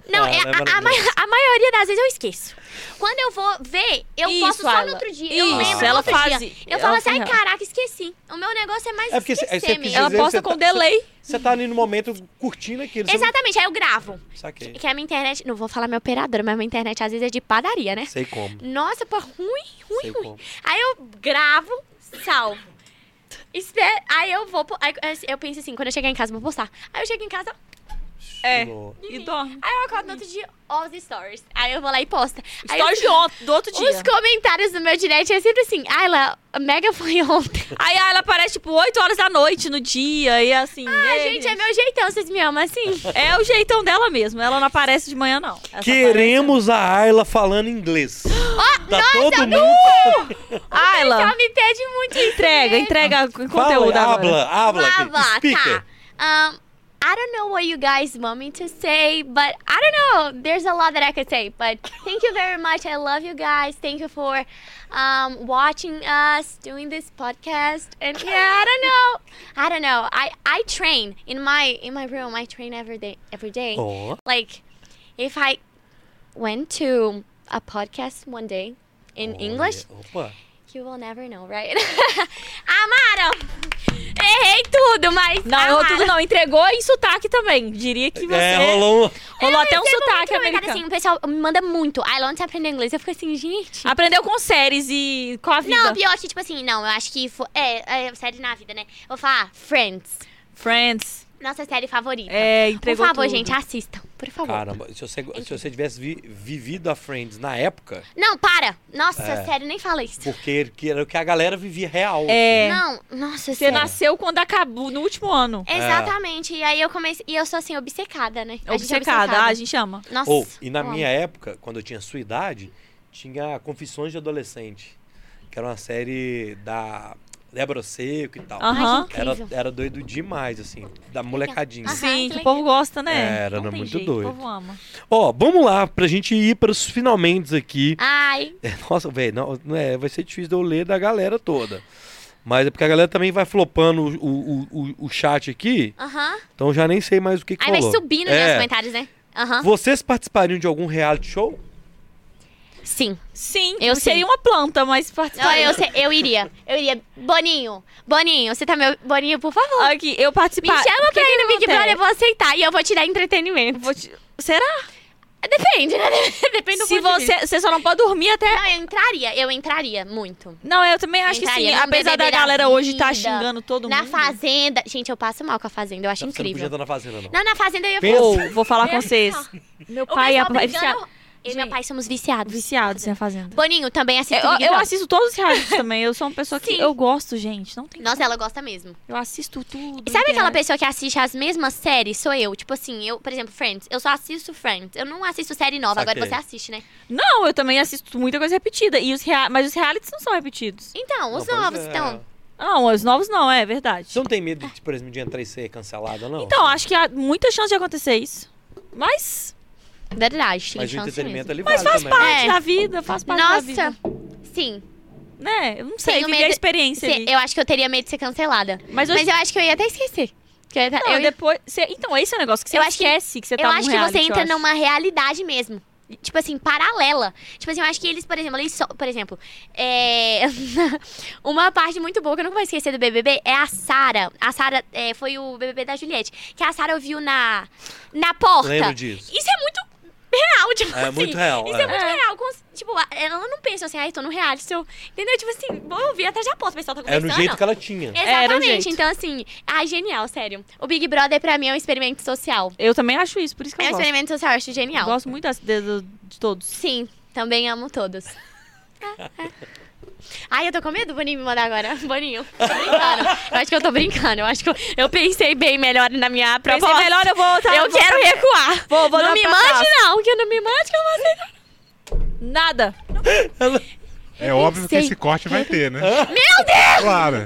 S4: Não,
S1: Ah,
S4: é,
S1: ela é
S4: a, a mai- a maioria das vezes eu esqueço. Quando eu vou ver, eu
S3: Isso,
S4: posso só
S3: Ayla.
S4: no outro dia. Eu
S3: Isso,
S4: lembro no
S3: ela
S4: outro
S3: faz-
S4: dia. Eu
S3: ela
S4: falo assim, ai,
S3: faz-
S4: caraca, esqueci. O meu negócio é mais
S1: É porque cê- aí
S4: esquecer mesmo.
S1: cê precisa-
S3: Ela
S1: Às vezes
S3: posta
S1: você
S3: com
S1: tá-
S3: delay.
S1: Você tá ali no momento curtindo aquilo. você não-
S4: Exatamente, aí eu gravo.
S1: Saquei.
S4: Que a minha internet... Não vou falar minha operadora, mas minha internet às vezes é de padaria, né?
S1: Sei como.
S4: Nossa, pô, ruim, ruim,
S1: Sei
S4: ruim.
S1: como.
S4: Aí eu gravo, salvo. Espero, aí eu vou... po- aí eu penso assim, quando eu chegar em casa, eu vou postar. Aí eu chego em casa,
S3: É.
S1: Tirou.
S3: E dorme.
S4: aí eu acordo no outro dia, ó os stories. Aí eu vou lá e posta. Aí eu
S3: Stories de ontem, do outro dia.
S4: Os comentários do meu direct é sempre assim, Ayla, a Mega foi ontem.
S3: Aí ela aparece, tipo, 8 horas da noite no dia, e assim.
S4: Ah,
S3: é,
S4: gente, é meu jeitão, vocês me amam assim?
S3: É o jeitão dela mesmo. Ela não aparece de manhã, não. Ela só
S1: Queremos a Ayla falando inglês. tá todo mundo.
S3: aparece- Ayla,
S4: Ela Então me pede muito isso.
S3: Ah, entrega,
S4: né?
S3: entrega o
S1: Fala,
S3: conteúdo agora.
S1: habla, habla,
S4: Blá,
S1: speaker.
S4: tá. Um, I don't know what you guys want me to say, but I don't know. There's a lot that I could say, but thank you very much. I love you guys. Thank you for um, watching us doing this podcast. And yeah, I don't know. I don't know. I, I train in my in my room. I train every day every day.
S1: Ó,
S4: like if I went to a podcast one day in
S1: olha,
S4: English,
S1: Opa.
S4: you will never know, right? Amaram! Errei tudo, mas.
S3: Não, errou tudo não. Entregou em sotaque também. Diria que você.
S1: É, rolou um-
S3: rolou até um sotaque americano.
S4: Assim, o pessoal me manda muito. I onde você aprendeu inglês? Eu fico assim, gente.
S3: Aprendeu com séries e com a vida.
S4: Não, pior que, tipo assim, não, eu acho que. fo- É, é série na vida, né? Eu Vou falar Friends.
S3: Friends.
S4: Nossa série favorita.
S3: É,
S4: Por
S3: entregou
S4: favor,
S3: tudo.
S4: gente, assistam. Por favor.
S1: Caramba, se você, se você tivesse vi- vivido a Friends na época,
S4: Não, para! Nossa,
S1: É.
S4: sério, nem fala isso.
S1: porque que era o que a galera vivia real.
S3: É.
S4: Não, nossa,
S3: Você
S4: sério.
S3: nasceu quando acabou, no último ano.
S1: É.
S4: Exatamente. E aí eu comecei. E eu sou assim, obcecada, né? A gente é
S3: Obcecada. Ah, a gente ama.
S4: Nossa.
S1: assim. Ou, Oh, e na
S4: eu amo.
S1: minha época, quando eu tinha sua idade, tinha Confissões de Adolescente, que era uma série da Débora Seco e tal.
S3: Aham.
S4: Ai, que
S1: Era,
S4: incrível.
S1: era doido demais, assim, da molecadinha.
S4: Aham,
S3: Sim,
S4: que
S3: que o povo gosta, né?
S1: É, era
S3: Não tem
S1: muito
S3: jeito,
S1: doido.
S3: O povo ama.
S1: Ó, vamos lá, pra gente ir para os finalmente aqui.
S4: Ai,
S1: É, nossa, velho, não, não é, vai ser difícil de eu ler da galera toda. Mas é porque a galera também vai flopando o, o, o, o chat aqui,
S4: aham.
S1: então eu já nem sei mais o que, que
S4: Aí vai
S1: rolou.
S4: subindo
S1: É.
S4: né, os comentários, né? Aham.
S1: Vocês participariam de algum reality show?
S4: Sim.
S3: Sim, eu
S4: Eu
S3: seria
S4: sim.
S3: uma planta, mas
S4: Não,
S3: participaria.
S4: eu, sei- eu iria. Eu iria. Boninho. Boninho, você tá meu. Boninho, por favor.
S3: Aqui, eu
S4: Me
S3: participaria.
S4: chama pra ir no Big Brother, eu
S3: acontece?
S4: vou aceitar. E eu vou te dar entretenimento.
S3: Vou te- Será?
S4: Depende, né? Depende do
S3: Se
S4: ponto de vista.
S3: você, você só não pode dormir até.
S4: Não, eu entraria. Eu entraria muito.
S3: Não, eu também acho que sim.
S4: Entraria no
S3: Apesar da
S4: BBB da
S3: galera hoje tá
S4: vida,
S3: xingando todo
S4: na
S3: mundo. Tá
S4: Fazenda. Gente, eu passo mal com a Fazenda. Eu acho
S1: Você não podia
S4: incrível.
S1: estar na fazenda, não.
S4: Não, na Fazenda eu ia
S1: Pensa.
S3: Ou, vou falar com vocês. Meu
S4: O
S3: pai é,
S4: pessoal
S3: é
S4: brigando,
S3: viciado.
S4: Eu e meu
S3: Gente.
S4: pai somos viciados.
S3: Viciados na Fazenda.
S4: Boninho também assiste
S3: Eu,
S4: Big
S3: eu
S4: Brother.
S3: assisto todos os reais também. Eu sou uma pessoa que.
S4: Sim.
S3: Eu gosto, gente. Não tem.
S4: Nossa, ela gosta mesmo.
S3: Eu assisto tudo. é.
S4: E sabe aquela
S3: interajo.
S4: pessoa que assiste as mesmas séries? Sou eu. Tipo assim, eu, por exemplo, Friends. Eu só assisto Friends. Eu não assisto série nova,
S1: Saquei.
S4: agora você assiste, né?
S3: Não, eu também assisto muita coisa repetida. E os rea... Mas os realities não são repetidos.
S4: Então, os
S1: Não, pois
S4: novos
S1: é.
S4: estão.
S3: Não, os novos não, é verdade.
S1: Você não tem medo, de, por exemplo, de entrar e ser cancelada, não?
S3: Então, acho que há muita chance de acontecer isso. Mas
S4: Verdade, tem
S1: Mas o
S4: chance
S1: entretenimento
S4: mesmo.
S1: ali
S3: Mas
S1: vale
S3: faz
S1: também.
S3: parte
S4: É.
S3: da vida, faz parte da vida.
S4: Nossa, sim.
S3: Né? Eu não sei,
S4: Tenho
S3: vivi a
S4: medo-
S3: experiência
S4: Cê-
S3: ali.
S4: eu acho que eu teria medo de ser cancelada.
S3: Mas hoje
S4: Mas eu acho que eu ia até esquecer. Que eu ia tá-
S3: Não,
S4: eu ia-
S3: depois. cê- então, esse é o negócio que você
S4: Eu acho que-
S3: esquece que, você tá
S4: eu
S3: num
S4: acho que você
S3: reality, eu
S4: entra
S3: acho.
S4: numa realidade mesmo. Tipo assim, paralela. Tipo assim, eu acho que eles, por exemplo, eles só, por exemplo, é, uma parte muito boa que eu nunca vou esquecer do BBB é a Sara. A Sara é, foi o BBB da Juliette, que a Sara ouviu na na porta.
S1: Lembro disso.
S4: Isso é muito real, tipo
S1: É
S4: assim.
S1: muito real,
S4: Isso
S1: é.
S4: é, muito real. cons- tipo, a- ela não pensa assim, ai, ah, tô no reality, se eu... entendeu? Tipo assim, vou ouvir atrás da porta, o pessoal tá
S1: Era
S4: conversando.
S1: É no jeito que ela tinha.
S3: É, era o jeito.
S4: Exatamente. Então, assim, ai, genial, sério. O Big Brother, pra mim, é um experimento social.
S3: Eu também acho isso, por isso que
S4: É
S3: eu
S4: um
S3: gosto.
S4: experimento social, eu acho
S3: Eu
S4: genial.
S3: Tá gosto muito das- de, do- de todos.
S4: Sim, também amo todos. É, é. Ai, eu tô com medo do Boninho me mandar agora. Boninho, tô brincando. Eu acho que eu tô brincando. Eu acho que eu, eu pensei bem melhor na minha
S3: Pensei
S4: proposta.
S3: melhor, eu vou. Tá,
S4: eu
S3: vou-
S4: quero recuar.
S3: Vou- vou dar
S4: não me
S3: pra
S4: mande,
S3: trás.
S4: não. Que não me mande, que eu não vou aceitar.
S3: Nada.
S2: É óbvio que
S4: sei.
S2: esse corte vai ter, né? Meu Deus! Claro.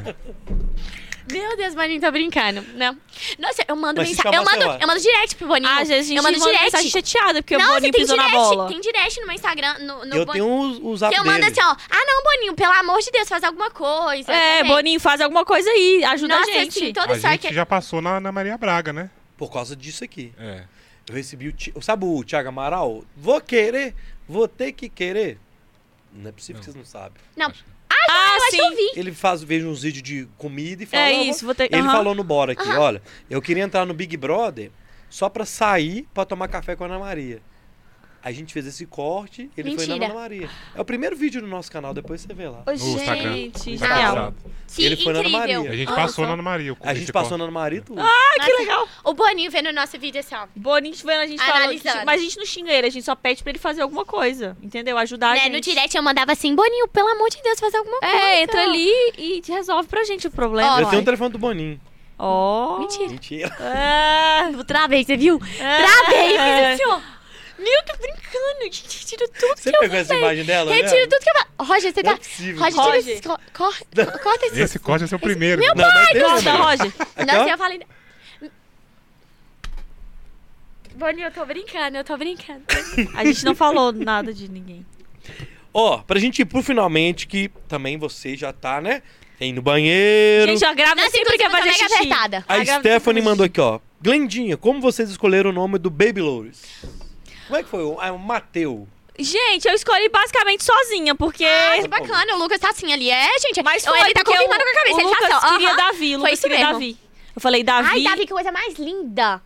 S4: Meu Deus, Boninho, tô brincando. Não. Nossa, eu mando
S1: Mas se
S4: mensagem. Eu
S1: chamar, você
S4: mando,
S1: vai.
S4: eu mando direct pro Boninho.
S3: Às vezes a gente
S4: eu mando
S3: manda
S4: direct.
S3: mensagem chateada, porque o
S4: Nossa,
S3: Boninho
S4: tem
S3: pisou na
S4: direct,
S3: bola.
S4: tem direct no meu Instagram, no, no Boninho.
S1: Eu tenho o, o zap
S4: Que eu
S1: dele.
S4: mando assim, ó. Ah, não, Boninho, pelo amor de Deus, faz alguma coisa.
S3: É,
S4: Também.
S3: Boninho, faz alguma coisa aí, ajuda
S4: Nossa,
S3: a gente.
S4: assim,
S2: A
S4: toda sorte.
S2: gente já passou na, na Maria Braga, né?
S1: Por causa disso aqui.
S2: É.
S1: Eu recebi o. Ti- Sabe o Thiago Amaral? Vou querer, vou ter que querer. Não é possível que vocês não sabem.
S4: Não, então
S3: ah,
S4: eu acho que eu
S3: sim.
S4: vi.
S1: Ele faz, vejo uns vídeos de comida e fala.
S3: É
S1: "Ah,
S3: isso, vou ter-
S1: Ele
S3: aham.
S1: falou no Bora aqui, olha, eu queria entrar no Big Brother só pra sair pra tomar café com a Ana Maria. A gente fez esse corte, ele foi na
S4: Mentira.
S1: Ana Maria. É o primeiro vídeo no nosso canal, depois você vê lá.
S4: Ô,
S2: No Instagram.
S3: Gente,
S2: No
S3: genial.
S2: Instagram.
S4: Que
S1: Ele foi na Ana
S4: incrível.
S2: E
S1: Maria.
S2: a gente
S4: Olha
S2: passou
S4: só.
S2: na Ana Maria. o-
S1: A gente
S2: esse
S1: passou
S2: corte.
S1: na Ana Maria e tudo.
S3: Ah, que
S4: Nossa,
S3: legal.
S4: O Boninho vendo nosso vídeo assim, ó.
S3: Boninho vendo a gente falando.
S4: Analisando.
S3: Mas a gente não xinga ele, a gente só pede pra ele fazer alguma coisa. Entendeu? Ajudar a
S4: Né,
S3: gente.
S4: no direct eu mandava assim, Boninho, pelo amor de Deus, faz alguma coisa.
S3: É, entra ali e resolve pra gente o
S4: Ó,
S3: problema.
S1: eu tenho
S4: olha.
S1: um telefone do Boninho.
S3: Ó.
S4: Mentira.
S1: Mentira.
S3: Ah,
S4: Travei, você viu?
S3: ah,
S4: Travei,
S3: é.
S4: fiz assim, ó. Meu, tô brincando. Gente, retiro tudo
S1: Você
S4: que eu
S1: pegou essa
S4: falei.
S1: imagem dela?
S4: Retiro
S1: né?
S4: tudo que eu falei. Roger, você
S1: Não é
S4: tá...
S1: possível.
S4: Roger,
S3: Roger.
S4: tira esse... co- Corre, co- corta esse...
S2: Esse corte é seu primeiro.
S1: Não, mas tem
S3: Corta,
S1: também.
S3: Roger.
S1: Aqui,
S4: Nossa,
S1: ó.
S4: eu falei... Boninho, eu tô brincando, eu tô brincando.
S3: A gente não falou nada de ninguém.
S1: Ó, pra gente ir pro finalmente, que também você já tá, né? Tem no banheiro.
S3: Gente, a grávida
S4: Nossa,
S3: sempre
S4: inclusive,
S3: quer
S4: assim, eu tô
S3: fazer
S4: mega
S3: xixi.
S4: apertada.
S1: a
S3: a Gabi
S1: Stephanie
S3: tá
S1: mandou aqui, ó. Glendinha, como vocês escolheram o nome do Baby Loures? Como é que foi? O- Ah, o Mateu.
S3: Gente, eu escolhi basicamente sozinha, porque...
S4: Ah, que bacana, o Lucas tá assim ali. É, gente.
S3: Mas
S4: Ou
S3: foi
S4: ele tá
S3: porque
S4: confirmando
S3: o,
S4: com a cabeça.
S3: o
S4: ele
S3: Lucas
S4: tá assim, ó,
S3: queria
S4: aham.
S3: Davi, o
S4: Foi
S3: Lucas
S4: isso
S3: queria
S4: mesmo.
S3: Davi. Eu falei, Davi...
S4: Ai, Davi, que coisa mais linda.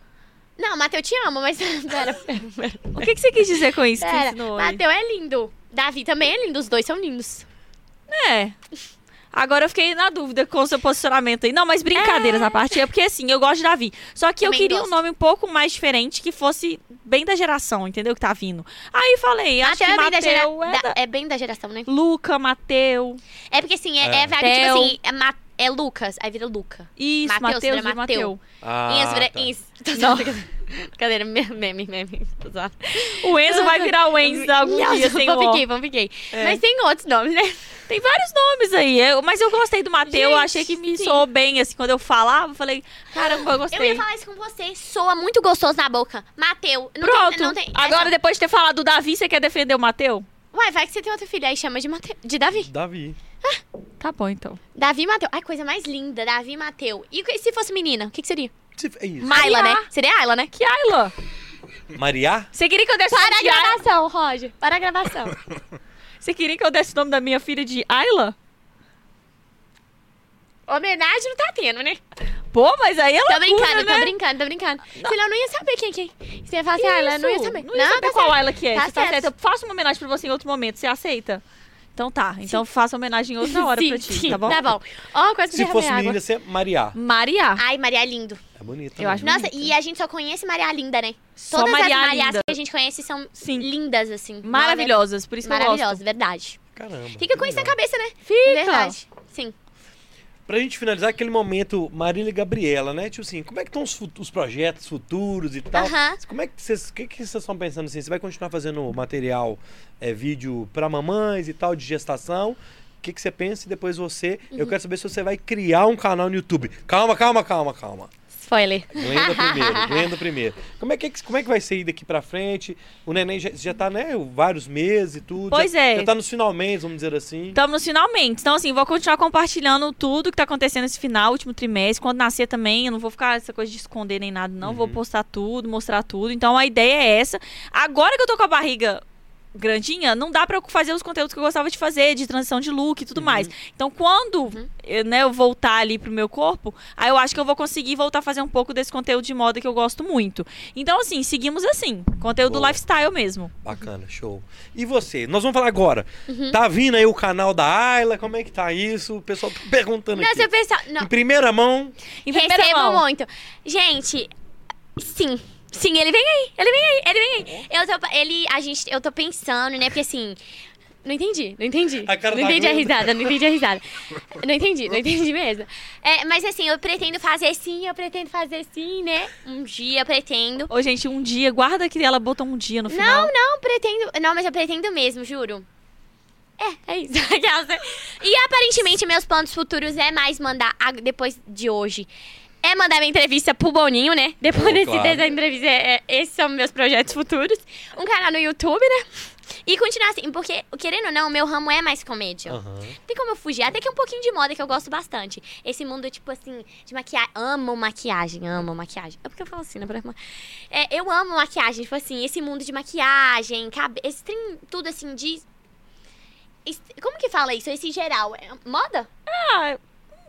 S4: Não, Mateu, eu te amo, mas... Pera, pera,
S3: O que, que você quis dizer com isso?
S4: pera.
S3: Que ensinou ele?
S4: Mateu é lindo. Davi também é lindo, os dois são lindos.
S3: É. Agora eu fiquei na dúvida com o seu posicionamento aí. Não, mas brincadeiras à parte. É porque assim, eu gosto de Davi. Só que eu
S4: Também
S3: queria um
S4: gosto.
S3: nome um pouco mais diferente que fosse bem da geração, entendeu? Que tá vindo. Aí falei, acho
S4: Mateu
S3: que
S4: é bem da
S3: Mateu é
S4: geração.
S3: da...
S4: É bem da geração, né?
S3: Luca, Mateu.
S4: É porque assim, é,
S1: É.
S4: é vaga, tipo
S3: Theo.
S4: assim, é, Ma- é Lucas, aí vira Luca.
S3: Isso,
S4: Mateus,
S3: Mateus,
S4: vira
S3: vira Mateu.
S4: Mateu.
S1: Ah,
S4: Inês vira
S1: tá.
S4: Ins. Tô zoando. Brincadeira, meme, meme, meme. Tô zoando.
S3: O Enzo vai virar o Enzo algum
S4: Nossa,
S3: dia, sem o. É.
S4: Vampiquei, vampiquei. Mas tem outros nomes, né?
S3: Tem vários nomes aí. Eu- mas eu gostei do Mateu, eu
S4: Gente,
S3: achei que me
S4: sim.
S3: soou bem, assim, quando eu falava, eu falei, caramba,
S4: Eu
S3: eu
S4: ia
S3: gostei.
S4: falar isso com você. Soa muito gostoso na boca. Mateu. Não
S3: Pronto.
S4: Tem, não tem, essa-
S3: Agora, depois de ter falado do Davi, você quer defender o Mateu?
S4: Uai, vai que você tem outro filho. Aí chama de, Mateu, de Davi.
S1: Davi.
S3: Tá bom, então.
S4: Davi e Mateu. Ai, coisa mais linda. Davi e Mateu. E que- se fosse menina, o que, que seria?
S1: Se- É isso.
S3: Maria.
S4: Ayla, né? Seria Ayla, né?
S3: Que Ayla?
S1: Maria?
S3: Você queria que eu desse o
S4: Para
S3: nome
S4: a
S3: de Ayla?
S4: gravação, Roger. Para a gravação.
S3: Você queria que eu desse o nome da minha filha de Ayla?
S4: Homenagem não tá tendo, né?
S3: Pô, mas aí ela.
S4: Tô brincando,
S3: né?
S4: tô brincando, tô brincando. Senão eu não ia saber quem é quem. Você ia falar assim,
S3: Que
S4: Ayla, eu não ia
S3: isso?
S4: saber.
S3: Não ia saber
S4: tá
S3: qual
S4: certo.
S3: Ayla que é.
S4: Tá
S3: Você tá
S4: certo.
S3: certo. Eu faço uma homenagem pra você em outro momento. Você aceita? Então tá. Então faça homenagem em outra hora
S4: sim,
S3: pra ti,
S4: sim,
S3: tá bom?
S4: Tá bom. Ó, quase que
S1: Se
S4: derramei
S1: fosse
S4: água.
S1: menina, ia ser Maria.
S3: Maria.
S4: Ai, Maria é lindo.
S1: É bonita.
S3: Eu
S1: né?
S3: acho
S4: Nossa,
S3: Bonito.
S4: e a gente só conhece Maria Linda, né?
S3: Só
S4: Todas
S3: Maria
S4: as Marias
S3: Linda.
S4: que a gente conhece são
S3: Sim.
S4: lindas, assim.
S3: Maravilhosas, por isso que eu gosto.
S4: Maravilhosas, verdade.
S1: Caramba.
S4: Fica com isso na
S1: legal.
S4: cabeça, né?
S3: Fica.
S4: Verdade. Sim.
S1: Pra gente finalizar aquele momento, Marília e Gabriela, né? Tipo assim, como é que estão os, fu- os projetos futuros e tal?
S4: Aham.
S1: Como é que vocês. O que, que vocês estão pensando assim? Você vai continuar fazendo material, é, vídeo pra mamães e tal, de gestação? o que, que você pensa e depois você.
S3: Uhum.
S1: Eu quero saber se você vai criar um canal no YouTube. Calma, calma, calma, calma.
S4: Spoiler.
S1: Glenda primeiro, Glenda primeiro. Como é que, como é que vai ser daqui pra frente? O neném já, já tá, né, vários meses e tudo.
S3: Pois
S1: já,
S3: é.
S1: Já tá nos finalmente, vamos dizer assim.
S3: Estamos nos finalmente. Então, assim, vou continuar compartilhando tudo que tá acontecendo esse final, último trimestre. Quando nascer também, eu não vou ficar essa coisa de esconder nem nada, não. Vou postar tudo, mostrar tudo. Então, a ideia é essa. Agora que eu tô com a barriga grandinha, não dá pra eu fazer os conteúdos que eu gostava de fazer, de transição de look e tudo mais. Então, quando eu, né, eu voltar ali pro meu corpo, aí eu acho que eu vou conseguir voltar a fazer um pouco desse conteúdo de moda que eu gosto muito. Então, assim, seguimos assim. Conteúdo
S1: Boa.
S3: lifestyle mesmo.
S1: Bacana, show. E você? Nós vamos falar agora.
S4: Uhum.
S1: Tá vindo aí o canal da Ayla? Como é que tá isso? O pessoal tá perguntando
S4: Não,
S1: aqui.
S4: se eu pensar. Não,
S1: Em primeira mão,
S3: Em primeira
S4: recebo
S3: mão.
S4: muito. Gente, sim. Sim, ele vem aí, ele vem aí, ele vem aí. Eu tô, ele, a gente, eu tô pensando, né? Porque assim, não entendi, não entendi.
S1: A cara
S4: não
S1: da
S3: tá
S4: entendi a
S1: Glenda.
S4: risada, não entendi a risada. Não entendi, não entendi mesmo. É, mas assim, eu pretendo fazer sim, eu pretendo fazer sim, né? Um dia eu pretendo.
S3: Ô, gente, um dia, guarda que ela botou um dia no final.
S4: Não, não, pretendo. Não, mas eu pretendo mesmo, juro. É, é isso. Aquelas, né? e aparentemente, meus planos futuros é mais mandar, a- depois de hoje, é mandar minha entrevista pro Boninho, né? Depois
S1: Oh,
S4: desse,
S1: claro.
S4: dessa entrevista, é- é- esses são meus projetos futuros. Um canal no YouTube, né? E continuar assim, porque, querendo ou não, meu ramo é mais comédia.
S1: Aham.
S4: Tem como eu fugir? Até que é um pouquinho de moda que eu gosto bastante. Esse mundo, tipo assim, de maquiagem. Amo maquiagem, amo maquiagem. É porque eu falo assim, né, pra irmã? É, eu amo maquiagem, tipo assim, esse mundo de maquiagem, cabelo. Esse trem, tudo assim, de. es- Como que fala isso? Esse geral? É moda?
S3: Ah,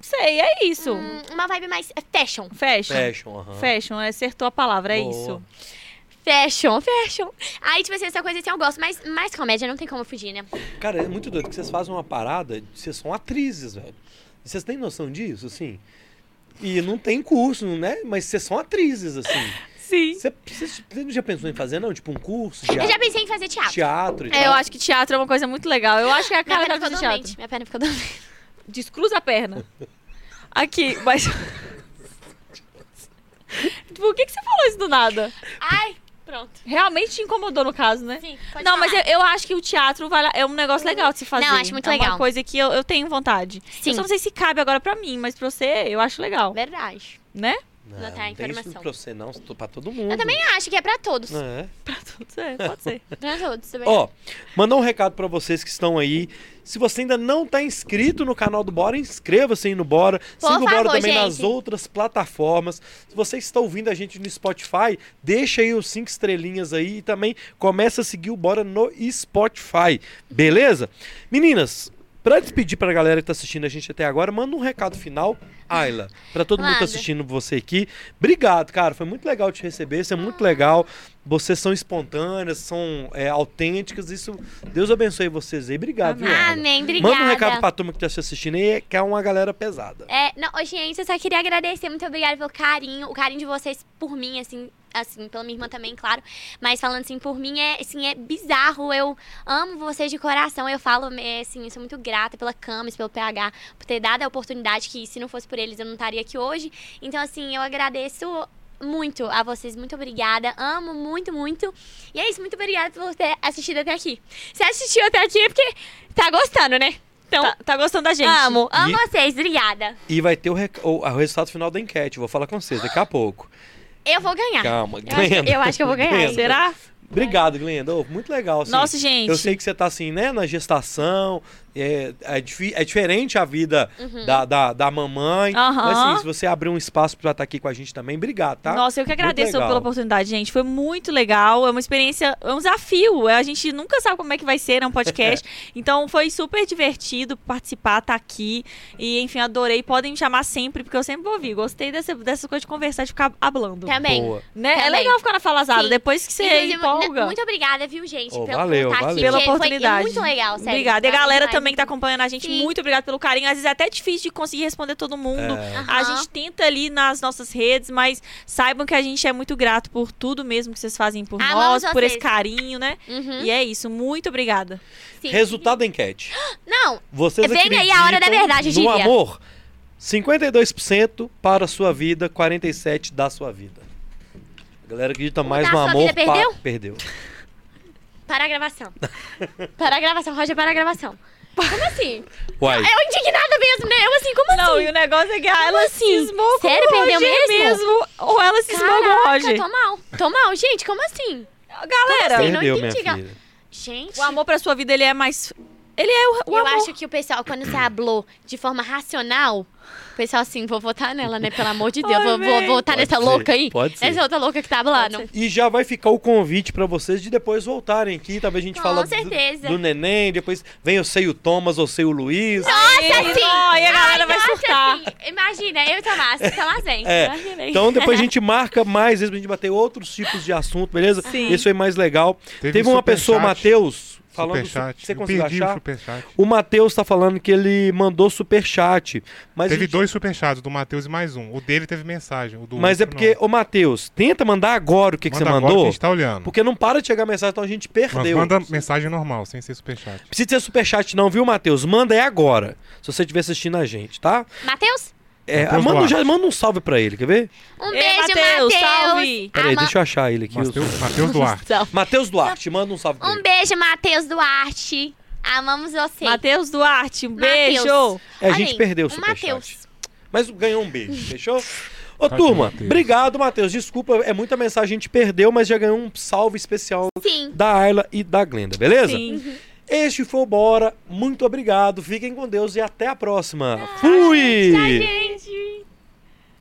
S3: não sei, é isso.
S4: Hum, uma vibe mais. é Fashion.
S3: Fashion.
S1: fashion, aham.
S3: Fashion, acertou a palavra, é
S1: Boa.
S3: isso.
S4: Fashion, fashion. Aí, tipo assim, essa coisa assim eu gosto, mas mais comédia não tem como fugir, né?
S1: Cara, é muito doido que vocês fazem uma parada, vocês são atrizes, velho. Vocês têm noção disso, assim? E não tem curso, né? Mas vocês são atrizes, assim.
S3: Sim.
S1: Você, você- você já pensou em fazer, não? Tipo, um curso de
S4: Eu já pensei em fazer teatro.
S1: teatro e
S3: É, eu
S1: tal?
S3: acho que teatro é uma coisa muito legal. Eu acho que é a
S4: Minha
S3: cara da
S4: perna
S3: coisa
S4: ficou
S3: de
S4: dormente.
S3: teatro.
S4: Minha perna ficou dormente.
S3: Descruza a perna. Aqui, mas. Por que, que você falou isso do nada?
S4: Ai, pronto.
S3: Realmente te incomodou, no caso, né?
S4: Sim, pode
S3: Não,
S4: falar.
S3: mas eu, eu acho que o teatro vale- é um negócio legal de se fazer.
S4: Não, acho muito
S3: é uma
S4: legal.
S3: coisa que eu, eu tenho vontade.
S4: Sim.
S3: Eu só não sei se cabe agora pra mim, mas pra você, eu acho legal,
S4: Verdade.
S3: né?
S1: Não,
S4: Não tá,
S1: não tem isso
S4: informação.
S1: pra você, não. Isso Pra todo mundo.
S4: Eu também acho que é pra todos.
S1: É.
S3: Pra tudo, é, pode ser.
S4: Pra todos também.
S1: Ó, mandar um recado pra vocês que estão aí. Se você ainda não tá inscrito no canal do Bora, inscreva-se aí no Bora.
S4: Por
S1: Siga o Bora
S4: favor,
S1: também
S4: gente.
S1: nas outras plataformas. Se você está ouvindo a gente no Spotify, deixa aí os cinco estrelinhas aí e também começa a seguir o Bora no Spotify. Beleza? Meninas, pra despedir pra galera que tá assistindo a gente até agora, manda um recado final, Ayla, pra todo mundo que tá
S4: Manda.
S1: assistindo você aqui. Obrigado, cara. Foi muito legal te receber. Você é muito legal. Vocês são espontâneas, são é, autênticas. Isso, Deus abençoe vocês aí. Obrigado, viu? Ayla?
S4: Amém, obrigada.
S1: Manda um recado pra turma que tá se assistindo aí, que é uma galera pesada.
S4: É, não, ô, gente, eu só queria agradecer, muito obrigada pelo carinho, o carinho de vocês por mim, assim, assim, pela minha irmã também, claro, mas falando assim, por mim é, assim, é bizarro, eu amo vocês de coração, eu falo, é, assim, eu sou muito grata pela Camis, pelo PH, por ter dado a oportunidade que se não fosse por eles eu não estaria aqui hoje, então, assim, eu agradeço muito a vocês, muito obrigada, amo muito, muito, e é isso, muito obrigada por ter assistido até aqui. Se assistiu até aqui é porque tá gostando, né? Então,
S3: Tá, tá gostando da gente?
S4: amo, amo
S1: E-
S4: vocês, obrigada.
S1: E vai ter o, rec- o- o resultado final da enquete. Vou falar com vocês daqui a pouco.
S4: Ah. Eu vou ganhar.
S1: Calma,
S4: Eu acho,
S1: Glenda.
S4: eu acho que eu vou ganhar.
S1: Glenda.
S4: Será?
S3: Será?
S1: Obrigado, Glenda. Ô, muito legal. assim.
S3: Nossa, gente.
S1: Eu sei que você tá assim, né, na gestação. É, é, difi- é diferente a vida
S4: Uhum.
S1: da, da, da mamãe.
S3: Aham.
S1: Mas assim, se você abrir um espaço pra estar aqui com a gente também, obrigado, tá?
S3: Nossa, eu que
S1: Muito
S3: agradeço
S1: legal.
S3: pela oportunidade, gente. Foi muito legal. É uma experiência, é um desafio. A gente nunca sabe como é que vai ser, é um podcast. então foi super divertido participar, estar aqui. E, enfim, adorei. Podem me chamar sempre, porque eu sempre vou ouvir. Gostei dessa, dessa coisa de conversar, de ficar hablando.
S4: Também.
S1: Boa.
S3: Né? É
S4: Tá Também.
S3: legal ficar na falazada.
S4: Sim.
S3: Depois que você
S4: Inclusive,
S3: empolga.
S4: mu- Muito obrigada, viu, gente?
S1: Ô,
S4: pelo
S1: valeu,
S4: contato,
S1: valeu.
S4: porque
S3: Pela
S4: foi-
S3: oportunidade.
S4: é muito legal, sério.
S3: Obrigada. E a galera
S4: demais.
S3: também que tá acompanhando a gente,
S4: Sim.
S3: muito obrigado pelo carinho. Às vezes é até difícil de conseguir responder todo mundo. A
S4: Aham.
S3: gente tenta ali nas nossas redes, mas saibam que a gente é muito grato por tudo mesmo que vocês fazem por
S4: Amamos
S3: nós, por
S4: vocês.
S3: esse carinho, né?
S4: Uhum,
S3: E é isso. Muito obrigada.
S4: sim.
S1: Resultado da enquete.
S4: Não,
S1: Vocês
S4: Vem aí a hora da
S1: acreditam
S4: verdade,
S1: no
S4: Gíria.
S1: amor, 52% para a sua vida, 47% da sua vida. A galera acredita mais
S4: da
S1: no
S4: tá sua
S1: amor.
S4: vida perdeu?
S1: perdeu.
S4: para a gravação. para a gravação, Roger, para a gravação. Como assim?
S1: Uai,
S4: Eu indignada mesmo, né? Eu assim, como
S3: Não,
S4: assim?
S3: e o negócio é que ah, ela se
S4: assim?
S3: esmou com
S4: Sério,
S3: o
S4: perdeu
S3: Roger
S4: mesmo?
S3: mesmo? Ou ela se esmou com o
S4: Caraca,
S3: Roger.
S4: tô mal. Tô mal, gente, como assim?
S3: Galera,
S4: Como assim? não
S1: perdeu, minha
S4: entendi,
S1: filha.
S4: Gente,
S3: o amor pra sua vida, ele é mais... Ele é o, o
S4: eu
S3: amor.
S4: acho que o pessoal, quando você hablou de forma racional, o pessoal assim, vou votar nela, né? Pelo amor de Deus,
S3: Ai,
S4: vou, vou
S3: véi.
S4: votar
S1: Pode
S4: nessa
S1: ser,
S4: louca aí.
S1: pode ser.
S4: Essa outra louca que tá hablando.
S1: E já vai ficar o convite pra vocês de depois voltarem aqui. Talvez a gente
S4: Com
S1: fala do-
S4: certeza.
S1: Do, neném, depois vem eu sei o Thomas, eu sei o Luiz.
S3: Nossa,
S4: sim.
S3: E
S4: é assim. Ai,
S3: a galera vai
S4: nossa,
S3: surtar.
S4: assim, imagina, eu e Tomás, Tomás vem.
S1: É,
S4: Imaginei.
S1: Então depois a gente marca mais vezes pra gente bater outros tipos de assunto, beleza?
S3: Sim.
S1: Esse foi mais legal.
S2: Teve
S1: Teve, uma
S2: superchat.
S1: pessoa, Matheus, falando.
S2: superchat.
S1: Você
S2: Eu
S1: conseguiu
S2: perdi o
S1: achar?
S2: superchat.
S1: O Matheus tá falando que ele mandou superchat. Mas,
S2: Teve
S1: a gente-
S2: dois superchats, o do Matheus e mais um. O dele teve mensagem. O do
S1: mas é
S2: outro
S1: porque,
S2: não.
S1: ô Matheus, tenta mandar agora o que, que
S2: Manda
S1: você
S2: agora
S1: mandou.
S2: que a gente tá olhando.
S1: Porque não para de chegar mensagem, então a gente
S2: Mas
S1: perdeu.
S2: manda mensagem normal, sem ser superchat.
S1: Precisa ter superchat, não, viu, Matheus? Manda é agora. Se você estiver assistindo a gente, tá?
S4: Matheus,
S1: É,
S2: Matheus
S1: manda, um-
S2: Duarte.
S1: já manda um salve pra ele, quer ver?
S4: um
S3: Ei,
S4: beijo,
S3: Matheus,
S4: Matheus.
S3: salve.
S1: Peraí,
S4: Ama-
S1: deixa eu achar ele aqui.
S2: Matheus Matheus Duarte.
S1: Matheus Duarte, manda um salve pra
S4: Um
S1: ele.
S4: beijo, Matheus Duarte. Amamos você.
S3: Matheus Duarte, um
S4: Mateus.
S3: beijo.
S1: É, a
S4: Olha
S1: gente
S4: aí,
S1: perdeu o
S4: o
S1: superchat.
S4: Matheus.
S1: Mas ganhou um beijo, fechou? Ô,
S2: Tadinho,
S1: turma,
S2: Matheus.
S1: obrigado, Matheus. Desculpa, é muita mensagem, a gente perdeu, mas já ganhou um salve especial
S4: Sim.
S1: da Ayla e da Glenda, beleza?
S3: Sim.
S1: Este foi o Bora. Muito obrigado. Fiquem com Deus e até a próxima. Fui!
S4: Tchau, Ah, gente.